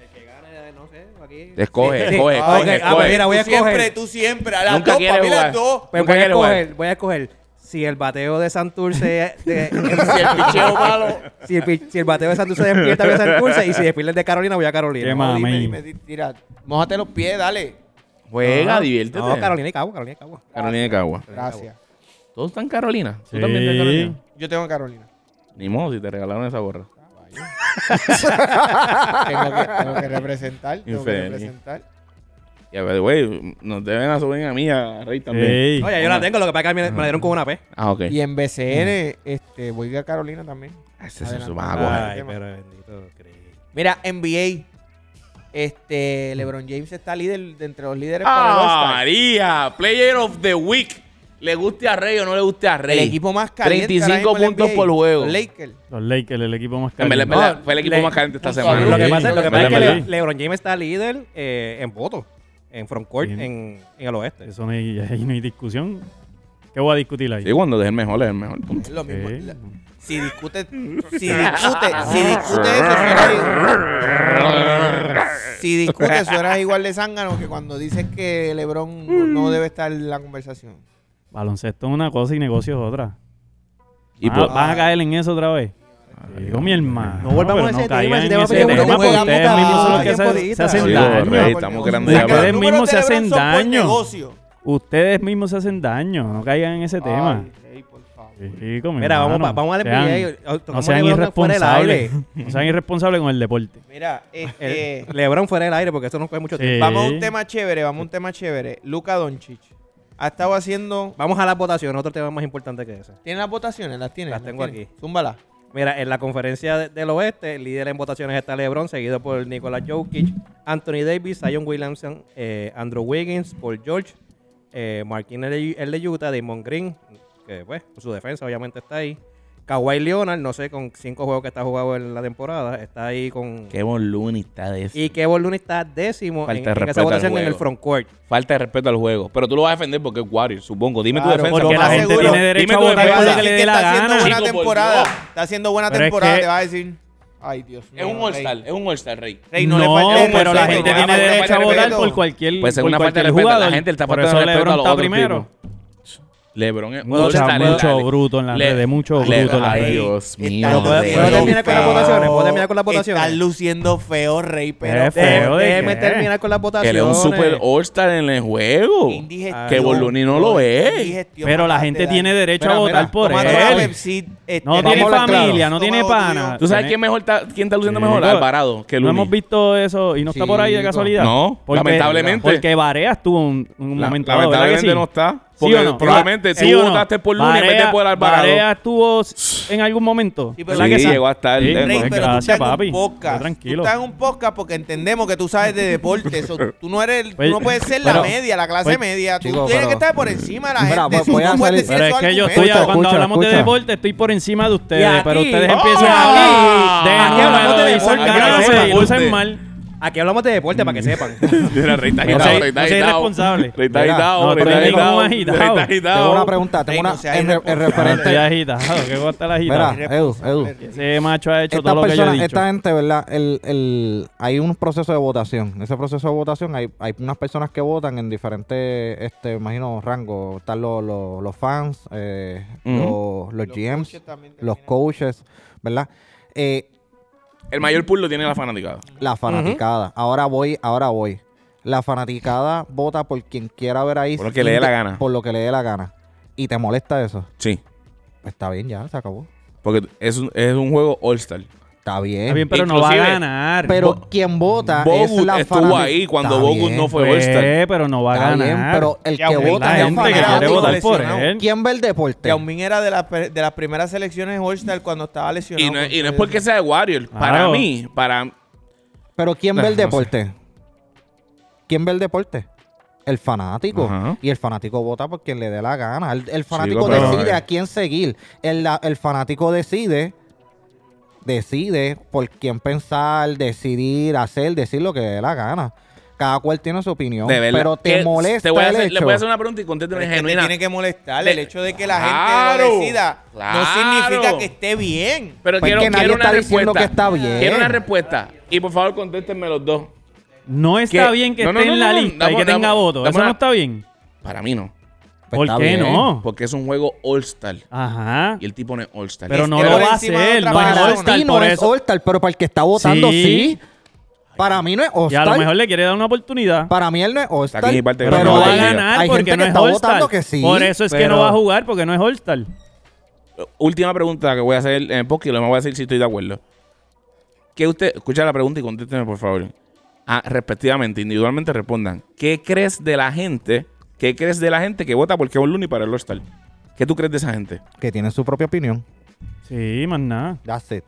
A: eh,
C: No sé, aquí.
B: Escoge,
C: Sí.
B: escoge,
C: Ah, ok,
B: escoge,
C: ah, pues
B: escoge. *laughs*
C: mira, voy a
A: tú siempre,
C: escoger.
A: tú siempre. A las
B: Nunca
A: dos,
B: quiere
A: papi, las
B: jugar.
A: dos.
C: Pues
B: Nunca
C: voy a
B: quiere jugar.
C: escoger, voy a escoger. Si el bateo de Santurce. De,
A: Si el picheo malo.
C: *laughs* si, el, pi- si el bateo de Santurce despierta, voy a Santurce. Y si despierta el de Carolina, voy a
E: Qué
C: Carolina.
E: ma-
A: No, dime,
E: Amén.
A: dime, di- tira. Mójate los pies, dale.
B: Juega, diviértete.
C: No, Carolina y Cabo, Carolina y Cabo.
B: Carolina de Cagua.
A: Gracias.
B: Todos están Carolina. Tú
E: Sí.
B: también estás Carolina.
A: Yo tengo a Carolina.
B: Ni modo si te regalaron esa gorra.
A: tengo, que, tengo que representar. Tengo que
B: Infeliz.
A: representar.
B: Y a ver, güey, nos deben a su a mí, a Rey también.
E: Ey,
C: Oye, yo la tengo, lo que pasa es que me me la dieron con una P.
B: Ah, ok.
A: Y en BCN,
E: Mm.
A: este, voy a Carolina también.
B: Ah, Ese es
A: Adelante.
B: su mago.
A: bueno.
C: Ay, pero bendito Cristo.
A: Mira, NBA. Este, LeBron James está líder de entre los líderes para el
B: ¡Ah,
A: All-Star.
B: María! Player of the Week. Le guste a Rey o no le guste a Rey.
A: El equipo más caliente.
B: 35
A: ahora mismo en la
B: puntos
A: NBA,
B: por juego.
A: los Lakers.
E: los Lakers, el equipo más
B: En
E: caro.
B: verdad, en verdad, fue el equipo
C: Le-
B: más caliente esta
A: Lo
B: semana.
C: Lo que
E: Sí,
C: pasa, lo que
E: sí,
C: pasa es
E: sí.
C: que Le-
E: Sí.
C: LeBron James está líder eh, en votos, en frontcourt,
E: Sí.
C: en, en el oeste.
E: Eso no hay, ahí no hay discusión. ¿Qué voy a discutir ahí?
B: Sí, cuando es el mejor, es el mejor. punto.
A: Es lo mismo.
E: Sí.
A: La- Si
E: *laughs*
A: discute, si discute, si discute eso, suena- si discute, suena igual de zángano que cuando dices que LeBron
E: Mm.
A: no debe estar en la conversación.
E: Baloncesto es una cosa y negocio es otra.
B: Y pues-
E: Ah,
B: por-
E: ¿Vas a caer en eso otra vez? Digo, mi hermano.
C: No volvamos
E: pero
C: a ese tema,
E: caigan
C: ese
E: en
C: tema
E: ese
C: porque
E: tema,
A: volvemos
E: porque
A: a
E: ustedes
A: puta-
E: mismos son los que se,
C: tiempo
E: se
B: Sí,
E: hacen
B: Rey,
E: daño.
B: estamos
A: O
B: creando
A: sea,
B: ya-
A: que los
E: Ustedes
A: números de
E: mismos se
A: LeBron
E: hacen
A: son por
E: daño.
A: negocio.
E: Ustedes mismos se hacen daño. No caigan en ese tema.
A: Ay, Rey, por favor.
E: Chico, mi
C: Mira, vamos,
E: hermano,
C: pa- vamos al
E: sean-
C: NBA. y- oh,
E: No
C: tocamos
E: sean
C: LeBron fuera del aire.
E: irresponsables. *laughs* No sean irresponsables con el deporte.
A: Mira,
C: El-
A: este,
C: LeBron fuera del aire porque esto no fue mucho
E: Sí.
C: tiempo.
A: vamos a un tema chévere, vamos a un tema chévere. Luca Doncic ha estado haciendo.
C: Vamos a las votaciones, otro tema más importante que ese.
A: ¿Tiene las votaciones? Las tiene.
C: Las tengo
A: tiene?
C: aquí.
A: Zúmbalas.
C: Mira, en la conferencia de- del oeste, el líder en votaciones está LeBron, seguido por Nicolás Jokic, Anthony Davis, Zion Williamson, eh, Andrew Wiggins, Paul George, eh, Marquín L. el de Utah, Damon Green, que pues su defensa obviamente está ahí. Kawhi Leonard, no sé, con cinco juegos que está jugado en la temporada, está ahí con...
B: Qué bonita de eso.
C: Y Kevin Looney está décimo
B: Falta
C: en,
B: de
C: en
B: respeto
C: esa
B: al
C: votación en
B: juego.
C: el frontcourt.
B: Falta de respeto al juego. Pero tú lo vas a defender porque es Warrior, supongo. Dime
A: Claro,
B: tu defensa.
A: porque
E: Porque
A: la
E: la
A: más gente
E: gente
A: seguro. tiene
E: tiene
B: derecho
E: derecho
B: Dime a
E: a
B: tu votar
E: votar
B: defensa. lo
E: por lo
B: que
E: que
B: le
E: le
A: Dicen
E: dé la
A: está haciendo
E: gana.
A: buena
B: Chico, por
A: temporada.
B: Dios.
A: Está haciendo buena
E: Pero es
A: temporada,
E: que-
A: te va a decir. Ay, Dios mío.
B: Es un
A: Rey.
B: All-Star, es un All-Star, Rey.
A: Rey, no,
E: no,
A: le falta el
E: pero
A: respeto, no
E: la gente
A: le
E: tiene
A: falta el
E: derecho a votar
A: respeto.
E: por cualquier,
B: Pues es
E: por
B: una falta de
E: cualquier
B: respeto. La
E: jugador.
B: gente le está
E: por
B: faltando
E: eso
B: el respeto a
E: LeBron
B: los
E: está
B: otros
E: primero.
B: LeBron es un
E: Mucho,
B: All-Star.
E: mucho
B: dale.
E: bruto en la
B: Le-
E: red, mucho
B: Le-
E: bruto en la
B: Ay,
E: red.
B: Dios
A: Está
B: mío.
A: feo.
C: ¿Puedo- puedo terminar con las votaciones? ¿Puedo terminar con las votaciones?
A: Estás luciendo feo, Rey, pero.
E: Es feo. ¿de
C: Déjeme
E: qué?
C: terminar con las votaciones.
B: Él es un super All-Star en el juego.
A: Indigestión.
B: Que Boluni no lo es.
A: Indigestión,
E: Pero la
A: mataste,
E: gente
A: Dani.
E: tiene derecho
C: Mira,
E: a votar
C: mira,
E: por
A: Tomate una
E: él.
A: Pepsi, este,
E: No tiene
A: vamos a hablar
E: familia,
A: claro.
E: no tiene
A: Estómago
E: pana.
A: tuyo.
B: ¿Tú sabes
E: Tenés-
B: quién, mejor está, quién está luciendo
E: Sí,
B: mejor?
E: digo,
B: Alvarado, que
E: No
B: Luni.
E: hemos visto eso y no está por ahí de
A: Chico.
E: casualidad.
B: No, lamentablemente.
E: Porque Barea tuvo un, un
B: La-
E: momento. dado, ¿verdad que
B: lamentablemente
E: sí?
B: no está.
E: ¿Sí
B: Porque
E: o no?
B: probablemente
E: ¿Sí
B: si
E: o no?
B: votaste por Luni en vez de
E: Barea-
B: por Alvarado.
E: Barea estuvo s- en algún momento.
A: Sí, pero-
E: ¿verdad que
B: Sí,
E: sí?
B: llegó a estar.
E: Sí,
B: eh,
E: Rey,
A: Rey,
E: Pues
A: pero tú
E: gracias,
A: estás en un
E: papi.
A: podcast.
E: Yo tranquilo.
A: Tú estás en un podcast porque entendemos que tú sabes de deportes.
E: *laughs*
A: o tú no eres, el- tú no
E: Pues-
A: puedes ser la
E: pero-
A: media, la clase
E: pues,
A: media. Tú
D: chico,
A: tienes
D: pero-
A: que estar por encima de la
D: Mira,
A: gente.
D: pues,
A: Tú
D: voy a
A: no puedes
D: salir-
A: decir
E: Pero es
A: eso
E: que yo
A: argumento.
E: estoy,
D: Escucha,
E: cuando
D: escucha,
E: hablamos de
D: escucha.
E: deporte, estoy por encima de
C: Y
E: ustedes.
C: a
E: Pero
C: ti.
E: ustedes empiezan
C: ¡Ah!
E: a de
C: Aquí
E: nuevo,
C: hablamos de
E: lo dicen
C: deporte,
B: aquí
E: ganas,
B: hablamos de
E: se lucen
B: deporte.
E: mal.
C: Aquí hablamos de deporte para que
B: Mm. *laughs*
C: sepan.
B: *laughs* Mira, Rey está
E: No
B: agitado,
E: soy-
B: Rey está
E: no soy
B: agitado.
E: responsable.
B: Rey está
D: Mira,
B: agitado,
E: no,
B: Rey
E: pero
B: está
E: dime cómo
B: agitado.
E: es
B: Rey
E: agitado.
B: está
D: Tengo una
B: agitado.
D: pregunta,
A: Ey,
D: tengo una
A: no seas
D: en, re- en
E: Estoy
D: referente.
E: agitado, qué guata la
D: Mira, eh,
E: agitado.
D: Edu, Edu.
E: Ese macho ha hecho
D: Esta,
E: todo lo que yo he
D: persona,
E: dicho.
D: esta gente, ¿verdad? El, el, hay un proceso de votación. En ese proceso de votación hay, hay unas personas que votan en diferentes, este, imagino, rangos. Están los, los, los fans, eh,
B: Ujú.
D: los, los
A: Los
D: GMs,
A: coaches también
D: los
A: terminan-
D: coaches, ¿verdad? Eh,
B: El mayor pool lo tiene la fanaticada.
D: la fanaticada. Ahora voy, ahora voy. La fanaticada vota por quien quiera ver ahí.
B: Por lo que le dé la gana.
D: Por lo que le dé la gana. Y te molesta eso.
B: Sí.
D: Está bien, ya, se acabó.
B: Porque es un, es un juego All-Star.
D: Está bien.
E: Está bien, pero no va a
B: Inclusive,
E: ganar.
D: Pero
E: Bo-
D: quien vota Ah, es
B: Bogut
D: la
B: estuvo
D: fanatic-
B: ahí cuando
D: Está
B: Bogut
D: bien,
B: no fue
E: Pues,
B: All-Star.
E: pero no va a
D: Está
E: ganar.
D: bien, pero el
A: Ya,
D: que
A: hombre,
E: la
D: vota es el
E: gente que quiere
D: fanático.
E: votar por
A: lesionado.
E: él.
D: ¿Quién ve el deporte?
A: Yao Ming era de, las pre- de las primeras selecciones All-Star cuando estaba lesionado.
B: Y no, es- y no es
A: Entonces,
B: porque sea de Warrior. Para
E: Claro.
B: mí, para
D: Pero ¿quién ve el
B: Ah, No sé.
D: deporte? ¿Quién ve el deporte? El fanático.
B: Ajá.
D: Y el fanático vota por quien le dé la gana. El, el fanático
B: Chico, pero- eh.
D: decide a quién seguir. El, la- el fanático decide. Decide por quién pensar, decidir, hacer, decir lo que le dé la gana. Cada cual tiene su opinión.
B: de verdad.
D: Pero
B: que-
D: te molesta
B: voy a
D: el
B: hacer-
D: hecho.
B: Le voy a hacer una pregunta y contéstame
A: pero es que te
B: genuina.
A: tiene que molestar
B: Le-
A: el hecho de que la gente
B: Claro,
A: lo decida. No
B: claro.
A: significa que esté bien.
B: Pero
D: Pues
B: quiero,
D: que nadie
B: quiero una
D: está diciendo
B: respuesta.
D: que está bien.
B: Quiero una respuesta. Y por favor, contéstenme los dos.
E: No está
B: Que-
E: bien que
B: No, no,
E: esté
B: no,
E: en
B: no,
E: la
B: no.
E: lista y
B: Damos-
E: que tenga
B: damos-
E: votos.
B: damos
E: Eso no
B: una-
E: está bien.
B: Para mí no.
D: Pues
E: ¿Por
D: está
E: qué
D: bien.
E: no?
B: Porque es un juego All-Star.
E: Ajá.
B: Y el tipo no es All-Star.
E: Pero
A: Es
E: no
A: que
E: lo
A: por
E: va a
A: encima de
E: hacer.
A: otra
E: No es
A: persona.
D: Para
E: All-Star
D: ti no
E: por
D: es
E: eso.
D: All-Star, pero para el que está votando sí.
E: Sí.
D: Para mí no es
E: Y a lo mejor
D: All-Star.
E: le quiere dar una oportunidad.
D: Para mí él no es All-Star.
B: Aquí mi parte
E: Pero
B: Pero
E: no
B: hay-
E: va a
D: hay
E: ganar porque
D: gente
E: no
D: que
E: es
D: está votando
E: All-Star.
D: que sí.
E: Por eso es que
D: pero-
E: no va a jugar porque no es All-Star.
B: eh, Última pregunta que voy a hacer en el podcast y lo me voy a decir si estoy de acuerdo. ¿Qué usted, escucha la pregunta y contésteme, por favor. Ah, respectivamente, individualmente respondan. ¿Qué crees de la gente? ¿Qué crees de la gente que vota por Kevin Looney para el All-Star? ¿Qué tú crees de esa gente?
D: Que tiene su propia opinión.
E: Sí, más nada.
D: That's it.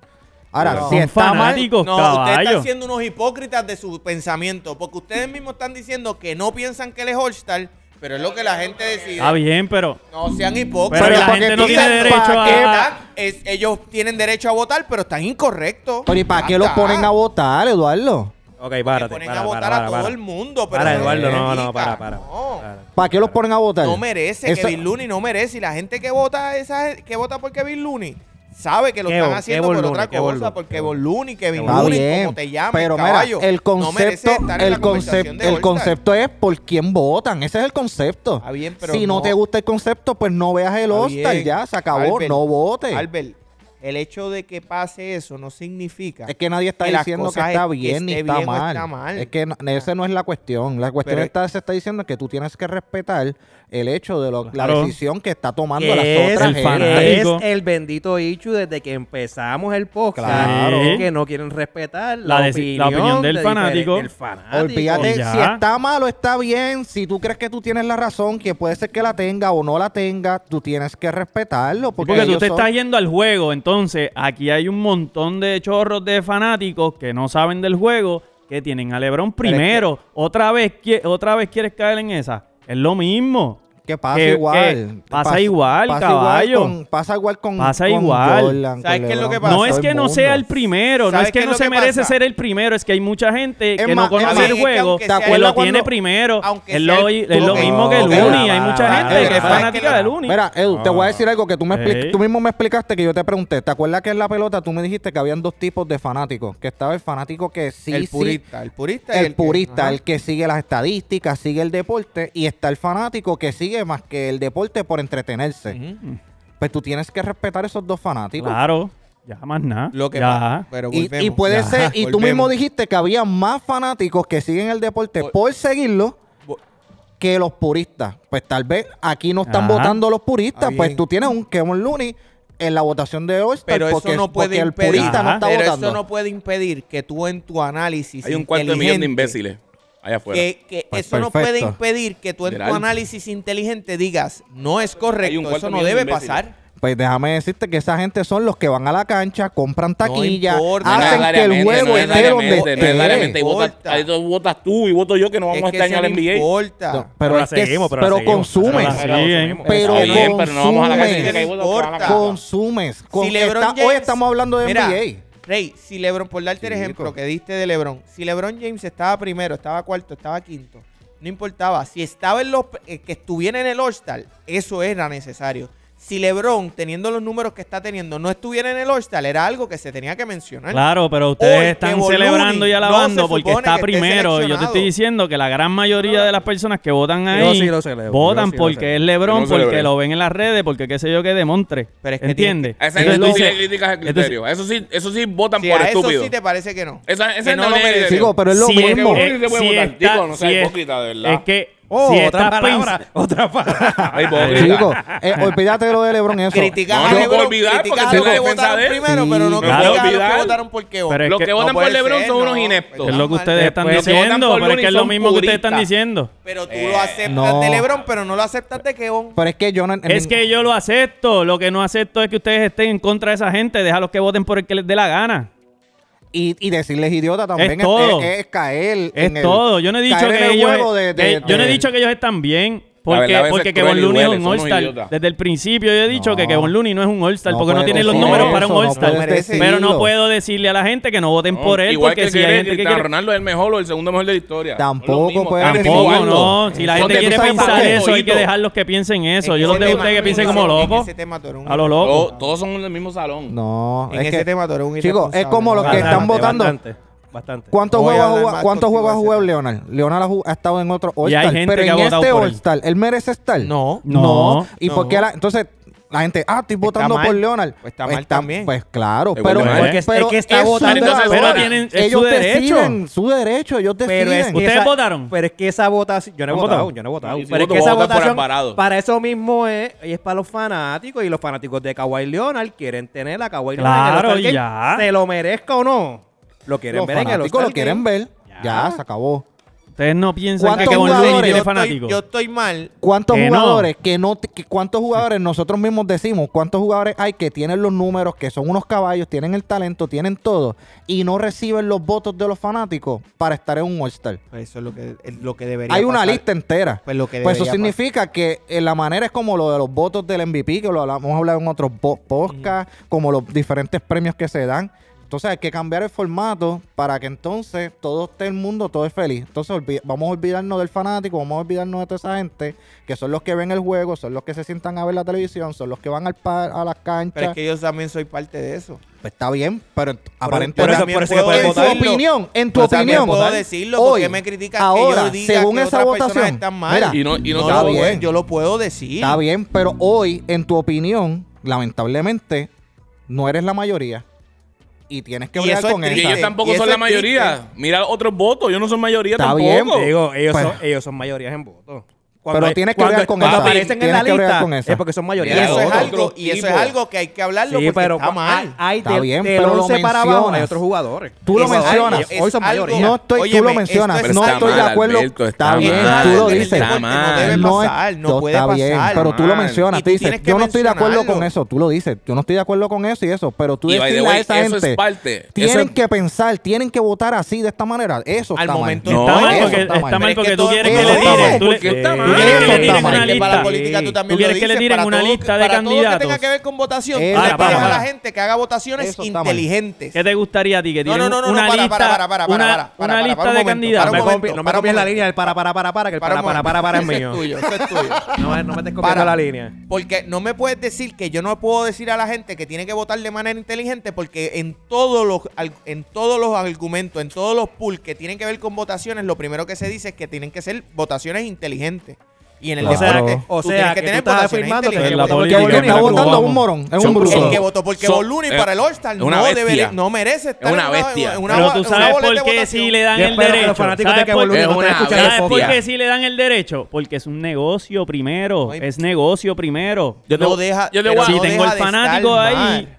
D: Ahora,
E: Son
D: si está mal,
E: fanáticos,
A: No, ustedes
E: caballo.
A: están siendo unos hipócritas de su pensamiento, porque ustedes mismos están diciendo que no piensan que él es All-Star, pero es lo que la gente decide.
C: Ah,
E: Está bien, pero
A: No sean
E: Pero
A: hipócritas.
D: la
A: porque
D: gente no
A: piensan
D: tiene derecho
A: pa' que
E: a-
A: da- es- ellos tienen derecho a votar, pero están incorrectos.
D: pero ¿y para qué lo
A: Basta.
D: ponen a votar, Eduardo?
C: Ok,
A: Que
C: párate.
A: ponen
C: para,
A: a votar
C: para,
A: a
C: para,
A: todo el mundo. Pero
C: Para,
A: eso
C: Eduardo, no, no,
A: significa-
C: para, para.
A: No,
C: para.
D: ¿Para qué lo ponen a votar?
A: No merece.
D: Eso-
A: Kevin Looney no merece. Y la gente que vota esa que vota por Kevin Looney sabe que lo
C: Qué
A: están
C: bol-
A: haciendo
C: qué
A: por
C: bol
A: otra
C: Looney, qué bol
A: cosa.
C: Looney,
A: Por
C: qué
A: Kevin Looney, Kevin
D: Está
A: Looney,
D: bien.
A: como te llames,
D: pero mira,
A: caballo.
D: el
A: No merece
D: concepto,
A: estar en la conversación
D: el,
A: de
D: concepto, el
A: All-Star.
D: concepto es por quién votan. Ese es el concepto.
A: Está bien, pero
D: si no,
A: no-
D: te gusta el concepto, pues no veas el
A: Está
D: All-Star.
A: bien.
D: Ya, se acabó.
A: Albert,
D: no votes.
A: Albert, el hecho de que pase eso no significa.
D: Es que nadie está
A: que las
D: diciendo que
A: cosas
D: está
A: es- que
D: bien ni
A: esté
D: está,
A: bien o
D: mal.
A: está mal.
D: Es que no- esa no es la cuestión. La cuestión
A: Pero-
D: está, se está diciendo que tú tienes que respetar el hecho de lo- la
E: Claro.
D: decisión que está tomando
C: Que
D: las
C: es,
D: otras
E: el
D: gente.
E: fanático.
C: es el bendito Ichu desde que empezamos el podcast.
D: Claro.
C: Que no quieren respetar la,
E: La deci-
C: opinión,
E: la opinión del
C: de diferen-
E: fanático.
C: del fanático.
D: Olvídate
E: Y ya.
D: si está mal o está bien. Si tú crees que tú tienes la razón, que puede ser que la tenga o no la tenga, tú tienes que respetarlo. Porque,
E: Porque, tú
D: ellos
E: te
D: son-
E: estás yendo al juego, entonces aquí hay un montón de chorros de fanáticos que no saben del juego, que tienen a LeBron primero. Otra vez qui- otra vez quieres caer en esa. Es lo mismo.
D: Que pasa
E: que-
D: igual.
E: que pasa igual, caballo.
D: Igual con, pasa igual con,
E: Pasa
D: con
E: igual.
D: Jordan,
A: ¿Sabes
D: con
A: qué es lo
D: LeBron,
A: que
D: con
A: pasa?
E: No
D: todo
E: es que no
D: mundo.
E: sea el primero, no
A: ¿Sabes
E: es que
A: qué es
E: no
A: lo
E: se
A: que
E: merece
A: pasa?
E: ser el primero, es que hay mucha gente
D: Es
E: que
D: más-
E: no
D: es
E: conoce
D: más,
E: el
D: es que
E: juego,
A: aunque
E: que
A: sea
E: lo
A: el-
E: tiene
A: cuando-
E: primero.
A: aunque
E: Es
A: sea
E: lo,
A: el-
E: es lo
A: ok,
E: mismo que el
D: ok,
E: Uni,
D: va,
E: hay
D: va,
E: mucha
D: va,
E: gente
D: va,
E: que
D: va,
E: es
D: va,
E: fanática
A: va.
E: del Uni.
D: Mira, Edu, te voy a decir algo que tú, me expli-
E: Ey.
D: tú mismo me explicaste que yo te pregunté. ¿Te acuerdas que en la pelota tú me dijiste que habían dos tipos de fanáticos? Que estaba el fanático que sí,
A: el
D: sí,
A: purista, el purista. y
D: el,
A: que-
D: purista,
A: ajá.
D: el que sigue las estadísticas, sigue el deporte, y está el fanático que sigue más que el deporte por entretenerse.
A: Ujú.
D: Pues tú tienes que respetar esos dos fanáticos.
E: Claro, ya más nada.
A: Lo que
E: ya.
A: pasa. Pero
D: Y,
A: volvemos.
D: y puede
A: Ajá,
D: ser, y tú
A: volvemos.
D: mismo dijiste que había más fanáticos que siguen el deporte
A: Vol-
D: por seguirlo
A: Vol-
D: que los puristas. Pues tal vez aquí no están
E: Ajá.
D: votando los puristas,
A: Está
D: pues
A: bien.
D: tú tienes un Kevin Looney en la votación de hoy
A: Pero eso
D: porque,
A: no puede
D: porque el
A: impedir-
D: purista no
E: Ajá.
D: está
A: Pero
D: votando.
A: eso no puede impedir que tú en tu análisis
B: Hay un cuarto de millón
A: inteligente,
B: de imbéciles allá afuera.
A: que, que
D: Pues
A: eso no
D: perfecto.
A: puede impedir que tú en tu
B: Literal.
A: análisis inteligente digas no es
B: Hay un
A: correcto,
B: cuarto
A: eso no
B: millón de
A: debe
B: imbéciles.
A: pasar.
D: Pues déjame decirte que esa gente son los que van a la cancha, compran taquilla,
A: importa.
D: hacen
A: No
D: que el
B: Necesariamente,
D: juego
B: no
D: esté donde
B: necesariamente, no necesariamente.
D: esté.
B: Y vota-
A: Importa.
B: ahí tú votas tú y voto yo que no vamos
A: Es
B: a
A: que
B: este año
A: eso
B: al
A: no
B: NBA.
A: importa.
D: No,
C: Pero
D: pero
C: la
D: es que,
C: seguimos, pero la
D: pero
C: seguimos.
D: consumes,
E: Pero la siguen.
D: pero,
B: Está bien, pero no vamos a la
D: consumes.
B: cancha que
A: No importa.
D: consumes. Con-
A: Si LeBron
D: está- Hoy
A: James-
D: estamos hablando de
A: Mira,
D: NBA.
A: Rey, si LeBron, por darte el
D: Chico.
A: ejemplo que diste de LeBron, si LeBron James estaba primero, estaba cuarto, estaba quinto, no importaba. Si estaba en los eh, que estuviera en el All-Star, eso era necesario. Si LeBron, teniendo los números que está teniendo, no estuviera en el All-Star, era algo que se tenía que
C: ¿Eh?
A: mencionar.
E: Claro, pero ustedes
A: Hoy, que
E: están
A: Boluni
E: celebrando y
A: no
E: alabando
A: se
E: porque
A: supone
E: está
A: que esté
E: primero. Yo te estoy
A: seleccionado.
E: diciendo que la gran mayoría de las personas que votan ahí
C: Yo sí lo celebro,
E: votan
C: yo sí lo
E: porque
C: celebro.
E: es LeBron,
B: Yo lo
E: porque
B: celebro.
E: lo ven en las redes, porque qué sé yo que demontre.
A: Pero es que
E: ¿Entiendes?
B: A esa
E: Entonces
B: gente
E: tú
B: tú sí le
E: dices-
B: criticas el
E: entonces-
B: criterio. Eso sí, eso sí votan
A: Si
B: por
A: a eso
B: estúpido.
A: sí te parece que no.
B: Esa, esa
A: que no
B: no,
A: lo
B: es
A: merece.
D: Sigo, pero es lo
E: Si es-
D: mismo.
B: Porque Boluni se puede
E: si
B: votar.
E: está-
B: Digo, no sea
E: si es-
B: hipócrita, de verdad.
E: Es que
C: Oh,
E: si
C: otra
E: estás *laughs*
C: palabra, *laughs*
E: pens-
C: otra palabra.
B: Ay, pobre.
E: *laughs*
D: Chicos, eh, olvídate de lo de LeBron eso.
A: Criticar
B: No,
A: a
B: no
A: LeBron,
B: puedo olvidar,
A: criticar
B: porque
A: a los
B: es
A: que
B: la defensa
A: votaron
B: de él.
A: primero, pero no
E: Sí,
A: criticar
E: claro.
A: a los que
B: Olvidar.
A: votaron porque
E: Pero es
B: Los que,
E: que-
B: votan
A: no
B: por
A: puede
B: LeBron
A: ser,
B: son unos
A: no,
B: ineptos.
E: es lo que
A: mal.
E: ustedes están
B: Después Pues, votan
E: diciendo,
B: por
E: pero es que es lo
B: Looney,
E: mismo que ustedes
B: purista.
E: están diciendo.
A: Pero tú
B: Eh,
A: lo aceptas
D: no.
A: de LeBron, pero no lo aceptas de Kevon.
D: Pero es que yo no. en-
E: Es que yo lo acepto. Lo que no acepto es que ustedes estén en contra de esa gente. Déjalos que voten por el que les dé la gana.
D: Y, y decirles idiota también es,
E: todo.
D: es- es caer.
E: Es
D: en el-
E: todo. Yo no he dicho
D: caer en
E: que
D: el
E: ellos.
D: juego de- de-
E: eh, yo no he
D: de-
E: dicho que ellos están bien.
B: La
E: Porque,
B: verdad, a veces
E: porque
B: es cruel
E: Kevon
B: y
E: Looney es
B: duele,
E: un
B: somos
E: All-Star.
B: idiotas.
E: Desde el principio yo he dicho que
D: No.
E: Kevon Looney no es un All-Star
D: No
E: porque no
D: puedes
E: tiene los
D: decir
E: números para un
D: eso, no
E: All-Star.
D: puedes
E: pero no
D: decirlo.
E: puedo decirle a la gente que no voten por él
B: Igual
E: porque
B: que
E: si
B: quiere
E: hay gente que
B: Cristiano
E: quiere.
B: Ronaldo es el mejor o el segundo mejor de la historia.
D: Tampoco
B: Son los mismos,
D: puede
B: están
D: ser.
E: Tampoco,
B: igualando.
E: no. Si la
B: Son
E: gente
B: de-
E: quiere
B: tú sabes
E: pensar
B: por qué,
E: eso, hay que
B: Coito.
E: dejarlos que piensen eso.
A: En
E: Yo
A: ese tema
E: los dejo a ustedes que
A: tú eres un
E: piensen como
A: irresponsable.
E: locos.
A: En ese tema tú eres un
E: A lo loco.
B: Todos, todos son del mismo salón.
D: No.
A: En
D: es
A: ese
D: que-
A: tema tú eres un
D: Chicos, es
A: irresponsable.
D: como los que están
C: Bastante,
D: votando.
C: Bastante, bastante.
D: ¿Cuántos
A: Este, Voy a
D: juegos ha
A: hablar
D: jugado,
A: más
D: cuántos
A: contigo
D: juegos ha
A: ese
D: jugado
A: tema.
D: Leonard? Leonard ha, ju- ha estado en otro
E: Y hay
D: All-Star,
E: gente
D: pero
E: que
D: en
E: ha votado
D: este
E: por él.
D: All-Star, ¿él merece estar?
A: No.
E: No.
D: ¿Y
A: No.
D: por qué la, entonces la gente, ah, estoy votando
A: mal.
D: por Leonard?
A: Pues está mal también. ¿eh?
D: Pues claro,
B: Igual
D: pero,
B: de mal.
D: pero-
B: Porque
C: es- es que está
D: es su
C: votando
D: derecho.
B: Entonces, ahora
E: tienen- es
D: ellos
E: su derecho.
D: deciden su derecho, ellos deciden.
C: Pero es que
E: ¿Ustedes
C: esa-
E: votaron?
C: Pero es que esa votación. Yo no he
E: ¿Han
C: votado,
E: votado?
C: yo no he votado.
B: No, yo sí
C: pero es
B: voto,
C: que esa
B: voto por
C: votación.
B: Alvarado.
C: Para eso mismo es. Y es para los fanáticos. Y los fanáticos de Kawhi Leonard quieren tener a Kawhi
E: Claro,
C: Leonard. en el All-Star
E: ya.
C: Game, Se lo merezca o no. Lo quieren
D: Los
C: ver en el
D: fanáticos
C: All-Star
D: lo quieren
C: Game.
D: ver.
E: Ya.
D: Ya, se acabó.
E: Ustedes no piensan que
D: ¿Cuántos
E: Kevin Looney
D: jugadores?
E: tiene
A: yo, estoy,
E: fanático.
A: yo estoy mal.
D: ¿Cuántos
E: Que no.
D: jugadores que no te- que- cuántos jugadores nosotros mismos decimos, cuántos jugadores hay que tienen los números, que son unos caballos, tienen el talento, tienen todo y no reciben los votos de los fanáticos para estar en un All-Star?
A: Pues eso es lo que, es lo que debería
D: Hay una
A: pasar.
D: lista entera.
A: Pues lo que
D: Pues eso
A: debería
D: significa que eh, la manera es como lo de los votos del MVP, que lo hablamos, hemos hablado en otros bo- podcasts, como los diferentes premios que se dan. Entonces hay que cambiar el formato para que entonces todo esté el mundo, todo es feliz. Entonces olvi- vamos a olvidarnos del fanático, vamos a olvidarnos de toda esa gente que son los que ven el juego, son los que se sientan a ver la televisión, son los que van al par, a las canchas.
A: Pero es que yo también soy parte de eso.
D: Pues está bien, pero
A: Pero
D: aparentemente...
C: eso-
A: también
C: por eso
A: puedo
C: que puedes
D: en tu
C: votarlo.
A: decirlo.
D: opinión, en tu
A: Yo también
D: opinión,
A: puedo decirlo
D: hoy,
A: porque me critican
D: ahora,
A: que yo diga
D: según
A: que
D: esa
A: otras
D: votación,
A: personas están mal.
D: mira,
B: Y no, y no,
A: no
B: te-
D: está
A: lo
D: bien.
A: puedo- yo lo puedo decir.
D: Está bien, pero hoy, en tu opinión, lamentablemente, no eres la mayoría. Y tienes que
A: Y
D: bregar
A: eso es
D: con
B: Y
A: triste.
D: esa.
B: ellos tampoco
A: Y eso
B: son la
A: es
B: mayoría. Mira otros votos. Yo no soy mayoría
D: Está
B: tampoco.
D: bien,
C: Digo, ellos,
D: Bueno.
C: son, ellos son mayorías en votos.
D: Pues, Pero tienes que bregar con
C: cuando
D: esa.
C: aparecen en
D: Tienes
C: la
D: que bregar
C: lista,
D: con esa.
C: es porque son
A: Y
C: mayorías
B: Mira,
A: eso es
B: otro
A: algo, y eso es
B: tipo.
A: algo que hay que hablarlo porque está mal.
C: Hay
D: Está bien,
C: del
D: pero lo
C: 11 para abajo
D: mencionas.
C: hay otros jugadores.
D: Tú lo
A: Es
D: mencionas.
A: algo- es
D: hoy son
A: algo-
D: mayoría. No estoy, tú lo
A: Óyeme,
D: mencionas.
A: esto
B: Pero
D: no
B: está
D: estoy de
B: mal,
D: acuerdo.
B: Alberto,
D: está,
B: está
D: bien,
B: mal,
D: tú lo
B: Alberto,
D: dices.
B: está mal.
A: No debe
D: Ah, es-
A: pasar, no puede
D: está bien,
A: pasar.
D: pero tú lo
B: Mal.
D: mencionas.
A: Y
D: Tú
A: tú
D: dices,
A: tienes que
D: yo no estoy de acuerdo
A: mencionarlo.
D: con eso. Tú lo dices. Yo no estoy de acuerdo con eso y eso. Pero tú
B: Y by the
D: decirle a
B: way,
D: esa
B: eso es
D: gente.
B: parte. Eso
D: Tienen
B: es-
D: que pensar, tienen que votar así, de esta manera. Eso
A: Al
D: está mal.
A: momento
B: No,
E: Está mal
D: eso
E: porque,
D: está
E: está
D: mal.
E: mal
A: Es que
E: porque tú
A: todo-
E: quieres
D: eso
E: que le
D: está
E: tiren.
D: mal,
E: tú le-
B: porque está
E: tú
B: mal.
E: quieres que le tiren una
D: Eso está mal.
A: Que Para la
E: lista.
A: política tú también
E: Tú quieres
A: lo
E: que le
A: dices,
E: tiren
A: para
E: una
A: todo-
E: lista de
A: para todo lo
E: candidatos.
A: que tenga que ver con votación, tú
D: Eso
A: le
D: está
A: pides a
E: mal.
A: la gente que haga votaciones
D: Eso está mal.
A: inteligentes.
E: ¿Qué te gustaría a ti? Que
A: No,
E: tienen
A: no, no, no,
E: una
A: para,
E: lista,
A: para, para, para,
E: una,
A: para, para,
E: una
A: para,
E: lista
A: para un
E: de
A: momento,
E: candidatos.
A: para
C: No me,
A: un momento,
C: compi- no me
A: para un
C: copies la
A: momento.
C: línea del para, para, para, para, que el para,
A: un
C: para,
A: momento.
C: para, para es
A: Ese
C: mío.
A: tuyo, ese es tuyo.
C: No, no me estés copiando
A: Para.
C: la línea.
A: Porque no me puedes decir que yo no puedo decir a la gente que tiene que votar de manera inteligente porque en todos los al- en todos los argumentos, en todos los pools que tienen que ver con votaciones, lo primero que se dice es que tienen que ser votaciones inteligentes. Y en el
D: Claro.
A: deporte,
D: O sea,
A: tú
C: o sea,
A: tienes que
C: que
A: tener
C: tú estás
A: votaciones
C: afirmando que
A: inteligentes.
E: la
C: porque
E: política
D: El que
E: Porque
D: está
E: no
D: votando es
E: jugamos.
D: un morón, es un
B: Son-
D: bruto.
A: El que votó por
B: Son-
A: Kevin Looney
B: eh,
A: para el All-Star
B: una
A: no,
B: bestia.
A: debería- no merece estar
B: Es una
A: en
B: bestia.
A: en una,
E: Pero
A: bo-
E: tú
A: en una
E: sabes
A: boleta
E: por
A: de
E: qué
A: votación.
E: si le dan
C: Yo
E: el
C: espero que los
E: derecho.
C: fanáticos de
E: ¿Sabes
C: que
E: por-
C: Boludo
B: Es
C: no estén
B: una
C: escuchando
E: ¿Sabes por
B: bestia.
E: qué si le dan el derecho? Porque es un negocio primero.
A: Ay.
E: Es negocio primero.
B: Yo te-
A: No deja,
B: yo te
A: pero
B: voy a-
E: Si
A: no
E: tengo el
A: deja de estar
E: fanático ahí.
A: mal.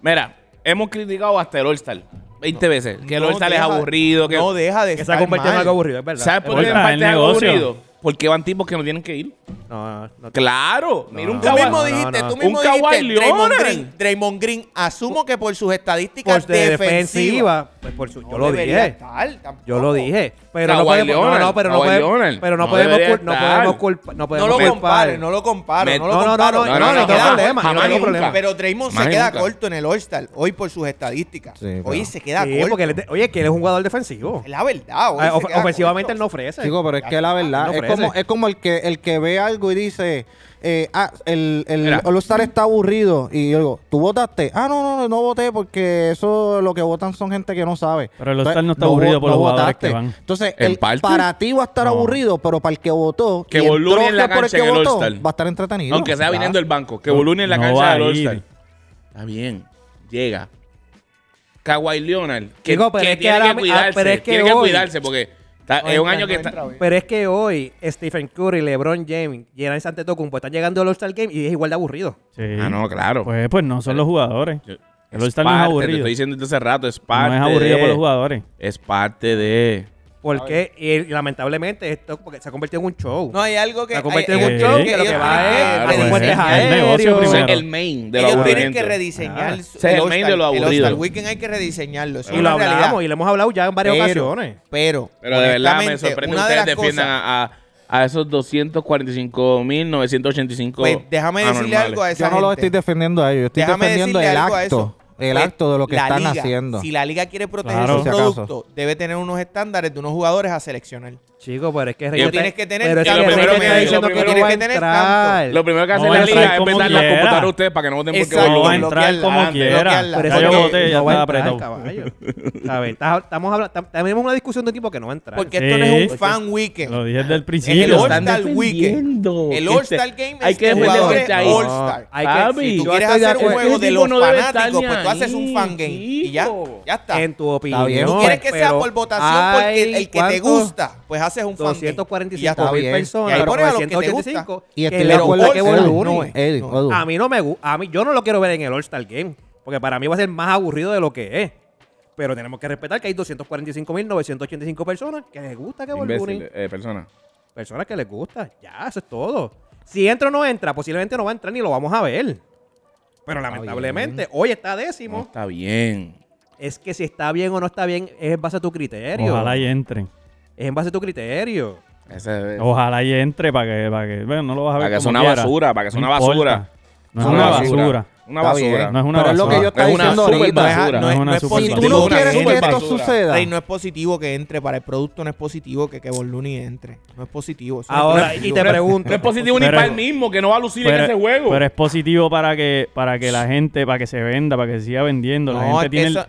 B: Mira, hemos criticado hasta el All-Star 20 veces. Que el
A: No
B: All-Star es
A: deja-
B: aburrido. Que...
A: No deja de
C: Que
A: estar
C: se ha convertido en
A: mal. pues,
C: algo aburrido, es verdad.
B: ¿Sabes por
E: el
B: qué en
E: All-Star
B: parte es
E: es negocio.
B: aburrido? Porque van tipos que no tienen que ir.
C: No, no, no.
B: Claro. Mira un
A: Tú
B: Kawhi-
A: mismo
C: no,
A: dijiste,
C: no.
A: tú mismo
B: Un
A: dijiste,
B: Kawhi
A: Draymond
B: Leonard.
A: Green, Draymond Green, asumo que por sus
C: Por
A: estadísticas
C: de
A: defensivas,
C: defensiva, pues por su, yo
A: no
C: lo
A: debería
C: dije.
A: estar tampoco.
C: Yo lo dije. Pero no
B: Kawhi
C: podemos, no,
B: Leonard,
C: no, pero no
B: Kawhi
C: podemos,
B: Leonard.
C: pero no
B: No
C: podemos,
B: debería
C: cul- no
B: estar.
C: podemos culpar, no
A: No
C: podemos
A: lo
C: culpar.
A: compare, no lo comparo,
B: Me-
A: no lo
C: no, no,
A: comparo.
C: no, no, no,
A: me
C: no,
A: queda
C: jamás,
A: problema,
B: jamás
A: no tengo
B: y nunca.
A: problema. Pero Draymond
B: Jamás
A: se
B: y
A: queda
B: nunca.
A: corto en el All-Star hoy por sus estadísticas.
D: Sí,
A: hoy
D: claro.
A: se queda
C: Sí,
A: corto.
C: porque él es de- oye, que él es un jugador defensivo.
A: Es la verdad. hoy
C: Ah,
A: se
C: of-
A: queda
C: ofensivamente
A: corto.
C: él no ofrece.
D: Chico, pero es que la verdad,
C: No
D: es como,
C: ofrece.
D: es como el que el que ve algo y dice, eh, ah, el, el
B: Mira.
D: All-Star está aburrido. Y yo digo, ¿tú votaste? Ah, no, no, no, no voté porque eso lo que votan son gente que no sabe.
E: Pero el
D: Entonces,
E: All-Star no está aburrido
D: vo-
E: por los jugadores que van.
D: Entonces,
B: ¿En
D: el-
B: parte?
D: para ti va a estar
E: No.
D: aburrido, pero para el que votó,
B: Que
D: y entró
B: Voluni en la
D: por el
B: cancha
D: que
B: en el
D: votó,
B: All-Star.
D: va a estar entretenido.
B: Aunque sea
D: Ah.
B: viniendo del banco. Que Voluni en la
E: no va
B: cancha
E: a
B: del All-Star.
E: ir.
B: Está bien. Llega. Kawhi Leonard. Que,
C: Chico, pero
B: que
C: es que
B: tiene
C: ahora-
B: que
C: ah,
B: cuidarse.
C: pero es que
B: tiene que
C: hoy-
B: cuidarse porque está-
A: No
B: es un
A: entra,
B: año que
A: no
B: está...
A: entra hoy.
C: Pero es que hoy Stephen Curry, LeBron James, Giannis Antetokounmpo están llegando al All-Star Game y es igual de aburrido.
E: Sí.
B: Ah, no, claro.
E: Pues, pues no son los jugadores.
B: Yo-
E: El All-Star no es
B: parte, Te
E: aburrido.
B: estoy diciendo desde hace rato, es
E: No
B: parte
E: es aburrido
B: de-
E: por los jugadores.
B: Es parte de...
C: Porque y, lamentablemente esto porque se ha convertido en un show.
A: No hay algo que.
C: se ha
A: hay-
C: convertido
A: hay
C: en un
E: eh,
C: show
A: algo
E: eh,
C: que lo
A: ellos
C: que
A: tienen
C: va
A: que
C: es
E: eh,
C: a puentes
E: eh, el
C: aéreos.
B: Ese
E: negocio
B: es
E: primero.
B: el main de lo
A: Ellos tienen
B: aburrimiento.
A: que rediseñar su-
B: Ese es el main
A: All-Star-
B: de lo
A: el
B: aburrido.
A: All-Star Weekend hay que rediseñarlo. eso es
C: Y lo
A: una realidad.
C: hablamos y lo hemos hablado ya en varias
A: Pero-
C: ocasiones.
A: Pero,
B: Pero de verdad me
A: honestamente,
B: sorprende que
A: una de
B: ustedes
A: las
B: defiendan
A: cosas-
B: a, a- a esos 245.985
A: Pues déjame decirle
B: anormales.
A: algo a esa
D: Yo no lo
A: gente.
D: estoy defendiendo a ellos, yo estoy
A: Déjame
D: defendiendo
A: decirle
D: el
A: algo a
D: acto,
A: eso.
D: el
A: Pues,
D: acto de lo que
A: la
D: están
A: liga,
D: haciendo.
A: Si la liga quiere proteger
E: Claro.
A: su
D: Si acaso.
A: producto, debe tener unos estándares de unos jugadores a seleccionar.
C: Chico, pero es que
B: Yo-
C: Reyes
A: tienes que tener-
C: pero es
B: y lo
C: que Reyes
B: primero
C: está
B: que-
C: diciendo
B: lo
C: que no
B: primero
C: va a
A: que tienes
C: entrar.
B: Lo primero que hace
E: No va
B: la
E: a
B: liga
E: entrar
B: es
E: como
B: vender las
E: quiera.
B: computadoras a ustedes para que no voten porque
A: Exacto.
E: No va a
B: voten.
A: bloquearla,
E: entrar como
A: adelante,
E: quiera.
A: bloquearla.
C: Pero
E: Ya
C: eso
E: yo
C: porque
E: voté, ya
C: no va a
E: estaba
C: entrar,
E: apretado.
C: caballo. ¿Sabes? Está- Estamos hablando, tam- tenemos una discusión de tipo que no va a entrar.
A: Porque esto no es un
E: Sí.
A: fan weekend.
E: Lo dije desde el
A: Es el
E: principio.
B: Están
A: All-Star Weekend.
B: defendiendo.
A: El
B: Este,
A: All-Star Game
B: hay
A: es
B: que
A: de
B: defender
A: jugadores
B: que está ahí.
A: All-Star.
C: hay
B: Papi,
C: que, si
A: Si
C: tú
A: tú
B: yo
A: quieres
C: estoy de
A: hacer un
C: acuerdo.
A: juego
B: Ese
A: de
B: tipo
A: los
B: no debe estar
A: fanáticos,
B: ni
A: pues tú haces un
B: ahí,
A: fan game y ya,
B: chico.
A: ya está.
C: En tu opinión.
D: Está bien.
A: Tú quieres que sea
C: pero
A: por votación porque el, el que te
C: ¿cuántos?
A: gusta, pues haces un fan game. Y ya
C: 245
A: está.
D: está
C: mil
D: bien.
A: Y ahí
C: personas, pero
A: pones a los que te
C: 985.
A: gusta.
D: Y
C: que
D: estoy
C: le
D: de acuerdo
C: gusta
D: que
A: All-Star
C: Kevin
A: Game.
D: Edu,
C: Looney.
A: No es.
D: Edu,
A: No.
D: Edu.
C: A mí no me gusta, a mí yo no lo quiero ver en el All-Star Game, porque para mí va a ser más aburrido de lo que es. pero tenemos que respetar que hay 245.985 personas que les gusta que
B: Imbécil,
C: Bunny.
B: eh, persona.
C: Personas que les gusta. Ya, eso es todo. Si entra o no entra, posiblemente no va a entrar ni lo vamos a ver. Pero lamentablemente, hoy está
B: No
C: décimo.
B: está bien.
C: Es que si está bien o no está bien es en base a tu criterio.
E: Ojalá y entren.
C: Es en base a tu criterio.
B: Ese es-
E: Ojalá y entre para que, para que. Bueno, no lo vas a ver.
B: Este, Para que sea
E: como
B: una
E: quiera.
B: basura, para que sea
E: No
B: una
E: importa.
B: basura.
E: No es una basura.
B: Una
D: Está
B: basura.
D: bien.
E: No es una
D: Pero es lo
E: basura.
D: que yo estaba
B: Es una
D: diciendo
B: super
D: ahorita.
B: basura.
A: No es, no es
E: Una
A: positivo.
D: Si tú no
B: Una
D: quieres que
B: super
D: esto
B: basura.
D: suceda,
A: Rey, no es positivo que entre para el producto, no es positivo que Kevon Looney entre. No es positivo. eso no es
C: Ahora,
A: positivo.
C: y te pregunto.
B: No es positivo ni
E: Pero-
B: para él mismo, que no va a lucir en
E: Pero,
B: ese juego.
E: pero es positivo para que, para que la gente, para que se venda, para que se siga vendiendo. La
A: No,
E: gente
A: es que
E: tiene el-
A: eso-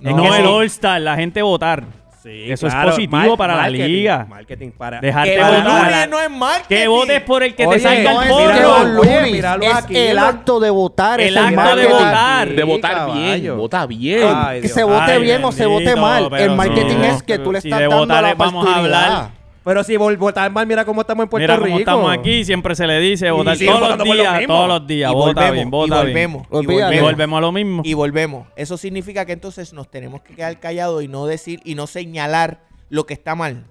E: No,
A: es que
E: el
A: sí.
E: All-Star, la gente votar.
C: Sí,
E: Eso es positivo para la liga.
C: Marketing para.
E: Dejar
C: Que
E: de
A: Kevon
C: Kevon
E: votar.
C: Looney
A: Looney no es marketing.
E: Que votes por el que
C: Oye,
E: te salga
C: no
E: el
C: es
E: foro.
C: míralo,
D: Kevon
C: oye,
D: Looney
C: míralo
D: es
C: aquí,
D: el
C: míralo.
D: acto de votar.
E: El
D: es
E: acto de
D: marketing.
E: votar.
B: de votar
C: Sí,
B: bien.
C: caballo.
B: Vota bien.
C: Ay,
D: Que
C: Dios.
D: se vote
E: Ay,
D: bien o se vote
E: bendito,
D: mal.
E: pero
D: El marketing
E: sí.
D: es que tú le
E: Si
D: estás
E: de
D: dando
E: votar
D: la
E: es- vamos a hablar.
D: oportunidad.
C: Pero si vol- votar mal, mira cómo estamos en Puerto
E: Mira
C: Rico.
E: cómo estamos aquí, siempre se le dice votar
C: siguen
E: todos los
C: votando por lo
E: días,
C: mismo.
E: todos los días,
A: y
E: vota
A: volvemos,
E: bien,
A: y
E: vota bien.
A: volvemos, y
D: Olvídate.
E: Y
A: volvemos.
E: volvemos a lo mismo.
A: y volvemos. Eso significa que entonces nos tenemos que quedar callados y no decir y no señalar lo que está mal.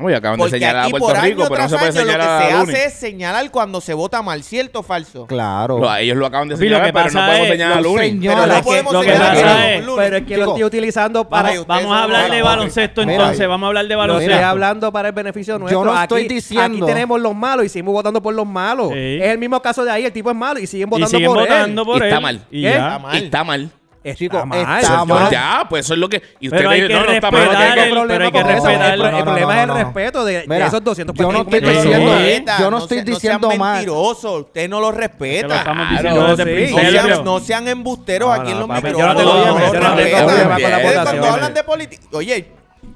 B: Uy, acaban de
A: Porque
B: señalar a
A: aquí
B: Puerto
A: por año
B: Rico, pero no
A: tras
B: se puede
A: año lo que
B: señalar
A: se
B: a Luni.
A: hace es señalar cuando se vota mal, ¿cierto o falso?
D: Claro.
B: Lo- ellos lo acaban de
E: Papi, lo
B: señalar,
E: que
B: pero
E: pasa
B: no podemos
E: es-
B: señalar a
D: los
B: Luni.
D: señores-
A: Pero
E: lo
A: no
E: que-
A: podemos
E: lo que
A: señalar
E: pasa
A: no,
E: es-
A: Luni.
C: Pero es que lo
D: Chico.
C: estoy utilizando para.
A: Ay,
E: Vamos,
A: ustedes
E: vamos
A: son
E: a hablar de
A: unos
E: baloncesto
D: Mira,
E: entonces, vamos a hablar de
C: Lo estoy
E: baloncesto.
C: hablando para el beneficio nuestro.
D: no
C: Aquí-
D: estoy diciendo-
C: Aquí tenemos los malos y seguimos votando por los malos.
E: Sí.
C: Es el mismo caso de ahí. El tipo es malo y siguen
E: Y
C: votando
E: siguen
C: por
E: votando
C: él.
E: por
B: Y
E: él.
B: está mal.
E: Y
C: ¿Qué?
E: ya.
B: Y está mal.
C: Está
D: Chico,
C: mal.
D: está
B: Pues
D: mal.
B: ya, pues eso es lo que. Y
E: Pero hay
B: dice,
E: que
B: no, no está mal, no tiene
E: respetar el-
B: que-
E: pero hay que
C: Por eso,
E: respetar-
C: el,
E: No,
C: pro-
E: no,
C: el
D: no,
C: problema
D: no,
C: es el
D: no, no.
C: respeto de, de
D: Mira,
C: esos
D: yo
C: 245
D: Eh, no estoy
E: Sí.
D: diciendo,
A: respeta,
D: yo no
A: se-
D: estoy diciendo
A: sean
D: mal.
A: mentirosos, usted no los
E: Te lo
A: respeta.
E: estamos
B: Claro,
E: diciendo desde
C: sí.
E: el
A: No
E: principio.
A: sean, no sean embusteros
C: No,
A: aquí en
C: no,
A: los
C: papi,
A: micrófonos.
C: yo no te
B: lo digo,
A: No,
B: yo no te lo
A: respeta.
B: digo, yo no te lo
A: Ustedes
B: digo.
A: Cuando hablan de política, oye,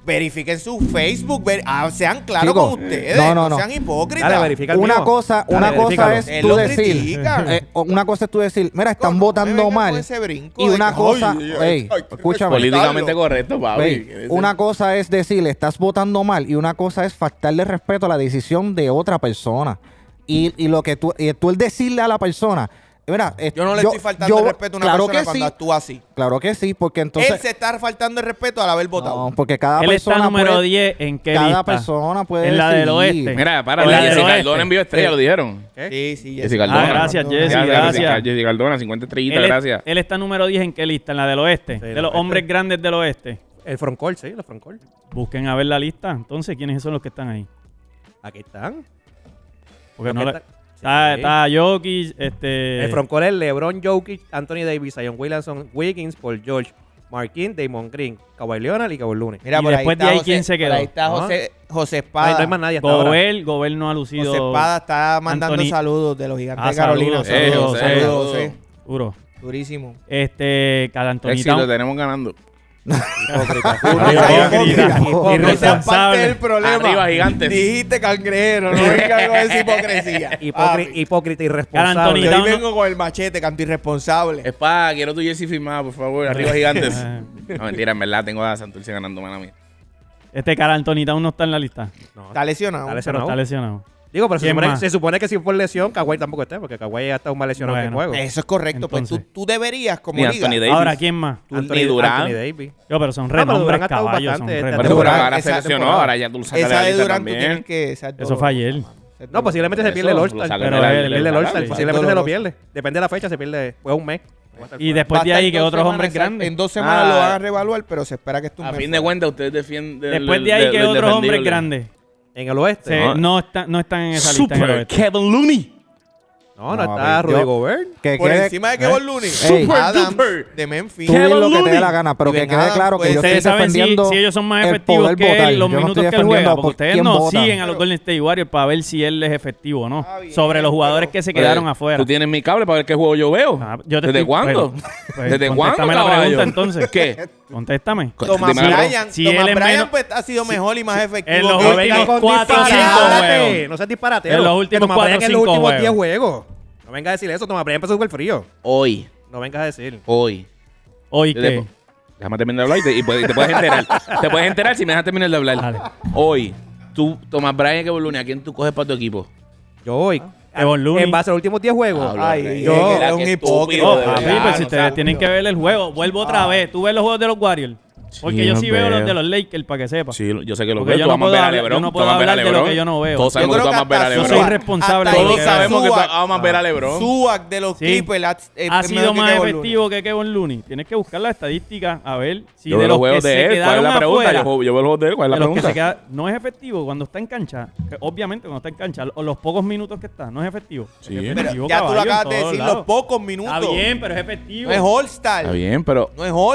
A: verifiquen su Facebook, ver- ah, sean claros
D: Chico,
A: con ustedes,
D: no, no, no.
A: sean hipócritas.
C: Dale, verifica el
D: Una
C: mío.
D: cosa,
C: Dale,
D: una cosa
C: verifícalo.
D: es
A: Él
D: tú
A: lo
D: decir,
A: critica.
D: eh, o- una cosa es tú decir, mira,
A: No
D: están
A: me
D: votando
A: vengan con
D: mal.
A: ese brinco
D: Y
A: de
D: una
A: que,
D: cosa,
A: ay,
D: ey,
A: ay, que
D: escúchame,
B: Políticamente correcto,
A: Ah,
B: papi.
D: Ey, una cosa es decirle, estás votando mal, y una cosa es faltarle respeto a la decisión de otra persona. Y, y lo que tú, y tú el decirle a la persona, mira, eh,
A: Yo no le estoy faltando
D: yo-
A: el respeto a una
D: claro
A: persona
D: que
A: cuando
D: sí,
A: actúa así.
D: Claro que sí, porque
A: Él se
D: entonces...
A: está faltando el respeto al haber votado.
D: No, pues, porque cada
E: Él está
D: persona
E: número
D: puede-
E: 10 en qué
D: Cada
E: lista?
D: persona puede
E: En la del
D: decidir.
E: oeste.
B: Mira, para,
E: Hola,
B: Jessica
E: del
B: Cardona
E: oeste.
B: envió estrella, lo dijeron.
A: Sí, sí,
B: Jessica
E: este Ah,
B: Cardona.
E: gracias, Jessy,
B: Jessica-
E: gracias.
B: Jessica Cardona, 50 estrellitas,
E: Él, es- eh,
B: gracias.
E: él está número 10 en qué lista, en la del oeste,
C: Sí,
E: de
C: del
E: los
C: oeste.
E: hombres grandes del oeste.
C: El frontcourt, sí, el frontcourt.
E: Busquen a ver la lista, entonces quiénes son los que están ahí.
C: Aquí están.
E: Porque no
C: Aquí
E: le-
C: están.
E: está,
C: Sí.
E: está Jokic, este
C: El frontcourt es LeBron, Jokic, Anthony Davis, Zion Williamson, Wiggins, Paul George, Marquín, Damon Green, Kawhi Leonard y Kawhi Looney.
A: Mira,
E: Y después de ahí, ¿quién se
A: por
E: quedó?
A: ahí está
C: Ajá.
A: José, José
C: No hay- no hay más
A: Espada.
C: nadie hasta ahora.
E: Gobel, Gobel no ha lucido
A: José Espada está mandando
E: Anthony-
A: saludos de los gigantes
E: Ah,
A: de Carolina.
E: saludos,
B: Eh,
A: Saludos,
B: José,
A: saludos, José.
B: saludos.
E: duro.
A: Durísimo.
E: Este
B: Éxito,
E: Calantonita.
B: tenemos ganando.
A: Uno sea
E: Arriba, hipócrita.
A: hipócrita.
E: Hipócrita.
A: No seas parte
E: Irresponsable.
A: del problema.
B: Arriba, gigantes.
A: Dijiste cangrejero, no venga con esa
E: *laughs*
A: hipocresía.
C: Hipócri-
A: Papi,
C: hipócrita
E: Anthony,
A: yo
C: irresponsable.
E: Antonita,
A: hoy
E: uno-
A: vengo con el machete, canto
B: Eh,
A: irresponsable.
B: Espada, quiero tu jersey firmada, por favor. Arriba, gigantes.
E: *laughs*
B: No, mentira, en verdad tengo a Santurce ganando, mala mía.
E: Este Calantonita aún no está en la lista,
C: No,
A: Está lesionado.
C: está
E: pero
C: lesionado.
E: está lesionado.
C: Digo, pero se
E: ¿Quién
C: supone,
E: más?
C: se supone que si por lesión, Kawhi tampoco está, porque Kawhi ya está un mal lesionado en el
E: Bueno.
C: juego.
A: Eso es correcto. pues
E: Entonces.
A: tú, tú deberías, como
B: Ni
A: liga,
B: Anthony Davis.
E: Ahora quién más?
B: Anthony Durán.
C: Anthony Davis.
E: Yo, pero son
C: No, pero
E: renombres
C: Durán ha estado
E: caballos, son
C: bastante esta
E: renombres.
B: Pero
A: Durán,
B: ahora se
A: esa
B: lesionó,
A: temporada.
B: ahora ya tú lo sacas
A: Esa de
B: de la lista
A: Durán tú
B: también.
A: tienes que... esa es
E: Eso fue ayer. pues
C: No, posiblemente se
B: Eso,
C: pierde el
B: lo
C: All-Star.
B: sacan de
E: Pero
B: la-
E: él-
B: de
E: él
B: la-
C: pierde el All-Star,
B: de la-
C: posiblemente se lo
A: doloroso.
C: pierde. Depende de la fecha, se pierde pues un mes.
E: Y después de
A: Va a
E: ahí
A: estar
E: que
A: dos
E: otros
A: semanas,
E: hombres
A: exacto.
E: grandes.
A: En dos semanas
B: Ah.
A: lo van a revaluar, pero se espera que esté un
B: A
A: mes
B: fin de
A: fuera.
B: cuentas, ustedes defienden.
E: Después de ahí que otros hombres grandes.
C: En el oeste.
E: Se-
D: Ah.
B: No.
E: no, está- no están en esa lista. este, en el
B: Super
E: oeste.
B: Kevin Looney.
C: No, no,
D: No,
C: está
D: a ver,
C: Rudy
D: yo-
C: Gobert.
D: Que
A: Por
D: quede-
A: encima de
E: ¿Eh?
A: Kevin Looney.
D: Ey.
B: Super
A: Adams
B: duper.
A: de Memphis.
D: tú di lo que te
B: Kevin
D: dé la gana, pero
A: Looney.
D: que quede claro
A: pues.
D: que yo estoy
E: Ustedes saben si,
D: defendiendo
E: si ellos son más
D: el
E: efectivos
D: poder
E: que él,
D: votar.
E: los
D: Yo no
E: minutos
D: estoy
E: que él
D: defendiendo
E: juega.
D: por
E: Porque ustedes
D: quién
E: no
D: vota.
E: siguen a los Golden State Warriors para ver si él es efectivo o no.
A: Está bien,
E: sobre los jugadores
A: pero-
E: que se quedaron afuera.
B: Pues, Tú tienes mi cable para ver qué juego yo veo.
E: Ah, yo te
B: ¿Desde
E: estoy-
B: cuándo? *laughs*
E: pues- pues,
B: ¿Desde cuándo?
E: contéstame la
B: caballo?
E: pregunta, entonces.
B: ¿Qué?
E: Contéstame.
A: Thomas
B: Dime la pregunta.
A: Bryan,
E: Si
A: Thomas
E: él es
A: Bryan
E: menos-
A: pues, ha sido mejor y más
E: en
A: efectivo.
E: los
A: que-
C: Este
E: jóvenes- últimos cuatro o
C: disparate,
E: cinco
C: disparate,
E: juegos.
C: No seas disparatero.
E: En los últimos cuatro o
C: en los
E: cinco
C: últimos
E: juegos.
C: 10 juegos. No vengas a decir eso. Toma Bryant empezó súper frío.
B: Hoy,
C: No vengas a decir.
B: hoy.
E: Hoy
B: Yo
E: que.
B: te- Déjame terminar de hablar y te, y puedes- y te puedes
E: *laughs*
B: enterar. te puedes enterar si me dejas terminar de hablar.
E: Dale.
B: Hoy, tú, Tomás Bryan Kevin Looney, ¿a quién tú coges para tu equipo?
C: Yo voy.
E: Ah. Kevon Looney.
C: En base a los últimos 10 juegos.
B: Hablo,
A: Ay,
B: rey.
A: yo-
B: Mira,
A: eres
B: qué
A: un
B: estúpido,
A: hipócrita.
E: Oh,
B: de
E: papi,
B: verdad,
E: pues si
B: o sea,
E: ustedes tienen que ver el juego. Vuelvo otra vez. Tú ves los juegos de los Warriors.
B: Ah.
E: Porque
B: Sí,
E: yo
B: los
E: sí
B: veo.
E: veo los de los Lakers, para que sepa.
B: Sí, yo sé que lo
E: Pues,
B: veo.
E: Porque yo
B: Tú
E: no
B: amas ver
E: puedo
B: a
E: hablar-
B: LeBron.
E: yo no
B: tú
E: puedo
B: amas ver a
E: hablar de lo
B: LeBron.
E: que yo no veo.
B: Todos sabemos que tú amas ver a
A: hasta
E: Yo
B: LeBron.
E: soy
A: Zubac,
E: responsable
A: hasta
E: de lo
B: Todos
E: que
B: sabemos que tú
A: Zubac,
B: amas ver a LeBron.
A: Zubac de los
E: Sí.
A: Clippers ha, eh,
E: ha
A: primero
E: sido
A: que
E: más
A: Kevon Looney.
E: efectivo que Kevin Looney. Tienes que buscar la estadística a ver si
B: Yo
E: de
B: veo los
E: los que
B: juegos
E: se
B: de él. ¿Cuál es
E: quedaron
B: la pregunta?
E: afuera,
B: Yo juego- yo veo los juegos de él. ¿Cuál es
E: de
B: la
E: los que se
B: pregunta?
E: queda- no es efectivo cuando está en cancha. que obviamente cuando está en cancha, o los pocos minutos que está, no es efectivo.
B: Sí.
E: Es
A: Pero
E: efectivo,
A: ya tú lo
E: caballo, en
A: acabas de
E: todos
A: decir,
E: lados.
A: los pocos minutos.
E: Está bien, pero es efectivo.
A: No es All-Star.
B: Está bien, pero.
A: No es
E: No va a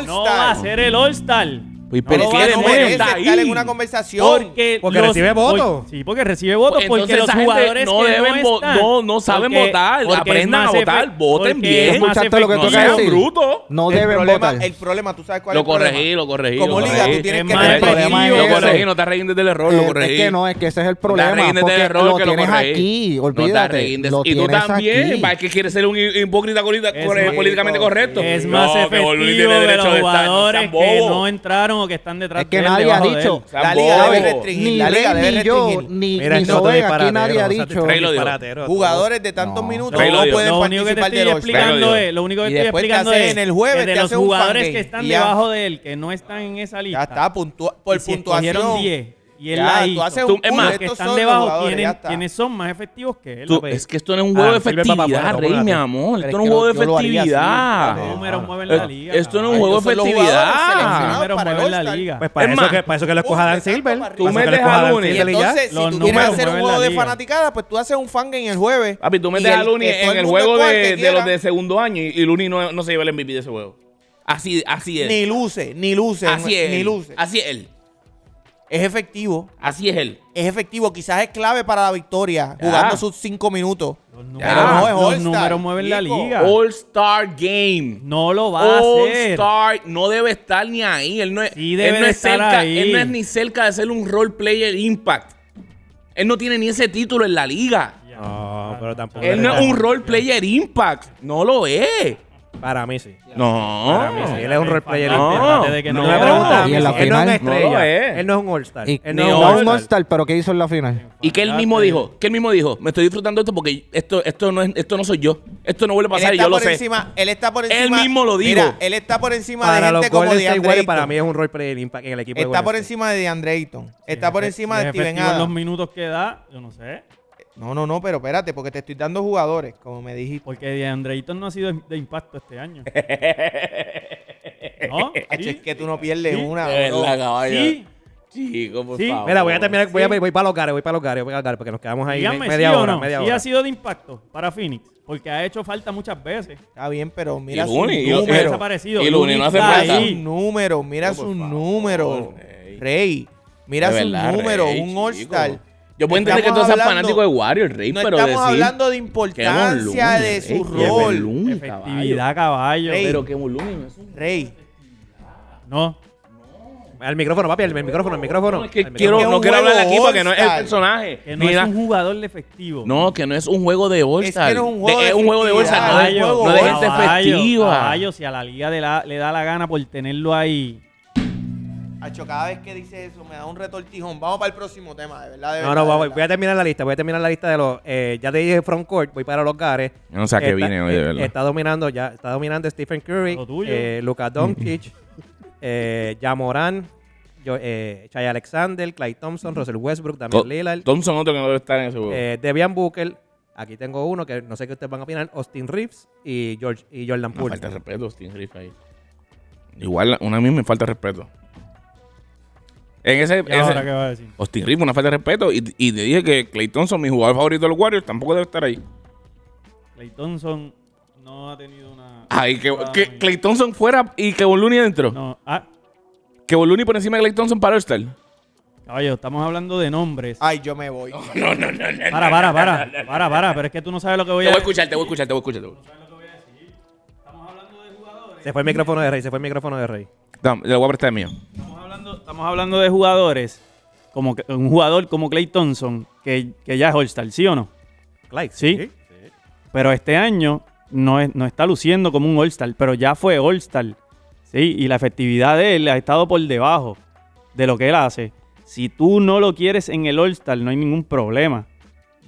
A: All-Star.
E: ser el All-Star.
B: Pues,
E: No
B: pero
E: lo
B: es que
E: va a
B: él
A: no
E: ser.
A: merece
B: está
A: estar
B: ahí.
A: en una conversación.
E: Porque,
C: Porque recibe votos.
E: por- sí, porque recibe votos.
B: Entonces
E: porque los
B: esa gente
E: jugadores
B: no
E: que
B: deben
E: no,
B: vo-
E: están,
B: no- no saben votar.
E: es
B: Aprendan a
E: más
B: votar,
E: efe-
B: voten
E: porque
B: bien.
E: es más
D: Escuchaste lo que
B: No
E: efectivo.
D: tú acabas
B: seas
D: de decir.
B: bruto.
D: No
A: el,
D: deben
A: problema,
D: votar.
A: el problema, tú sabes cuál
B: Lo
A: es el
B: corregí,
A: problema.
B: lo corregí.
A: Como
B: lo
A: liga,
B: corregí.
A: tú tienes
E: Es
A: que
E: más
B: Lo
A: reconocer-
E: efectivo.
B: corregí,
D: Ese.
B: Lo corregí, no te reín desde el error,
D: Eh,
B: lo corregí.
D: es que no, es que ese es el
B: No te
D: problema.
B: ríes de
D: Porque
B: error,
D: lo
B: que lo
D: tienes
B: corregí.
D: aquí,
B: No te
D: olvídate.
B: ríes de-
D: lo
B: y tú
D: tienes
B: también,
D: aquí.
B: para que quieres ser un hipócrita colita-
E: Es
B: corre-
E: más-
B: políticamente correcto.
E: Es
B: No,
E: más
B: que Bolívar
E: efectivo
B: tiene
E: de
B: derecho
E: los
B: de estar, no
E: jugadores
B: sean
E: que
B: bobos.
E: no entraron o que están detrás
D: Es que
E: de él,
D: nadie ha
E: debajo de
D: dicho.
E: él.
B: Sean
A: La liga
B: bobos.
A: debe restringir.
D: Ni
A: la liga
D: Rey,
A: debe
D: ni yo,
A: restringir.
D: ni,
C: Mira,
D: ni
C: esto
D: Zoe,
C: está
D: aquí nadie ha
C: disparatero,
D: dicho.
C: o sea,
B: Rey lo dijo.
C: disparatero,
A: Jugadores de tantos
D: No.
A: minutos
B: Rey lo
A: no
B: dijo.
A: pueden
E: Lo único que te
A: participar
E: estoy
A: del All-Star.
E: explicando
B: Pero-
E: es, lo único que
A: Y
E: estoy
A: después te
E: explicando
A: hacen
E: es
A: en el jueves,
E: que de
A: te
E: los
A: hacen un
E: jugadores
A: fangame.
E: que están
A: Y ya.
E: debajo de él, que no están en esa
A: Ya
E: lista.
A: está, puntua- por
E: y si escogieron
A: puntuación.
E: 10 y él
A: Ya,
E: la
A: tú
E: hizo,
A: haces
B: Tú-
A: un
B: es
A: pool,
B: más,
E: los que
A: estos
E: están
A: son los
E: debajo,
A: jugadores, ya
E: ¿quiénes,
A: está.
E: quiénes son más efectivos que él?
B: Tú-
E: López?
B: es que esto no es un juego
C: Ah,
B: de
C: sirve para afuera,
B: efectividad,
C: lo pone
B: Rey,
C: a ti.
B: mi amor.
A: Pero
B: Esto
A: es
B: no es
A: que
B: un juego
A: yo-
B: de
A: yo lo haría así,
B: efectividad.
A: los
E: números mueven
B: Eh,
E: la liga.
B: Esto no es
E: caballo.
B: un juego
A: Estos
B: de
A: son los jugadores
B: efectividad.
A: seleccionados
E: Números
A: para el
E: mueven la
A: All-Star.
E: liga.
C: Pues para
B: Es
C: eso,
B: más,
C: que, para eso que lo escoja Dan
A: exacto,
C: Silver.
A: para-
B: Tú
C: para eso que lo
B: metes
C: escoja
B: a
C: Dan
B: Looney.
A: Y
C: Silver y ya.
A: entonces,
E: Los
A: si tú
E: números
A: quieres hacer un
E: mueven
A: juego
E: la
A: de
E: liga.
A: fanaticada, pues tú haces un fangame el jueves.
B: Papi, tú
A: Y
B: metes
A: el-
B: a Looney
A: que todo
B: en el
A: mundo
B: juego
A: actúa
B: de,
A: que
B: de los
A: quiera.
B: de segundo año y, y Looney no, no se lleva el MVP de ese juego. Así, así es.
A: Ni luce, ni luce,
B: así es.
A: ni
B: él.
A: luce.
B: Así es él.
A: Es efectivo,
B: Así es él.
A: es efectivo. Quizás es clave para la victoria,
B: Ya.
A: jugando sus cinco minutos.
E: Los
B: Pero no
E: números,
A: es
E: los
A: All-Star,
E: números mueven la
A: chico.
E: liga.
B: All Star Game.
E: No lo va a
B: All
E: hacer.
B: Star no debe estar ni ahí. Él no es,
E: Sí debe
B: él no
E: de
B: es
E: estar
B: cerca,
E: ahí.
B: él no es ni cerca de ser un role player impact. Él no tiene ni ese título en la liga.
C: No, pero tampoco.
B: Él no es un role player impact. No lo es.
C: Para mí sí. Para mí sí.
B: No.
C: Él es un role player.
B: No,
C: importante de que
E: no.
C: Tú me preguntas a
D: Y
C: mí
D: en la
C: si- Él no es una
D: final-
B: No lo es.
C: estrella. Él no es un All-Star.
D: Y-
C: Él
D: no,
C: no es un
D: un
C: All-Star.
D: All-Star, pero ¿qué hizo en la final?
B: Y que él mismo dijo, que él mismo dijo, me estoy disfrutando esto porque esto, esto no es, esto no soy yo. Esto no vuelve a
A: Él
B: pasar y
A: está
B: yo lo
A: por
B: sé.
A: encima, él está por
B: Él
A: encima.
B: mismo lo dijo.
A: Mira, él está por encima
C: Para
A: de
C: los
A: gente como
C: Golden State
A: DeAndre
C: Warriors,
A: Ayton.
C: para mí es un role player impact en el equipo este. de
A: Está
C: Golden
A: por
C: State.
A: encima de DeAndre Ayton. Está por
E: Es-
A: encima
E: es
A: de Steven
E: efectivo en los
A: Adams.
E: minutos que da, yo no sé.
A: No, no, no, pero espérate, porque te estoy dando jugadores, como me dijiste.
E: Porque de Andreitton no ha sido de impacto
A: *laughs*
E: este año. ¿No?
A: Hacho,
E: Sí,
A: Es que tú no pierdes
E: Sí.
A: una.
B: De
A: bro.
B: verdad, caballo.
E: Sí.
B: Chico, por
E: Sí.
B: favor.
C: Mira, voy a terminar, voy, a,
E: Sí.
C: voy para los gares, voy para los gares, voy para los gares, porque nos quedamos ahí
E: Díganme,
C: me- media
E: ¿sí o
C: hora,
E: no?
C: media
E: sí
C: hora.
E: ha sido de impacto para Phoenix, porque ha hecho falta muchas veces.
A: Está bien, pero mira
B: Y
A: su
B: Looney, y-
E: Nunca ha
A: número.
E: desaparecido.
B: y Looney no hace
E: está
B: falta.
E: ahí.
A: Mira su número, mira
B: No, por
A: su
B: favor,
A: número.
B: Rey.
A: Rey, mira
B: De
A: su
B: verdad,
A: número,
B: Rey,
A: un
B: chico.
A: All-Star.
B: Yo puedo entender que tú
A: Estamos
B: seas
A: hablando-
B: fanático de Warrior, Rey,
A: No
B: pero
A: estamos
B: decir
A: hablando de
B: que es un
A: importancia
B: lunes,
A: de
B: Rey,
A: su
B: que es un
A: rol.
B: lunes, caballo.
E: Efectividad, caballo.
A: Ey.
B: Pero que es un lunes, es un-
A: Rey,
E: No.
C: Al micrófono, papi, al micrófono, al micrófono.
B: No, es que
C: Al
B: quiero,
A: micrófono.
B: no quiero hablar aquí porque no es el
A: All-Star.
B: personaje.
E: Que no
B: Ni
E: es
B: la-
E: un jugador de efectivo.
B: No, que no es un juego de
A: Es
B: All-Star.
A: que no es un juego
B: De-
A: de
B: es un juego de
A: efectividad.
B: All-Star, no de-
A: Caballo,
B: no de gente
E: caballo,
B: efectiva.
E: caballo, si a la liga de la- le da la gana por tenerlo ahí.
A: Acho, cada vez que dice eso me da un retortijón. Vamos para el próximo tema, de verdad, de
C: micrófono.
A: verdad,
C: No, no,
A: de
C: voy,
A: verdad.
C: voy a terminar la lista, voy a terminar la lista de los. eh, ya te dije front court, voy para los gares.
B: Yo no sé a qué
C: Está-
B: vine hoy, de
C: eh,
B: verdad.
C: Está dominando ya, está dominando Stephen Curry,
E: Lo tuyo.
C: eh, Luka Doncic, *laughs* eh, Jamoran, yo, eh, Shai Alexander, Clay Thompson, Russell Westbrook, Damian
B: To-
C: Lillard,
B: Thompson otro que no debe estar en ese juego.
C: eh, Devian Booker. Aquí tengo uno que no sé qué ustedes van a opinar, Austin Reeves y George y Jordan
B: me
C: Poole.
B: falta de respeto, Austin Reeves ahí. Igual, la- una a mí me falta de respeto. En ese,
E: ¿Y ahora qué
B: ese
E: va a decir?
B: Austin Reeves, una falta de respeto. Y, y te dije que Clay Thompson, mi jugador favorito de los Warriors, tampoco debe estar ahí.
E: Clay Thompson no ha tenido una.
B: Ay, que,
E: Ah,
B: que Clay Thompson fuera y que Boluni adentro.
E: No, ah,
B: Que Boluni por encima de Clay Thompson para All-Star.
E: caballo, estamos hablando de nombres.
B: Ah,
A: Ay, yo me voy.
B: No, no, no, no. *laughs*
E: Para, para, para, para, para, pero es que tú no sabes lo que voy
B: Te
E: a
B: voy a
E: decir.
B: escuchar, te voy a escuchar, te voy a escuchar. te voy a escuchar.
E: Estamos hablando de jugadores.
C: Se fue el micrófono de Rey, se fue el micrófono de Rey.
B: No, le voy a prestar el mío.
E: Estamos hablando, estamos hablando de jugadores. Como que- un jugador como Clay Thompson, que, que ya es All-Star, ¿sí o no?
C: Clay.
E: Sí. Pero este año no, es- no está luciendo como un All-Star, pero ya fue All-Star. Sí, y la efectividad de él ha estado por debajo de lo que él hace. Si tú no lo quieres en el All-Star, no hay ningún problema.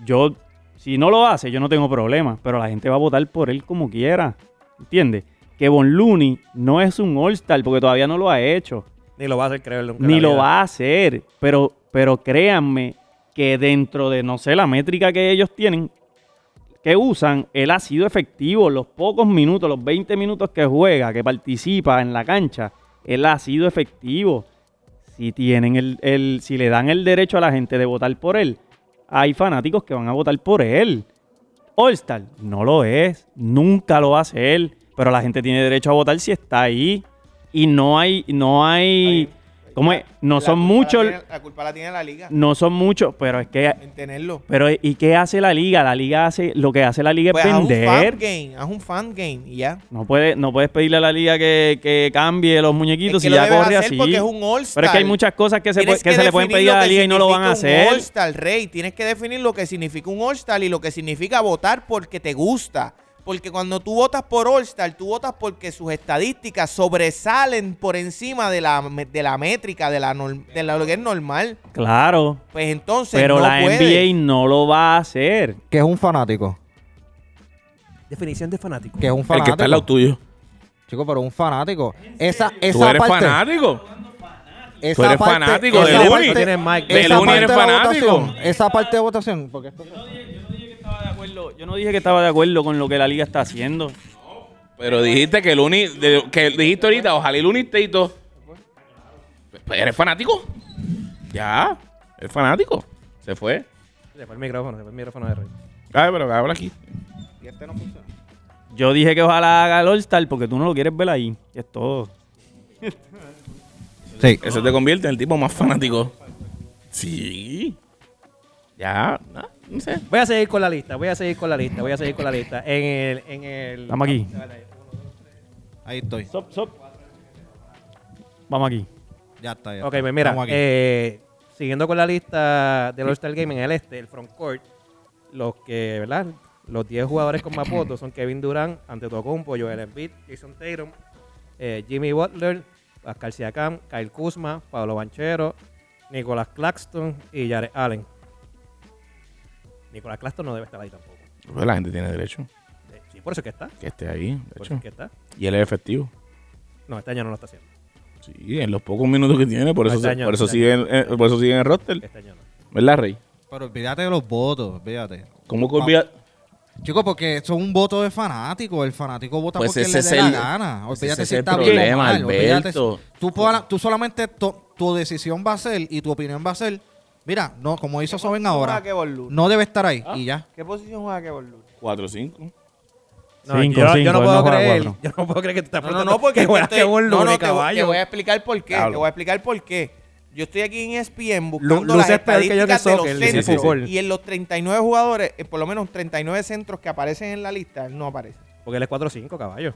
E: Yo, si no lo hace, yo no tengo problema, pero la gente va a votar por él como quiera. ¿Entiendes? Que Von Looney no es un All-Star porque todavía no lo ha hecho.
C: Ni lo va a hacer, creo. nunca en
E: Ni
C: la
E: lo
C: vida.
E: va a hacer. Pero, pero créanme que dentro de, no sé, la métrica que ellos tienen, que usan, él ha sido efectivo. Los pocos minutos, los 20 minutos que juega, que participa en la cancha, él ha sido efectivo. Si, tienen el, el- si le dan el derecho a la gente de votar por él, hay fanáticos que van a votar por él. All-Star no lo es, nunca lo va a ser, pero la gente tiene derecho a votar si está ahí. Y no hay, no hay, ¿cómo es? No
A: La
E: son
A: culpa la
E: muchos,
A: tiene- La culpa la tiene la liga.
E: no son muchos, pero es que,
A: En tenerlo.
E: pero ¿y qué hace la liga? La liga hace, lo que hace la liga
A: Pues
E: es
A: haz un fan
E: vender.
A: game, haz un fan game y ya.
E: No puedes, no puedes pedirle a la liga que, que cambie los muñequitos
A: Es que
E: si
A: lo
E: ya
A: debes
E: corre
A: hacer
E: así.
A: porque es un All-Star.
E: Pero es que hay muchas cosas que se,
A: Tienes
E: pue- que se le pueden
A: definir
E: pedir a
A: lo
E: la
A: que
E: liga y no lo van a
A: significa un
E: hacer.
A: All-Star, Rey. Tienes que definir lo que significa un All-Star y lo que significa votar porque te gusta. Porque cuando tú votas por All-Star, tú votas porque sus estadísticas sobresalen por encima de la, de la métrica, de, la norm- de la- lo que es normal.
E: Claro,
A: Pues entonces
E: pero
A: no
E: la
A: puede.
E: NBA no lo va a hacer.
D: Que es un fanático.
C: Definición de fanático.
D: Que es un
B: El que
D: fanático.
B: está al lado tuyo.
D: Chico, pero un fanático. Esa, esa
B: Tú eres
D: parte,
B: fanático.
D: esa
B: Tú eres
D: parte-
B: fanático
D: esa
B: del
D: parte-
B: Uni.
C: Tienes Mike.
D: esa
B: Del Uni
D: parte
B: eres
D: de la
B: fanático.
D: votación, esa parte de votación. Porque esto-
E: Yo no dije que estaba de acuerdo con lo que la liga está haciendo.
B: Pero dijiste que el Uni, de- que dijiste ahorita, ojalá el Uni esté y todo. Pues, ¿Eres fanático? Ya, es fanático. Se fue.
C: Se fue el micrófono, se fue el micrófono de Roy.
B: Ay, pero habla aquí.
E: Yo dije que ojalá haga el All-Star porque tú no lo quieres ver ahí. Es todo.
D: Sí.
B: Eso te convierte en el tipo más fanático. Sí. Ya, no, no sé.
C: Voy a seguir con la lista, voy a seguir con la lista, voy a seguir con la lista. En el, en el.
E: Estamos aquí.
D: Ahí estoy.
E: Vamos aquí.
D: Ya está. ya
C: Ok,
D: está.
C: pues mira,
D: Estamos aquí.
C: eh, siguiendo con la lista del All-Star Game en el este, el frontcourt, los que, ¿verdad? Los 10 jugadores con más votos son Kevin Durant, Antetokounmpo, Joel Embiid, Jason Tatum, eh, Jimmy Butler, Pascal Siakam, Kyle Kuzma, Pablo Banchero, Nicolas Claxton y Jared Allen. Nicolas Claxton no debe estar ahí tampoco.
B: Pues la gente tiene derecho
C: Eh, Sí, por eso es que está.
B: que esté ahí, de
C: Por eso
B: hecho.
C: es que está.
B: Y él es efectivo.
C: No, este año no lo está haciendo.
B: Sí, en los pocos minutos que tiene, por
C: No,
B: eso,
C: este
B: se-
C: año,
B: por eso
C: este
B: sigue, en, eh, por eso sigue en el roster.
C: Este año no.
B: ¿Verdad, Rey?
D: Pero olvídate de los votos, fíjate.
B: ¿Cómo que olvida-
D: Chicos, porque son un voto de fanático. El fanático vota
B: Pues
D: porque
B: ese
D: le
B: es
D: dé
B: el-
D: la gana.
B: ese
D: Olvídate
B: es
D: si
B: el
D: está bien o
B: problema,
D: mal, olvídate si-
B: Alberto.
D: Tú, podrás- tú solamente to- tu decisión va a ser y tu opinión va a ser. Mira, no, como hizo Soben ahora,
A: ¿Qué posición juega Kevon Looney?
D: no debe estar ahí
A: Ah.
D: y ya.
A: ¿Qué posición juega Kevon Looney?
B: 4-5.
C: No,
E: Cinco,
C: yo, yo
E: cinco,
C: no
E: él
C: puedo
E: no juega
C: creer.
E: cuatro.
C: Yo no puedo creer que tú estás
A: No, no,
C: preguntando
A: no, porque
C: que
A: es *laughs* que
C: juegas
B: este
A: estoy-
C: que un
A: no,
C: lunes,
A: no, te, voy- te
C: caballo.
A: voy a explicar por qué.
B: Diablo.
A: Te voy a explicar por qué. Yo estoy aquí en E ESPN
C: Lu-
A: buscando las
C: luces peor que yo que
A: estadísticas de los
C: soccer, dice
A: centros.
C: fútbol.
A: Y en los 39 jugadores, eh, por lo menos 39 centros que aparecen en la lista, no aparecen.
C: Porque él es 4-5, caballo.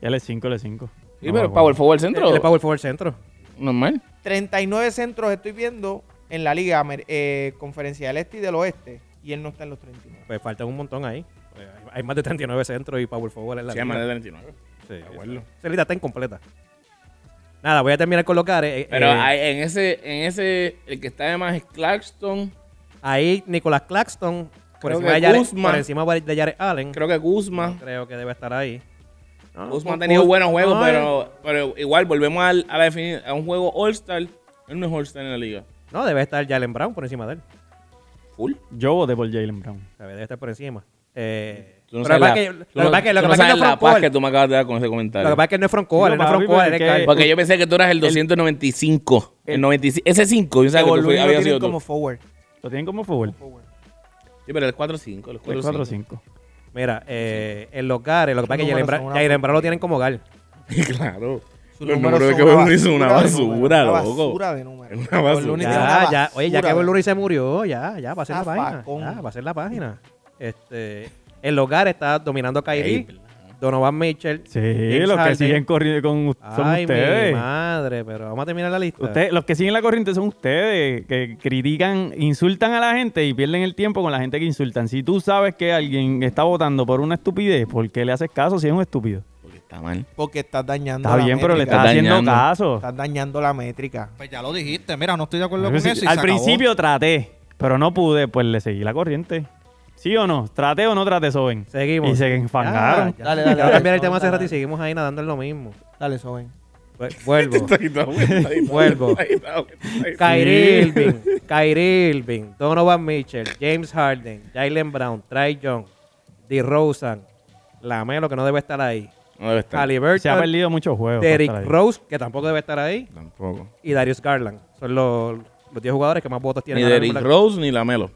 E: L5, L5.
B: Sí, pero el Power Forward
C: Él
B: Centro.
C: es Power Forward Centro.
B: Normal.
A: 39 centros estoy viendo en la Liga Amer- eh, Conferencia del Este y del Oeste. Y él no está en los 39.
C: Pues faltan un montón ahí. Pues hay- Hay más de 39 centros y Power Forward en la
B: Se llama
C: liga.
B: el 39.
C: Sí,
B: acuerdo.
C: Esa lista está incompleta. Nada, voy a terminar con los Gares. Eh,
B: Pero
C: eh,
B: hay- en ese, en ese, el que está además es Clarkston.
C: ahí Nicolás Claxton por
B: Creo que
C: encima, de Jared,
B: Kuzma.
C: por encima de Jared Allen.
B: Creo que Guzmán.
C: No creo que debe estar ahí. No,
B: Guzmán ha
C: Kuz-
B: tenido buenos juegos,
C: no,
B: pero, pero igual volvemos al- a, la defini- a un juego All-Star. Él no es All-Star en la liga.
C: No, debe estar Jalen Brown por encima de él.
B: Full.
E: Yo voté por Jalen Brown.
C: O sea, debe estar por encima. Eh,
B: Tú no
C: pero
B: sabes
C: lo
B: la,
C: que pasa es que-
B: tú
C: lo
B: no-
C: que pasa es que- lo
B: tú
C: que
B: no
C: pasa es que
B: sabes
C: no
B: la
C: es
B: paz
C: frontcourt.
B: que tú me acabas de dar con ese comentario.
C: Lo que pasa es que no es frontcourt,
E: Sí,
C: él no es
E: papi,
C: frontcourt, él
E: porque-
C: es Kyle.
B: Porque yo pensé que tú eras el 295. El, 95, ese 5, yo sabía que
A: Kevon
B: tú fui-
A: Looney lo
B: había
A: tienen
B: sido tú.
A: como forward.
E: Lo tienen como fútbol.
B: Sí, pero el 4-5. El 4-5.
E: 4-5.
C: Mira, eh, en los Gares, lo que pasa es que
A: números
C: Jalen
A: son
C: Brown,
A: una
C: Jalen Brown lo tienen como Gal.
B: *laughs* claro.
A: Sus
B: Los
A: números
B: números de
A: son
B: que
A: una
B: uno hizo una
A: basura
B: basura,
A: de números,
B: loco.
A: Una basura de números.
B: Una
A: Kevon Looney
B: basura.
A: tiene una
C: Ya, ya, oye, ya
A: basura
C: que
A: de-
C: Luri se murió, ya, ya, va a
E: Ah,
C: ser la página.
A: Zafacón.
C: Ya, va a ser la página. Este, en los Gares está dominando Kyrie, Donovan Mitchell.
E: Sí,
C: James
E: los que
C: Harden.
E: siguen corriendo con us- son
C: Ay, mi
E: ustedes.
C: madre, pero vamos a terminar la lista.
E: Ustedes- los que siguen la corriente son ustedes, que critican, insultan a la gente y pierden el tiempo con la gente que insultan. Si tú sabes que alguien está votando por una estupidez, ¿por qué le haces caso si es un estúpido?
B: Porque está mal.
A: Porque estás dañando
E: Está
A: la
E: bien, pero le
A: métrica.
E: estás haciendo
B: dañando.
E: caso.
A: Estás dañando la métrica.
D: Pues ya lo dijiste, mira, no estoy de acuerdo con
E: Pero si-
D: eso. y
E: al
D: se acabó.
E: principio traté, pero no pude, pues le seguí la corriente. ¿Sí o no? ¿Traté o no traté, Soben?
C: Seguimos.
E: Y se enfangaron. *laughs*
C: Ya, ya. Dale, dale. Vamos a cambiar el tema hace rato y seguimos ahí nadando en lo mismo.
A: Dale, Soben.
C: Vu- Vuelvo. Vuelvo. *laughs* Kyrie
E: Sí.
C: Irving, Kyrie Irving, Donovan Mitchell, James Harden, Jalen Brown, Trae Young, DeRozan, Lamelo, que no debe estar ahí,
B: No debe estar.
E: Se ha
C: Halliburton,
E: perdido muchos juegos. para
C: Derrick
E: estar ahí.
C: Rose, que tampoco debe estar ahí,
B: Tampoco.
C: y Darius Garland. Son los, los 10 jugadores que más votos
B: Ni
C: tienen. ahora mismo
B: Derrick
C: en la-
B: Rose ni Lamelo.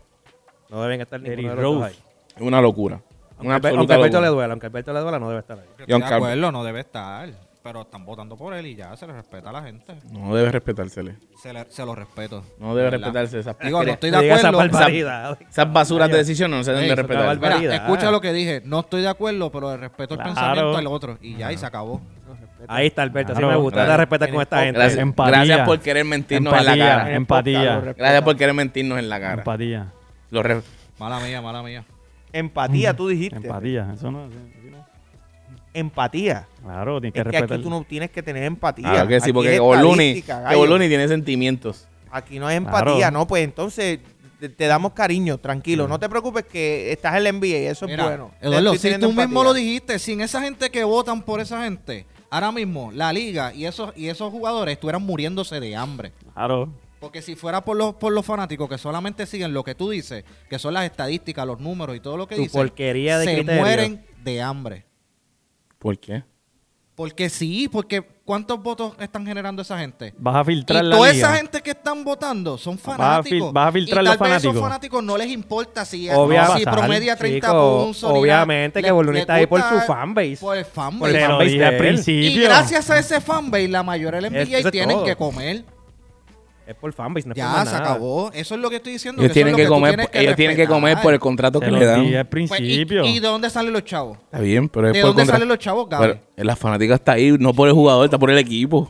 C: No deben estar ninguno de
E: Derrick
C: los dos
E: Rose.
C: ahí.
B: Es una locura. Una
C: Aunque, Albe- aunque
B: absoluta
C: Alberto le
B: locura.
C: duela, aunque Alberto le duela, no debe estar ahí.
B: John
D: Estoy de
B: Carver.
D: acuerdo, no debe estar. Pero están votando por él y ya se le respeta a la gente.
B: No debe respetársele.
D: Se, le- se lo respeto.
B: No debe
D: ¿Verdad?
B: respetarse esas
D: Digo, no
B: porquerías.
D: estoy
C: No
D: de
C: digas esa
D: acuerdo.
C: barbaridad.
B: Esas basuras de decisiones no se deben
D: Ey,
B: de
D: eso
B: respetar.
C: barbaridad.
D: Mira, escucha lo que dije. No estoy de acuerdo, pero le respeto
E: Claro.
D: el pensamiento al otro. Y ya, y se acabó.
C: Ahí está Alberto, así
E: Claro.
C: me gusta.
B: Claro.
C: Te respetas con esta gente.
B: Gracias,
E: Empatía.
B: gracias por querer mentirnos en la
E: Empatía,
B: cara.
E: empatía,
B: Gracias por querer mentirnos en la cara.
E: empatía,
B: Lo re-
D: Mala mía, mala mía.
A: Mm, Empatía, tú dijiste.
E: empatía. Eso no, sí, no.
A: Empatía.
E: Claro, tienes que
A: Es que
E: respetar.
A: aquí tú no tienes que tener empatía.
B: Claro que sí,
A: Aquí
B: porque
A: es
B: Boluni,
A: estadística,
B: que oh,
A: gallo.
B: Boluni tiene sentimientos.
A: Aquí no hay empatía,
E: Claro.
A: ¿no? Pues entonces te, te damos cariño, tranquilo. No te preocupes que estás en la NBA y eso
D: Mira,
A: es bueno. Te
D: Eduardo,
A: estoy
D: si
A: teniendo
D: tú mismo
A: empatía.
D: lo dijiste, sin esa gente que votan por esa gente, ahora mismo la liga y esos, y esos jugadores estuvieran muriéndose de hambre.
E: Claro.
D: Porque si fuera por los, por los fanáticos que solamente siguen lo que tú dices, que son las estadísticas, los números y todo lo que
C: Tu
D: dices,
C: porquería de
D: se
C: criterio.
D: mueren de hambre.
B: ¿Por qué?
D: Porque sí, porque ¿cuántos votos están generando esa gente?
E: Vas a
D: Y
E: filtrar la
D: toda esa
E: liga.
D: gente que están votando son
E: Vas a
D: fanáticos.
E: fil- vas a filtrar
D: y tal
E: los
D: vez a esos
E: fanáticos.
D: fanáticos no les importa si,
C: Obvia-
D: si
E: pasar,
D: promedia 30
C: chico,
D: puntos.
C: obviamente que Boluni está ahí por su fanbase.
D: Por el
C: Por el
E: Te
D: fanbase.
E: lo
C: fanbase
E: dije
C: de
E: al
C: él.
D: Y
E: principio.
D: gracias a ese fanbase, la mayoría del
C: Es-
D: NBA
C: eso es
D: tienen
C: todo.
D: que comer.
C: Es por fanbase, no es por
D: Ya,
C: más
D: se
C: nada.
D: acabó. Eso es lo que estoy diciendo.
B: Ellos
D: que eso
B: tienen
D: es lo
B: que
D: tú
B: comer,
D: tienes
B: ellos tienen que comer
D: respetar.
B: por el contrato
E: Te
B: que le
E: lo dije
B: dan.
E: al
D: Pues, y-
E: principio.
D: ¿Y de dónde salen los chavos?
B: Está bien, pero es
D: ¿De
B: por
D: dónde
B: contrato.
D: salen los chavos, Gaby?
B: Pero la fanática está ahí, no por el jugador, está por el equipo.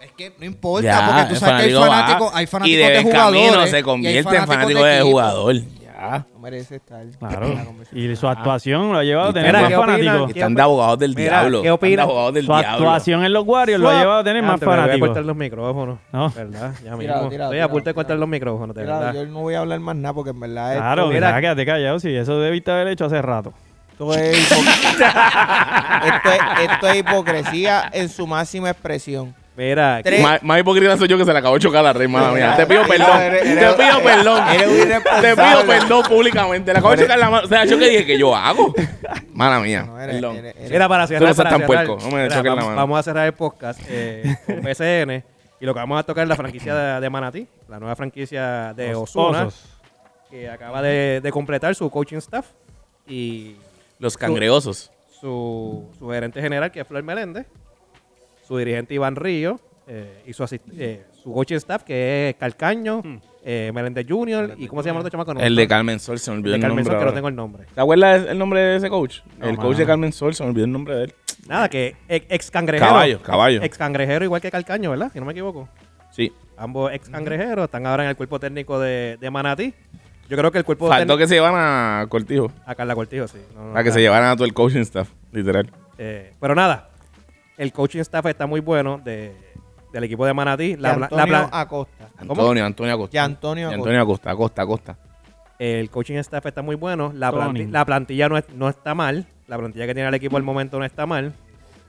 D: Es que no importa,
B: Ya,
D: porque tú
B: el
D: sabes que hay
B: fanático va,
D: fanáticos, hay
B: y
D: fanáticos
B: de
D: de
B: camino
D: jugadores. y hay
B: se convierte en
D: fanáticos
B: fanático de,
D: equipo.
B: jugador. Ya.
A: No merece estar.
E: Claro. Y su actuación lo ha llevado a tener
C: Mira,
E: más
C: ¿qué opinas?
E: fanáticos.
C: ¿Qué
B: Están de abogados del
C: Mira,
B: diablo. Están
C: ¿qué
B: de
C: opinas?
B: abogados del
E: Su
B: diablo.
E: actuación en los Warriors lo ha llevado a tener
C: Antes
E: más
C: me Ah, Voy a
E: fanáticos.
C: cortar los micrófonos.
E: No.
C: ¿Verdad? Ya
A: Tirado,
C: mismo.
A: tirado,
C: Estoy a
A: tirado,
C: punto de cortar
A: tirado.
C: los micrófonos, de
A: Mira,
C: verdad.
A: yo no voy a hablar más nada porque en verdad esto-
E: Claro,
A: mira,
E: mira, quédate callado, sí, eso debiste haber hecho hace rato.
A: esto, es hipo- *laughs* esto es- esto es hipocresía en su máxima expresión.
C: Mira,
A: Tres.
B: Más, más hipócrita soy yo que se le acabó de chocar a la rey, mala mía. Te pido
A: No,
B: perdón.
A: eres-
B: Te
A: eres-
B: pido perdón.
A: eres un
B: Te
A: irresponsable.
B: pido perdón públicamente. Le acabo de chocar la mano. O sea, yo que dije que yo
C: *laughs*
B: hago. Mala mía.
A: No, eres-
B: Perdón.
A: eres- eres-
C: Era para cerrar.
B: Tú no seas
C: para
B: tan
C: cerrar.
B: puerco, no me
C: Mira,
B: choques la
C: vamos,
B: mano.
C: vamos a cerrar el podcast eh, con PCN. Y lo que vamos a tocar es la franquicia de, de Manatí, la nueva franquicia de
E: Los
C: Osuna,
E: osos.
C: que acaba de, de completar su coaching staff y
B: Los cangreosos.
C: su, su gerente general, que es Flor Meléndez, su dirigente Iván Río eh, y su, asist- eh, su coaching staff, que es Calcaño, eh, Meléndez Jr. ¿Y cómo se llama el otro chamaco? No,
B: Hmm. El de
C: no,
B: Carmen Sol, se me
C: el
B: olvidó
C: de
B: el
C: Carmen
B: nombre.
C: Sol, que no
B: ahora.
C: tengo el nombre.
B: ¿Te acuerdas el nombre de ese coach? el coach
E: mano.
B: de Carmen Sol, se me olvidó el nombre de él.
C: Nada, que ex ex cangrejero.
B: Caballo, caballo.
C: Ex cangrejero igual que Calcaño, ¿verdad? Si no me equivoco.
B: Sí.
C: Ambos ex cangrejeros están ahora en el cuerpo técnico de, de Manatí. Yo creo que el cuerpo
B: Faltó
C: técnico.
B: que se llevan a Cortijo.
C: A Carla Cortijo, sí. No, no,
B: A que se
C: claro.
B: llevaran a todo el coaching staff, literal.
C: Eh, pero nada, el coaching staff está muy bueno de, del equipo de Manatí. La,
A: Y
C: bla-
A: Antonio
C: la bla-
A: Acosta.
C: ¿Cómo?
B: Antonio, Antonio Acosta.
A: Y Antonio
B: Y
A: Acosta.
B: Antonio Acosta, Acosta, Acosta.
C: el coaching staff está muy bueno. La,
E: Tony.
C: planti- la plantilla no, es- no está mal. La plantilla que tiene el equipo al momento no está mal.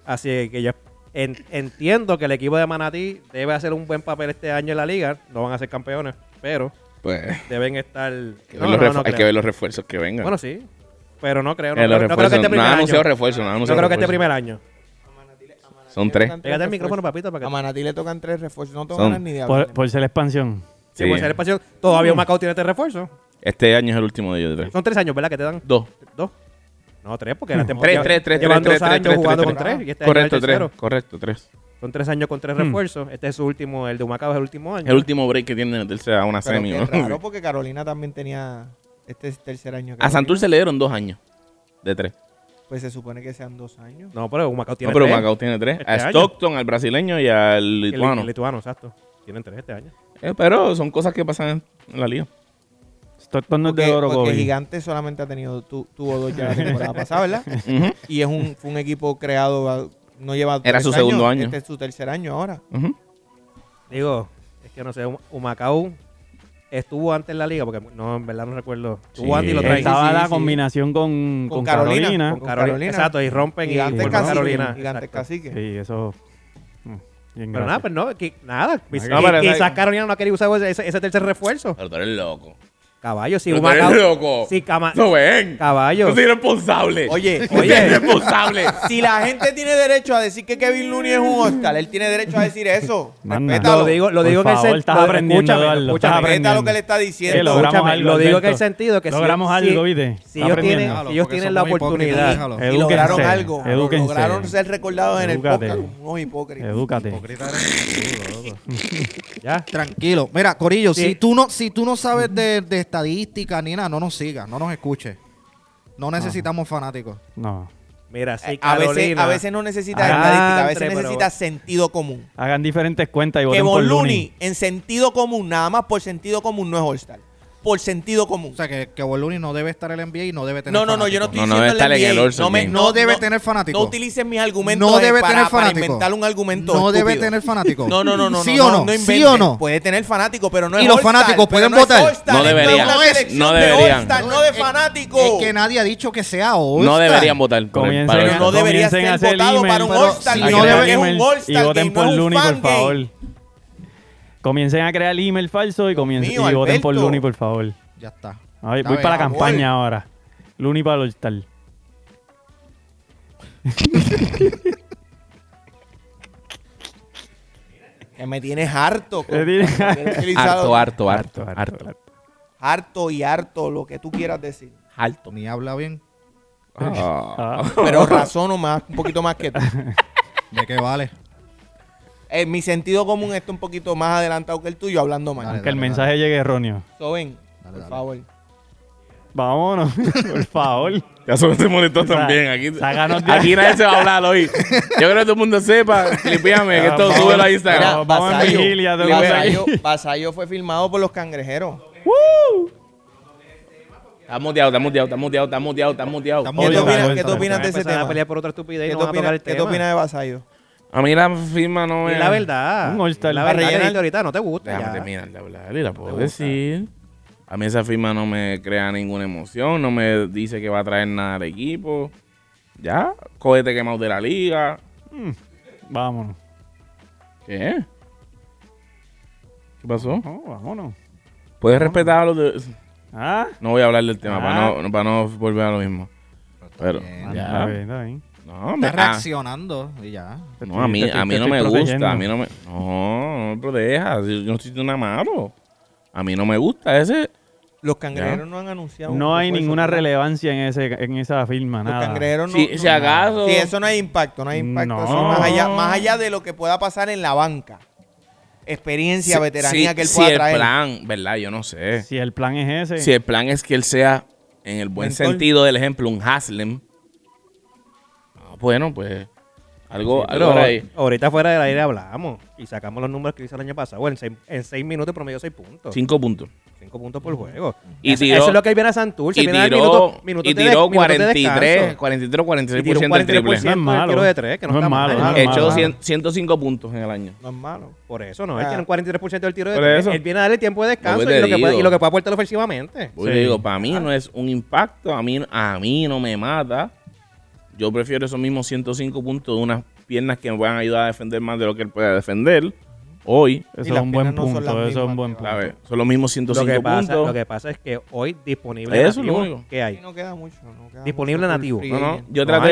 C: Así que yo en- entiendo que el equipo de Manatí debe hacer un buen papel este año en la liga. No van a ser campeones, pero
B: Pues.
C: deben estar.
B: Hay que,
C: No,
B: ver los
C: no, no
B: refu- hay
C: creo.
B: que ver los refuerzos que vengan.
C: Bueno, sí. Pero no creo. No,
B: Eh, los
C: creo, no creo que
B: refuerzos.
C: este
B: No
C: primer
B: han
C: año.
B: anunciado refuerzos. No han
C: No
B: anunciado
C: creo que este
B: refuerzos.
C: primer año.
B: Son tres.
C: Pégate el micrófono, papito, para que
A: A Manatí le tocan tres refuerzos. No tengo
B: Son-
A: ganas ni de hablar.
E: Por, por ser la expansión.
C: sí.
B: Sí.
C: puede ser el espacio. Todavía Macao tiene este refuerzo.
B: Este año es el último de ellos. de tres.
C: Son tres años, ¿verdad? Que te dan
B: Dos.
C: dos. No, tres, porque la temporada.
B: Tres, tres, tres,
C: Llevan
B: tres,
C: dos
B: tres,
C: años
B: tres,
C: jugando
B: tres,
C: con
A: tres.
C: tres. y este año es
B: Correcto,
C: el tercero. Este
B: tres. Correcto, tres.
C: Son tres años con tres refuerzos. Este es su último, el de Humacao es el último año.
B: El último break que tienen de meterse a una
A: Pero
B: semi.
A: qué
B: ¿no? *laughs*
A: raro, porque Carolina también tenía este es el tercer año. que
B: A
A: Carolina.
B: Santurce le dieron dos años de tres.
A: Pues se supone que sean dos años.
C: No, pero Humacao tiene
B: No, pero
C: tres.
B: Macao tiene tres.
C: Este
B: A
C: año.
B: Stockton, al brasileño y al
C: El-
B: lituano.
C: El lituano, exacto. Tienen tres este año.
B: Eh, pero son cosas que pasan en la liga.
E: Stockton no es
A: Porque,
E: de oro,
A: porque
E: Kobe.
A: Gigante solamente ha tenido, tu- tuvo dos ya la temporada pasada, ¿verdad?
B: Ujú,
A: Y es un, fue un equipo creado, a- no lleva
B: Era
A: tres
B: su segundo
A: años,
B: año.
A: Este es su tercer año ahora.
B: ujú.
C: Digo, es que no sé, Hum- Humacao estuvo antes en la liga, porque no, en verdad no recuerdo. Estuvo
B: Sí.
C: antes y lo traen.
E: Estaba
A: sí,
E: la
A: sí.
E: combinación con,
A: Con
E: con Carolina.
A: Carolina.
C: Con Carolina. Exacto, Pues y rompen y
A: Gigante
C: vuelven a
A: cacique.
C: Carolina.
A: Gigante
C: exacto.
A: cacique.
E: Sí, eso. mm, Bien,
C: Pero
E: gracias.
C: nada, pues no, que, nada. Quiz-
B: No, pero-
C: quizás Carolina no ha querido usar ese, ese tercer refuerzo.
B: Pero tú eres loco.
C: Caballo, si
B: Pero tú
C: una
B: eres
C: cab-
B: loco.
C: Si cama-
B: No ven.
C: Caballo.
B: Yo soy responsable.
A: Oye,
B: Yo soy
A: oye.
B: responsable.
A: Si la gente tiene derecho a decir que Kevin Looney es un hostal, él tiene derecho a decir eso.
E: Manda.
A: Respétalo.
C: Lo digo, lo
E: Por
C: digo que
E: favor,
C: el
E: estás aprendiendo, Eduardo, estás
A: Respeta
C: escúchame.
A: lo
E: aprendiendo.
A: que le está
E: Sí,
A: diciendo.
E: logramos
C: Escúchame,
E: algo,
C: lo digo que
E: Alberto.
C: el sentido que si-
E: Logramos
C: si-
E: algo, ¿viste?
C: Si
E: Está
C: ellos tienen,
E: aprendiendo.
C: si ellos
F: Porque
C: tienen la
F: somos hipócritas,
C: oportunidad.
F: déjalo.
A: Y lograron
E: Edúquense,
A: algo.
E: edúquense.
A: Lograron ser recordados en el
E: Edúcate.
A: podcast. Unos hipócritas.
E: Edúcate.
F: Hipócrita eres tú, loco.
C: Ya.
F: Tranquilo. Mira, Corillo,
C: Sí.
F: si tú no, si tú no sabes de, de estadística ni nada, no nos sigas, no nos escuches. No
A: Ah.
F: necesitamos fanáticos.
E: No.
C: Mira, sí,
A: Eh, a, veces,
C: Carolina.
A: a veces no necesitas
E: Ah,
A: estadística, a
C: entre,
A: veces
C: pero-
A: necesitas sentido común.
E: Hagan diferentes cuentas y
A: que
E: voten por
A: Von
E: Looney.
A: Looney, en sentido común, nada más por sentido común, no es All-Star. Por sentido común.
F: O sea, que, que Boluni no debe estar en el NBA y no debe tener
A: no, no, no, yo
F: fanáticos.
A: no estoy
B: No, no
A: diciendo
B: debe estar en
A: NBA.
B: el All-Star
A: no, me-
B: Game.
F: No debe tener fanático.
A: No utilices mis argumentos
F: No
A: eh,
F: debe
A: para,
F: tener
A: para
F: fanático.
A: inventar un argumento.
F: No debe
A: estúpido.
F: tener fanático.
A: *laughs* No, no, no, no.
F: ¿Sí
A: no,
F: o no? ¿Sí
A: inventes. pues.
F: o no?
A: Puede tener fanático, pero no
F: ¿Y
A: es
F: los
A: All-Star,
F: fanáticos
A: pero
F: pueden
A: no es
F: votar?
A: All-Star,
B: No
A: esto es
B: deberían.
A: una
F: No es-
A: selección
B: no
A: de
B: deberían.
A: All-Star, No de
F: Es-
A: fanático.
F: Es que nadie ha dicho que sea hoy.
B: No deberían votar. por el-
E: Comiencen,
B: para-
A: Pero no debería
E: comiencen
A: ser
E: a hacer
A: votado
E: email.
A: para un
F: Pero
A: All-Star
F: si
E: A
A: Game,
F: no
E: crear
A: porque es un
E: email
A: All-Star
E: y voten
A: Game,
E: por
A: no es un
E: Looney, por
A: fan game.
E: favor. Comiencen a crear email falso y, comiencen,
A: mío,
E: y voten por
A: Alberto.
E: Looney, por favor.
F: Ya está.
E: Ay,
F: Está
E: voy
F: bien,
E: para la
A: amor.
E: campaña ahora. Looney para el All-Star.
A: Que me tienes *laughs* harto. co-
E: Me tienes-
A: porque he utilizado
B: Harto, harto, harto, harto.
A: harto y harto, lo que tú quieras decir.
B: Harto.
F: Ni habla bien.
B: Ah.
E: Ah,
B: *laughs*
A: Pero razono más, un poquito más que tú.
F: ¿De qué
B: *laughs*
F: vale?
A: Eh, mi sentido común está un poquito más adelantado que el tuyo, hablando más.
F: Dale.
E: que el mensaje llegue erróneo.
A: So, ven,
F: Dale,
A: por
F: dale.
A: favor.
E: Vámonos, *laughs* por favor.
B: Ya son se molestó
E: Sa-
B: también. Aquí,
E: sácanos de-
B: aquí nadie se va a hablar hoy. Yo creo que todo el mundo sepa. Clipíame, que esto
E: Vamos.
B: sube a
E: Mira,
B: Instagram.
E: vamos en vigilia, te voy a
A: Vasallo,
E: seguir.
A: Vasallo fue filmado por los cangrejeros.
B: Está muteado, está muteado, está muteado, está muteado, está muteado.
F: Está
A: ¿Qué tú
E: Oye,
A: opinas,
E: Vasallo,
A: qué tú opinas de
C: Van a
A: ese
C: empezar
A: tema?
C: a pelear por otra estupidez y
A: ¿Qué
C: no
A: tú
C: van a tocar
A: opinas,
C: el
A: qué tú
C: tema.
A: opinas de Vasallo?
B: A mí la firma no
C: Y
B: es...
C: la verdad.
E: Un All-Star.
C: La
E: Para
C: verdad que
A: rellenar.
C: dije ahorita no te gusta.
B: Déjame
C: ya.
B: terminar de hablar y la puedo decir. A mí esa firma no me crea ninguna emoción, no me dice que va a traer nada al equipo. Ya, cógete quemado de la liga.
E: Vámonos.
B: ¿Qué? ¿Qué pasó?
E: Oh, vámonos.
B: Puedes respetar a los de...
E: Ah,
B: No voy a hablar del tema
E: Ah.
B: para, no, para no volver a lo mismo. Pero,
F: bien.
E: está bien,
B: ya.
E: está bien.
B: No, me,
F: Está
B: ah,
F: reaccionando y ya.
B: no, a mí,
E: Te estoy-
B: a mí
E: te
B: no
E: estoy
B: me
E: protegiendo.
B: gusta. A mí no me. No, no me protejas. Yo yo no soy nada malo. A mí no me gusta ese.
A: Los cangrejeros no han anunciado.
E: No hay
A: refuerzo,
E: ninguna
A: ¿verdad?
B: ah, pues,
C: Pues Ah,
B: Pues
A: Este, este,
B: Ah. Mm. *laughs* eh, Ese es, el pro- ese es uno de los problemas.
E: Ah,
C: pues, pues, Ah, Va a ser bien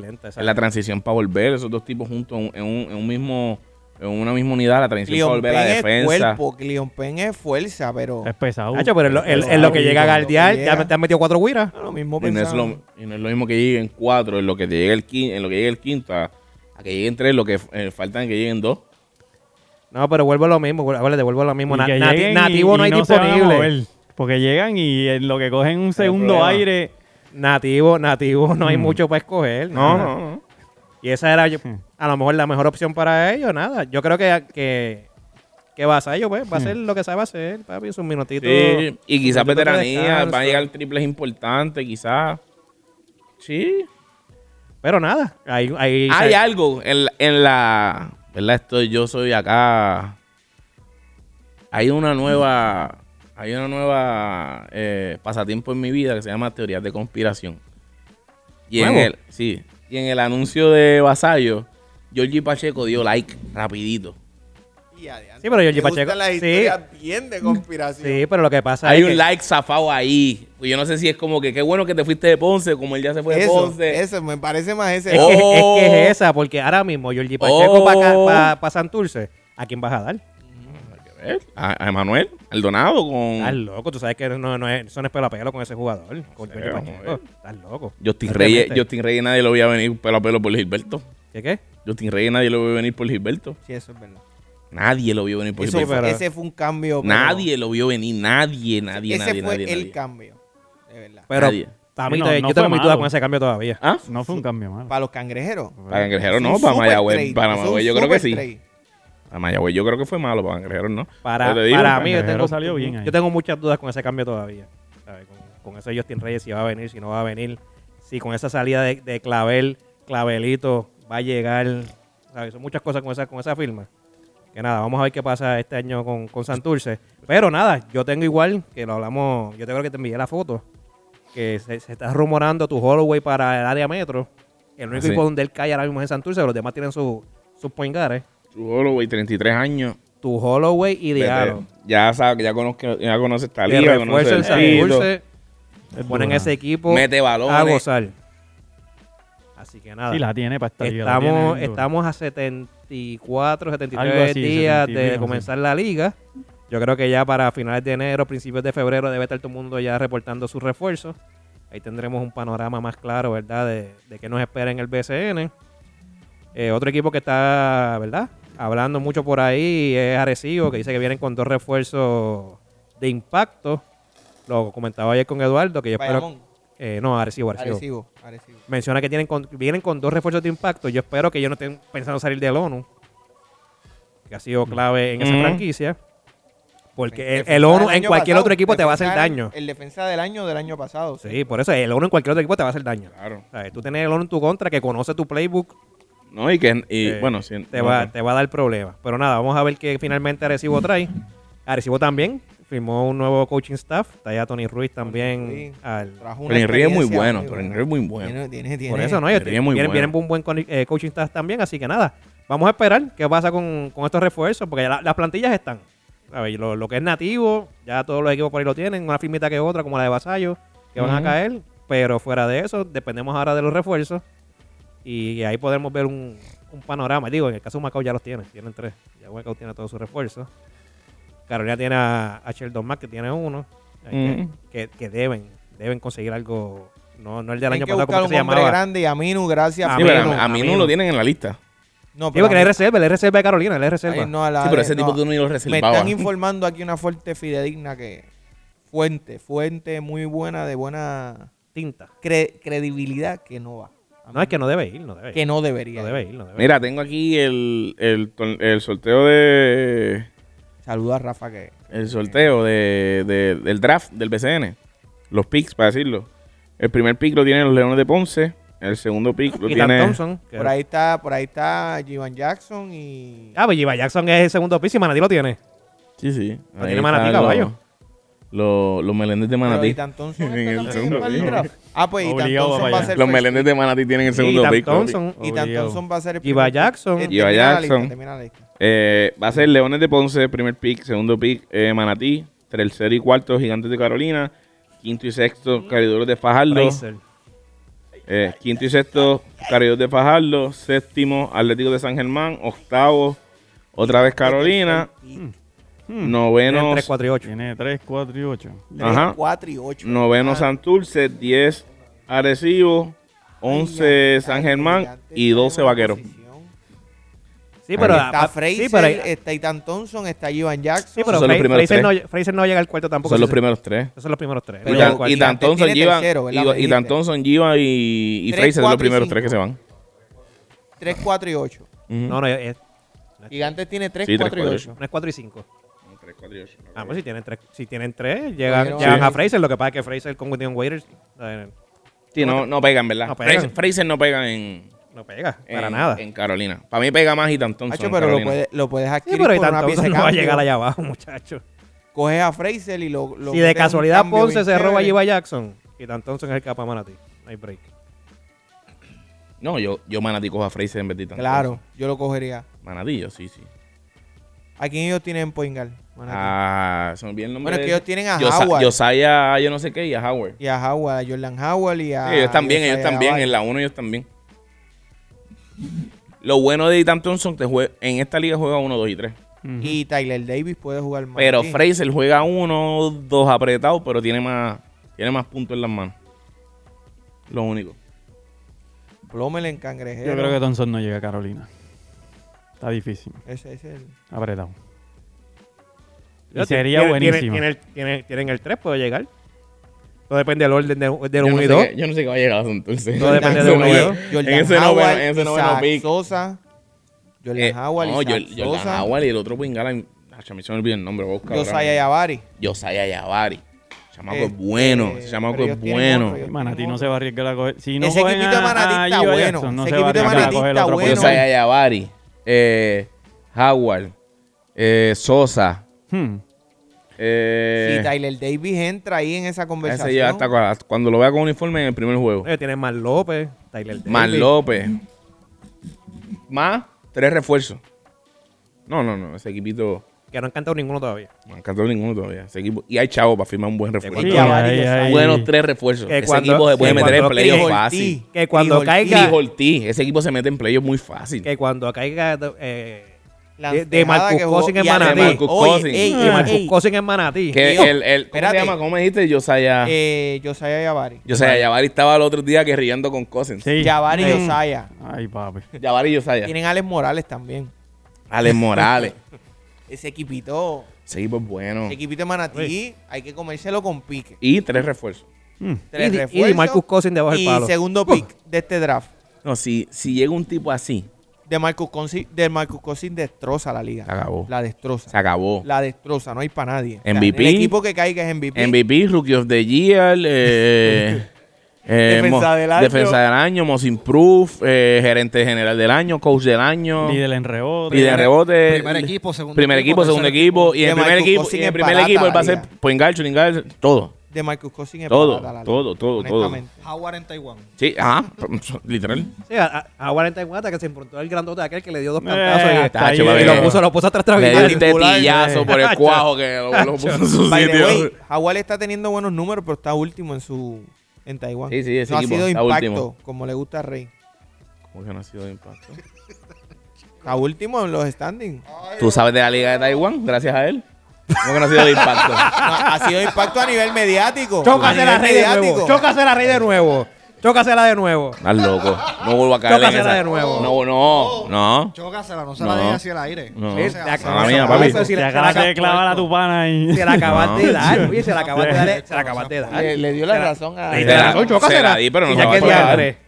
C: lenta esa.
B: Es la transición para volver, esos dos tipos juntos en un, en un- en un mismo, en una misma unidad, la
A: Cleon
B: transición para volver a la
A: Payne es
B: defensa.
A: cuerpo, Cleon Payne es fuerza, pero
E: Es pesado.
C: Nacho, pero en lo, en- en lo que llega a Gardial, ya me- te han metido cuatro guiras.
A: lo mismo
B: Y no, es
A: pensaba.
B: lo, y no es lo mismo que lleguen cuatro en lo que te llegue el quinto, en lo que llegue el quinto a, a que lleguen tres, lo que eh, faltan que lleguen dos.
C: No, pero vuelvo a lo mismo. vuelvo- Acuérdate, vuelvo a lo
E: Y
C: mismo. Na-
E: que
C: nati-
E: lleguen y-
C: nativo
E: y
C: no hay
E: se van a
C: disponible.
E: mover, porque llegan y en lo que cogen un segundo
B: problema.
E: aire.
C: Nativo, nativo, no hay mucho para escoger. nada.
B: no.
C: Y esa era yo- a lo mejor la mejor opción para ellos, nada. Yo creo que, que, que Vasallo, pues, va a hacer lo que sabe hacer, papi, sus minutitos.
B: Sí, y quizás
C: minutitos de
B: veteranía, van
C: descanso.
B: a llegar triples importantes, quizás. Sí.
C: Pero nada, ahí, ahí
B: Hay algo en, la- en la. ¿Verdad? Estoy, yo soy acá. Hay una nueva. Hay una nueva eh, pasatiempo en mi vida que se llama teorías de conspiración. Y en
C: ¿Nuevo?
B: el. Sí. Y en el anuncio de Vasallo, Georgie Pacheco dio like rapidito.
C: Sí, pero Georgie
A: Me gustan
C: Pacheco-
A: las
C: sí.
A: historias bien de conspiración.
C: Sí, pero lo que pasa
B: Hay
C: es
B: un
C: que-
B: like zafado ahí. Yo no sé si es como que qué bueno que te fuiste de Ponce, como él ya se fue de
A: Eso,
B: Ponce.
A: eso, me parece más ese.
C: es, que, es
B: Oh.
C: que es esa, porque ahora mismo Georgie Pacheco
B: Oh.
C: para Santurce, ¿a quién vas a dar?
B: ¿Eh? A, a Emanuel, al Donado con.
E: Mm.
C: Estás loco, tú sabes que no, no es, eso no es pelo a pelo con ese jugador, con Georgie
B: vamos a
C: Pacheco. Estás loco.
B: Justin
C: Realmente.
B: Reyes, Justin Reyes nadie lo veía venir pelo a pelo por Gilberto.
C: ¿Qué qué?
B: Justin Reyes nadie lo vio venir por Gilberto.
A: Sí, eso es verdad.
B: Nadie lo vio venir por
A: Eso
B: Gilberto.
A: fue-
C: pero-
A: Ese fue un cambio. pero-
B: Nadie lo vio venir, nadie, nadie,
A: Ese
B: nadie,
A: fue
B: nadie.
A: el
B: nadie.
A: cambio. De verdad.
C: Pero
B: Nadie.
C: para mí
E: No,
C: te-
E: no
C: yo
E: fue
C: tengo mis dudas
E: malo.
C: con ese cambio todavía.
B: ¿Ah?
E: No fue un cambio malo.
A: Para los cangrejeros.
B: Para Cangrejero
A: Es
B: no,
A: un
B: para
A: super
B: Mayagüez,
A: trade,
B: para
A: es un
B: Mayagüez yo creo que
A: super
B: sí.
A: trade.
B: Para Mayagüez yo creo que fue malo, para Cangrejero no.
C: Para,
B: Yo te digo,
C: para mí, yo
E: Cangrejero
C: tengo,
E: salió bien ahí.
C: yo tengo muchas dudas con ese cambio todavía. ¿Sabe? Con, con ese Justin Reyes, si va a venir, si no va a venir. Si con esa salida de, de Clavel, Clavelito, va a llegar. ¿sabe? Son muchas cosas con esa, con esa firma. Que nada, vamos a ver qué pasa este año con, con Santurce. Pero nada, yo tengo igual, que lo hablamos, yo tengo que te envié la foto, que se, se está rumorando tu Holloway para el área metro. El único
B: Ah, Sí.
C: equipo donde él cae ahora mismo es en Santurce, pero los demás tienen su- sus poingares.
B: Drew Holloway, 33 años.
C: Tu Holloway y
B: Vete.
C: Diallo.
B: Ya sabe, ya conozco, ya conoce esta
C: Le
B: liga,
C: refuerza
B: conoce
C: el
B: el
C: Santurce,
B: tiro,
C: ponen
E: dura.
C: ese equipo
B: mete
C: a
B: balones.
C: gozar. Así que nada.
E: Sí, la tiene para esta liga, la tiene
C: estamos,
E: bien dura.
C: estamos a 74, 73
E: Algo así,
C: días
E: 70 y
C: de
E: pico,
C: comenzar la liga. Yo creo que ya para finales de enero, principios de febrero, debe estar todo el mundo ya reportando sus refuerzos. Ahí tendremos un panorama más claro, ¿verdad? De, de qué nos espera en el BCN. Eh, otro equipo que está, ¿verdad? Hablando mucho por ahí es Arecibo, que dice que vienen con dos refuerzos de impacto. Lo comentaba ayer con Eduardo, que yo espero...
A: Bayamón,
C: Eh, no, Arecibo, Arecibo.
A: Arecibo, Arecibo.
C: Menciona que tienen con- vienen con dos refuerzos de impacto. Yo espero que ellos no estén pensando salir del ONU, que ha sido clave en esa
B: Mm.
C: franquicia. Porque el,
A: Defensa
C: el
A: del
C: ONU en
A: año
C: cualquier
A: pasado,
C: otro equipo te va a hacer
A: defensa del-
C: daño.
A: El defensa del año del año pasado.
C: Sí, por eso el ONU en cualquier otro equipo te va a hacer daño.
B: Claro.
C: ¿Sabes? Tú tienes el ONU en tu contra, que conoce tu playbook,
B: No, y que y,
C: Eh,
B: bueno, sí,
C: te,
B: no,
C: va,
B: no.
C: te va a dar problemas. Pero nada, vamos a ver qué finalmente Arecibo trae. Arecibo también firmó un nuevo coaching staff. Está ya Tony Ruiz también.
A: Ruiz.
C: al-
A: Trajo una
B: Tony Ríos es muy
A: experiencia,
B: bueno,
A: amigo.
B: Tony Ríos es muy bueno.
A: Tiene- tiene- tiene-
C: Por eso, ¿no? Ellos
B: Sería muy
C: vienen,
B: bueno.
C: vienen un buen co- eh, coaching staff también, así que nada. Vamos a esperar qué pasa con, con estos refuerzos, porque ya la- las plantillas están. A ver, lo, lo que es nativo, ya todos los equipos por ahí lo tienen, una firmita que otra, como la de Vasallo, que van a
B: Ujú.
C: caer. Pero fuera de eso, dependemos ahora de los refuerzos. Y ahí podemos ver un, un panorama. Digo, en el caso de Macao ya los tienen, tienen tres. Ya Macao tiene todos sus refuerzos. Carolina tiene a, a Sheldon Mack, que tiene uno. Eh,
B: Ujú.
C: que, que deben, deben conseguir algo. No, no el del
A: Tienen
C: año
A: que
C: pasado,
A: buscar
C: como
A: un
C: se
A: hombre
C: llamaba.
A: grande y a Minu, gracias.
C: Sí,
B: Sí, pero
C: Aminu,
B: a, a mí no
C: Aminu.
B: lo tienen en la lista.
A: No,
C: Digo que la
A: a mí-
C: reserva, la reserva de Carolina, la reserva.
A: eh, no, a la
B: Sí, pero
A: de-
B: ese tipo
A: no,
B: tú ni lo
A: Me
B: reservabas.
A: están informando aquí una fuente fidedigna que... Fuente, fuente muy buena, de buena
C: tinta.
A: cre- credibilidad que no va. A
C: No,
A: mí
C: es que no debe ir, no debe ir.
A: que no debería.
C: no debe ir, no debe ir.
B: Mira, tengo aquí el, el, tor- el sorteo de.
A: Saluda a Rafa que...
B: El sorteo de, de- del draft del BCN. Los picks, para decirlo. El primer pick lo tienen los Leones de Ponce. El segundo pick lo
C: Y
B: tiene.
C: Thompson. que-
A: Por ahí está, por ahí está Jivan Jackson y...
C: Ah, pues Jiva Jackson es el segundo piso y Manatí lo tiene.
B: Sí, sí.
C: Lo
B: Ahí
C: tiene Manatí,
B: están los-
C: caballo.
B: Los, los Meléndez de
A: Pero
B: Manatí.
A: Ethan Thompson está
B: *laughs* En el
A: también
B: segundo
A: para el
B: pick.
A: draft. Ah, pues Ethan
E: Obligado
A: Thompson
E: para
A: va a
E: allá.
A: ser
B: Los
A: first-
B: Meléndez de Manatí tienen el segundo
C: Ethan
B: pick. papi.
C: Thompson.
A: Ethan Thompson va a ser el
C: Jiva
A: primer pick.
C: Jackson.
A: Eh,
B: Jiva
A: termina la lista,
B: Jackson.
A: termina la lista.
B: Eh, va a ser Leones de Ponce, primer pick. Segundo pick, eh, Manatí. Tercero y cuarto, Gigantes de Carolina. Quinto y sexto, Caridores de Fajardo.
C: Fraser.
B: Eh, quinto y sexto, Carollos de Fajardo. Séptimo, Atlético de San Germán. Octavo, otra vez Carolina.
A: Este,
C: Mm.
A: Hmm.
B: Noveno,
C: 3, 4 y 8.
E: Tiene 3, 4 y 8.
A: 3,
B: Ajá.
A: 4 y 8.
B: noveno Santurce. Diez, Arecibo. Once, San Germán. Y doce, Vaqueros.
C: Sí, pero,
A: Está
C: ah,
A: Fraser,
C: sí, pero,
A: está Itan Thompson, está Ivan Jackson.
C: sí, pero
B: Son los
C: Fra-
B: primeros tres.
C: Fraser, no, lle- Fraser no llega al cuarto tampoco.
B: Son los
C: Ese-
B: primeros tres.
C: Esos son los primeros tres.
B: Y
A: Pero-
C: No llega al
B: Dan-
C: cuarto.
B: y Dan
A: Gigante
B: Thompson
A: tiene
B: llevan.
A: tercero, ¿verdad? Me
B: Y, y Dan
A: dijiste.
B: Thompson, lleva y, y
A: Tres,
B: Fraser son los
A: cuatro y
B: primeros
A: cinco.
B: tres que se van.
A: 3, 4 y 8.
B: Ujú.
C: No, no, es,
A: Gigantes tiene 3,
B: Sí, tres,
A: 4 y
B: cuatro y
A: 8.
C: no es 4 y 5.
B: Tres, cuatro y ocho.
C: Ah, pues si tienen 3, si tienen tres llegan,
A: Pero-
C: llegan
B: Sí.
C: a Fraser. Lo que pasa es que Fraser con William Waiters eh,
B: Sí, no, no pegan, ¿verdad?
C: No pegan.
B: Fraser, Fraser no pegan en,
C: no pega
B: en-
C: para nada.
B: en Carolina. Para mí pega más y Dan Thompson.
A: Hacho,
B: en
A: pero lo,
B: Carolina.
A: puede- lo puedes
C: Sí,
A: adquirir
C: pero y
A: por una
C: tanto
A: pieza de
C: *laughs* no va a
A: cambio.
C: llegar allá abajo, muchachos.
A: Coges a Fraser y lo... lo
C: Si
A: metes en
C: de
A: un
C: casualidad
A: cambio
C: Ponce
A: bien
C: se roba a
A: chévere.
C: Jiva Jackson y Dan Thompson es el capa manatí. No hay break.
B: No, yo, yo Manatí cojo a Fraser en vez de Dan
A: Claro,
B: Thompson.
A: yo lo cogería.
B: Manatí, yo sí, sí.
A: ¿A quién ellos tienen en Poingal?
B: Ah, se me olvidó el nombre.
A: Bueno, es
B: de-
A: que ellos tienen a
B: Yosa-
A: Howard.
B: Josiah, yo no sé qué, y a Howard.
A: Y a Howard, a Jordan Howard y a...
B: Sí, ellos también, ellos
A: Ah, Josiah
B: también.
A: Abai.
B: En la 1 ellos también. Lo bueno de Dan Thompson que jue- en esta liga juega 1, 2 y 3.
A: Y Tyler Davis puede jugar más.
B: Pero
A: aquí.
B: Fraser juega 1, 2 apretado, pero tiene más, tiene más puntos en las manos. Lo único.
A: Plomer en cangrejero.
E: Yo creo que Thompson no llega a Carolina. Está difícil.
A: Ese es el...
E: Apretado. Y
C: Yo,
E: sería
C: tiene- tiene-
E: buenísimo.
C: tiene el- tiene- Tienen el 3, puede llegar. Todo depende del orden de- del
B: Yo
C: 1
B: no,
C: y
B: sé
C: 2.
B: qué- yo no sé qué va a llegar entonces.
C: No depende de uno ¿eh? y dos.
B: En ese noveno, en ese noveno
A: Isaac
B: pick.
A: Sosa, Jordan
B: Eh,
A: Howard,
B: no,
A: Isaac
B: Jor- Jordan
A: Sosa,
B: Howard y el otro Wingala. A mí se me olvidó el nombre. voy a buscar ahora
A: Josiah
B: mismo.
A: Yavari.
B: Josiah Yavari. Chamaco
A: Este,
B: es bueno. Ese chamaco
A: pero
B: es
A: ellos tienen
B: bueno.
A: otro, ellos
E: Manatí
A: tienen
E: no
A: otro.
E: se va a arriesgar a coger. Si no
A: Ese
E: cogen
A: equipito de
E: a-
A: Manatí
E: a
A: está
E: Eva
A: bueno.
E: Jackson, no
A: Ese
E: se va a
A: equipito de
E: arriesgar a
A: Manatí
E: coger
A: está
E: otro
A: bueno.
E: prospecto.
B: Josiah Yavari. Eh, Howard. eh, Sosa.
E: Hmm.
B: Eh,
A: Si Tyler Davis entra ahí en esa
B: ese
A: conversación. Eh,
B: ya hasta cu- hasta cuando lo vea con uniforme en el primer juego.
C: Ellos Eh, tienen Mar López, Tyler Davis.
B: Más López. Más tres refuerzos. No, no, no. Ese equipito.
C: Que no han cantado ninguno todavía.
B: No han cantado ninguno todavía. Ese equipo. Y hay chavo para firmar un buen refuerzo.
E: Sí,
A: Ya va,
E: ahí,
A: ya
E: ahí.
B: buenos tres refuerzos.
C: Que
B: Ese
C: cuando-
B: equipo se puede
C: que
B: meter en
C: cuando
B: playoff
C: Chris
B: fácil.
A: Ortiz,
C: Que cuando
A: Chris Ortiz,
C: caiga-
B: Chris Ortiz, ese equipo se mete en playoff muy fácil.
C: Que cuando caiga eh,
A: la
C: de, de
A: antejada
C: Marcus
A: que jugó-
C: Cosin en
A: y a-
C: Manatí.
B: Marcus
A: Oye,
B: Cousins.
A: ey,
C: Y Marcus
A: Ah, ey,
C: Cosin en Manatí.
B: Que
A: Tío,
B: el, el- ¿Cómo se
A: espérate.
B: llama? ¿Cómo me dijiste? Josiah.
A: eh, Josiah Yavari.
B: Josiah Yavari estaba el otro día guerrillando con Cousins.
E: Sí.
A: Yavari y
E: Hmm.
A: Josiah.
E: Ay, papi.
B: Yavari y Josiah.
A: Tienen a Alex Morales también.
B: Alex
C: *laughs*
B: Morales.
A: Ese equipito,
B: ese equipo es bueno.
A: ese equipito de Manatí, hay que comérselo con pique.
B: Y tres refuerzos.
E: Hmm.
A: Tres
C: Y- y
A: refuerzos
C: Marcus Cousins debajo del
A: y
C: palo.
A: segundo pick de este draft.
B: No, si, si llega un tipo así,
A: De Marcus Cousins, de Marcus Cousins destroza la liga.
B: Se acabó.
A: La destroza.
B: se acabó.
A: La destroza, no hay para nadie. O sea,
B: MVP.
A: el equipo que caiga es MVP.
B: MVP, Rookie of the Year, eh,
A: *laughs*
B: eh,
A: Defensa
B: Mo-
A: del año.
B: Defensa del año, Most Improved, eh, Gerente General del año, Coach del año,
E: Líder en rebote.
B: Líder en rebote,
F: Primer
B: li-
F: equipo, segundo
B: primer equipo,
F: tercer
B: segundo equipo, y
A: Que
B: en primer
A: Michael
B: equipo,
A: Cosin
B: y en
A: es
B: primer
A: barata
B: equipo él
A: la
B: va a ser
A: liga.
B: point guard, shooting guard, todo.
A: De Marcus Cousins es
B: Todo,
A: barata la liga,
B: todo, todo, todo.
A: honestamente.
F: Howard en Taiwán.
B: Sí, ajá, literal.
C: Sí, a, a, a 41 que se enfrentó el grandote aquel que le dio dos
E: Eh,
C: cantazos y- este,
E: hasta
B: Tacho,
E: ahí,
B: papi,
C: y,
E: eh.
C: lo puso, lo puso atrás tras
B: Le dio un
C: Vidal.
B: tetillazo por el cuajo que lo, lo puso en su
A: By the way,
B: sitio.
A: Howard está teniendo buenos números, pero está último en su en Taiwán.
B: Sí, sí, ese
A: no
B: equipo
A: ha sido
B: está
A: impacto
B: último.
A: como le gusta a Rey.
B: ¿Cómo que no ha sido de impacto?
A: Está último en los standings.
B: Tú sabes de la Liga de Taiwán, gracias a él. ¿Cómo que no ha sido de impacto?
A: No, ha sido impacto a nivel mediático. a
C: *laughs* Chócase
A: nivel
C: la rey de nuevo.
A: mediático.
C: Chócase la rey de nuevo. Chócasela de nuevo.
B: Estás loco. No vuelvo a caer en
C: Chócasela
B: esa.
C: de nuevo.
B: No, no, no.
F: Chócasela, no se la
B: No.
F: dejes hacia el aire.
B: No.
F: O sea,
C: Sí,
F: hacia-
B: Mamma
F: hacia-
B: mía,
F: hacia-
B: papi.
F: hacia-
E: Te
C: la
E: acabaste de
C: sacaste
E: clavar
C: *laughs*
E: a tu pana ahí.
C: Se la acabaste
B: No.
C: de dar, oye, se la acabaste de dar, se la
F: No,
C: acabaste de dar.
A: Le, le dio la razón a
C: Le
B: Se
C: diste
B: la-
C: la razón,
B: se
C: chócasela.
B: la di, pero no
C: Y
B: se
C: ya
B: la
C: que
B: voy a
C: el
B: dar.
C: diantre.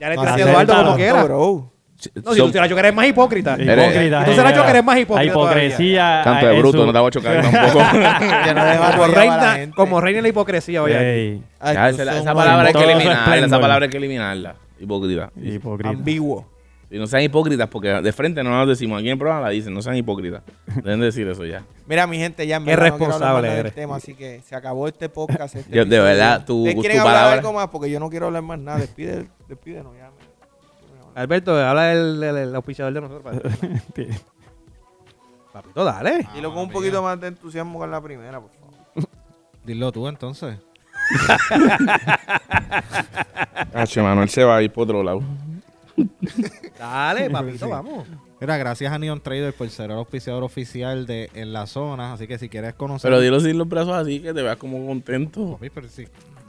C: Ya le
A: No,
C: tiraste a
A: acepta,
C: Eduardo como
A: no,
C: quiera.
A: bro.
C: No, si tú
B: Son- eh,
C: se la chocaras es más hipócrita.
E: Hipócrita.
C: Tú se la chocaras, es más hipócrita
E: La hipocresía.
B: Canto de
E: en
B: bruto,
E: su-
B: no te voy a chocar
C: *laughs*
B: tampoco.
A: Ya no deja
C: Como
A: rodear a la
C: reina,
A: gente.
C: como reina de la hipocresía,
B: Eh.
C: oye.
E: Ey,
A: Ay,
B: Ya,
A: tú
B: esa,
A: son
B: esa
A: un
B: palabra hay que
E: todo su
B: eliminarla, esa
E: esplendor.
B: palabra hay que eliminarla. Hipócrita.
E: Hipócrita. *laughs*
A: ambiguo.
B: Y no sean hipócritas porque de frente no nos decimos. Aquí en el programa la dicen, no sean hipócritas. Deben decir eso ya.
A: Mira, mi gente, ya en
C: Qué
A: verdad no quiero hablar
C: responsable
A: más del
C: eres.
A: tema, así que se acabó este podcast. este
B: Yo, de
A: episodio.
B: verdad, tu-
A: ¿Ustedes
B: tu
A: quieren hablar
B: palabra-
A: algo más? Porque yo no quiero hablar más nada. Despide, despídenos ya. me-
C: Alberto, habla el, el, el auspiciador de nosotros. Papito, dale.
A: Ah, Dilo con un poquito más de entusiasmo con la primera, por favor.
F: Dilo tú entonces.
B: H, Manuel se va a ir por otro lado.
C: *laughs* Dale, papito, vamos.
D: Mira, gracias a Neon Trader por ser el auspiciador oficial de En la Zona. Así que si quieres conocer.
B: Pero dilo sin los brazos así que te veas como contento.
D: Papi, pero sí.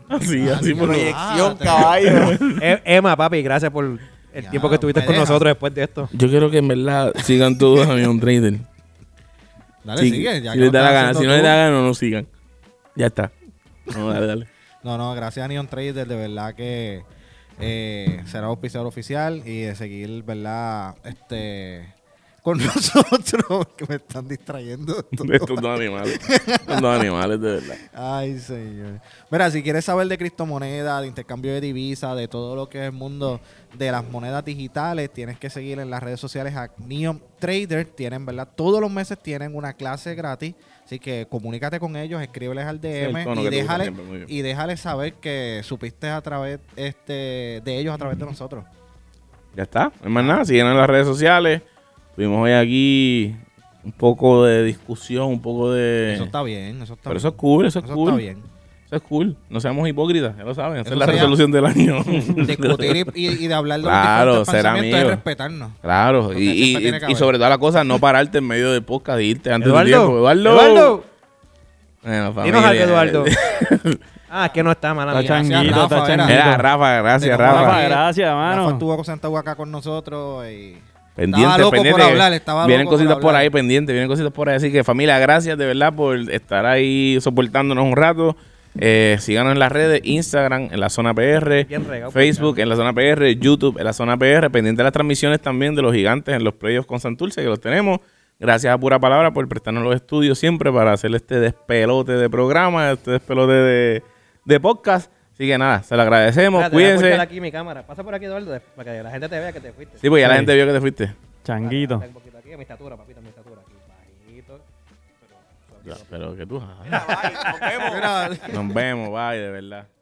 D: Ah,
B: Así,
C: Ah,
B: así por
D: Proyección,
B: caballo.
C: Em- Emma, papi, gracias por el
D: Ya,
C: tiempo que estuviste
D: me
C: con
D: deja.
C: nosotros después de esto.
B: Yo quiero que en verdad sigan todos a Neon Trader.
D: Dale,
B: Sí,
D: sigue. ya
B: si
D: que
B: les
D: lo
B: da la
D: estás
B: gana. Si no
D: haciendo
B: les
D: tú.
B: da la gana, no sigan. Ya está. No, dale,
D: *laughs*
B: dale.
D: No, no, gracias a Neon Trader, de verdad que eh, será auspiciador oficial y de seguir, ¿verdad? Este. Con *laughs* nosotros, que me están distrayendo. esto.
B: Estos dos animales. Estos dos animales, de verdad.
D: Ay, señor. Mira, si quieres saber de criptomonedas, de intercambio de divisas, de todo lo que es el mundo de las monedas digitales, tienes que seguir en las redes sociales a Neon Trader. Tienen, ¿verdad? Todos los meses tienen una clase gratis. Así que comunícate con ellos, escríbeles al DM
B: el tono
D: y
B: que te gusta
D: déjale,
B: siempre, muy bien.
D: y déjale saber que supiste a través este, de ellos, a través de nosotros.
B: Ya está. No hay más nada. Siguen en las redes sociales. Tuvimos hoy aquí un poco de discusión, un poco de.
D: Eso está bien, eso está
B: Eh. Pero
D: bien.
B: eso es cool, eso es
D: Eso
B: cool.
D: está bien.
B: Eso es cool. No seamos hipócritas, ya lo saben. Esa
D: Eso
B: es la
D: sea-
B: resolución del año.
D: *laughs* Discutir y, y- y de hablar de
B: Claro,
D: los diferentes
B: ser
D: pensamientos es
B: amigos.
D: respetarnos.
B: Claro,
D: Porque
B: y,
D: siempre
B: y-
D: tiene que
B: y
D: haber.
B: sobre todas las cosas, no pararte en medio de podcast e irte antes de tiempo.
C: Eduardo,
B: Eduardo,
C: Eduardo,
B: Bueno,
C: dinos algo,
B: familia.
C: Eduardo. ah, es que no está, mala
E: Está
C: mía.
D: gracias,
E: changuito, está
D: Rafa, era.
E: changuito.
B: *laughs* Era Rafa, gracias,
D: Te como
B: Rafa.
E: Rafa,
D: Rafa,
E: gracias, mano.
D: Rafa estuvo sentado acá con nosotros y...
B: Pendiente,
D: Estaba loco por
B: pendiente.
D: hablar, estaba
B: vienen
D: loco por
B: cositas por,
D: hablar.
B: ahí, pendiente, vienen cositas por ahí. Así que familia, gracias de verdad por estar ahí soportándonos un rato. Eh, síganos en las redes, Instagram, en la zona PR,
C: Bien regado,
D: pues,
B: Facebook, en la zona PR, YouTube, en la zona PR, pendiente de las transmisiones también de los gigantes en los playoffs con Santurce, que los tenemos. Gracias a Pura Palabra por prestarnos los estudios siempre para hacer este despelote de programa, este despelote de, de podcast. Así que nada, se lo agradecemos,
C: Espérate, voy a
B: cuídense.
C: cortar aquí mi cámara. Pasa por aquí, Eduardo, para que la gente te vea que te fuiste.
B: Sí, pues ya la
E: Sí.
B: gente vio que te fuiste.
E: Changuito.
C: Dale, dale un poquito aquí, a mi estatura, papito, a mi estatura. Aquí, bajito.
B: pero que tú.
D: Mira,
B: Nos vemos, bye, de verdad.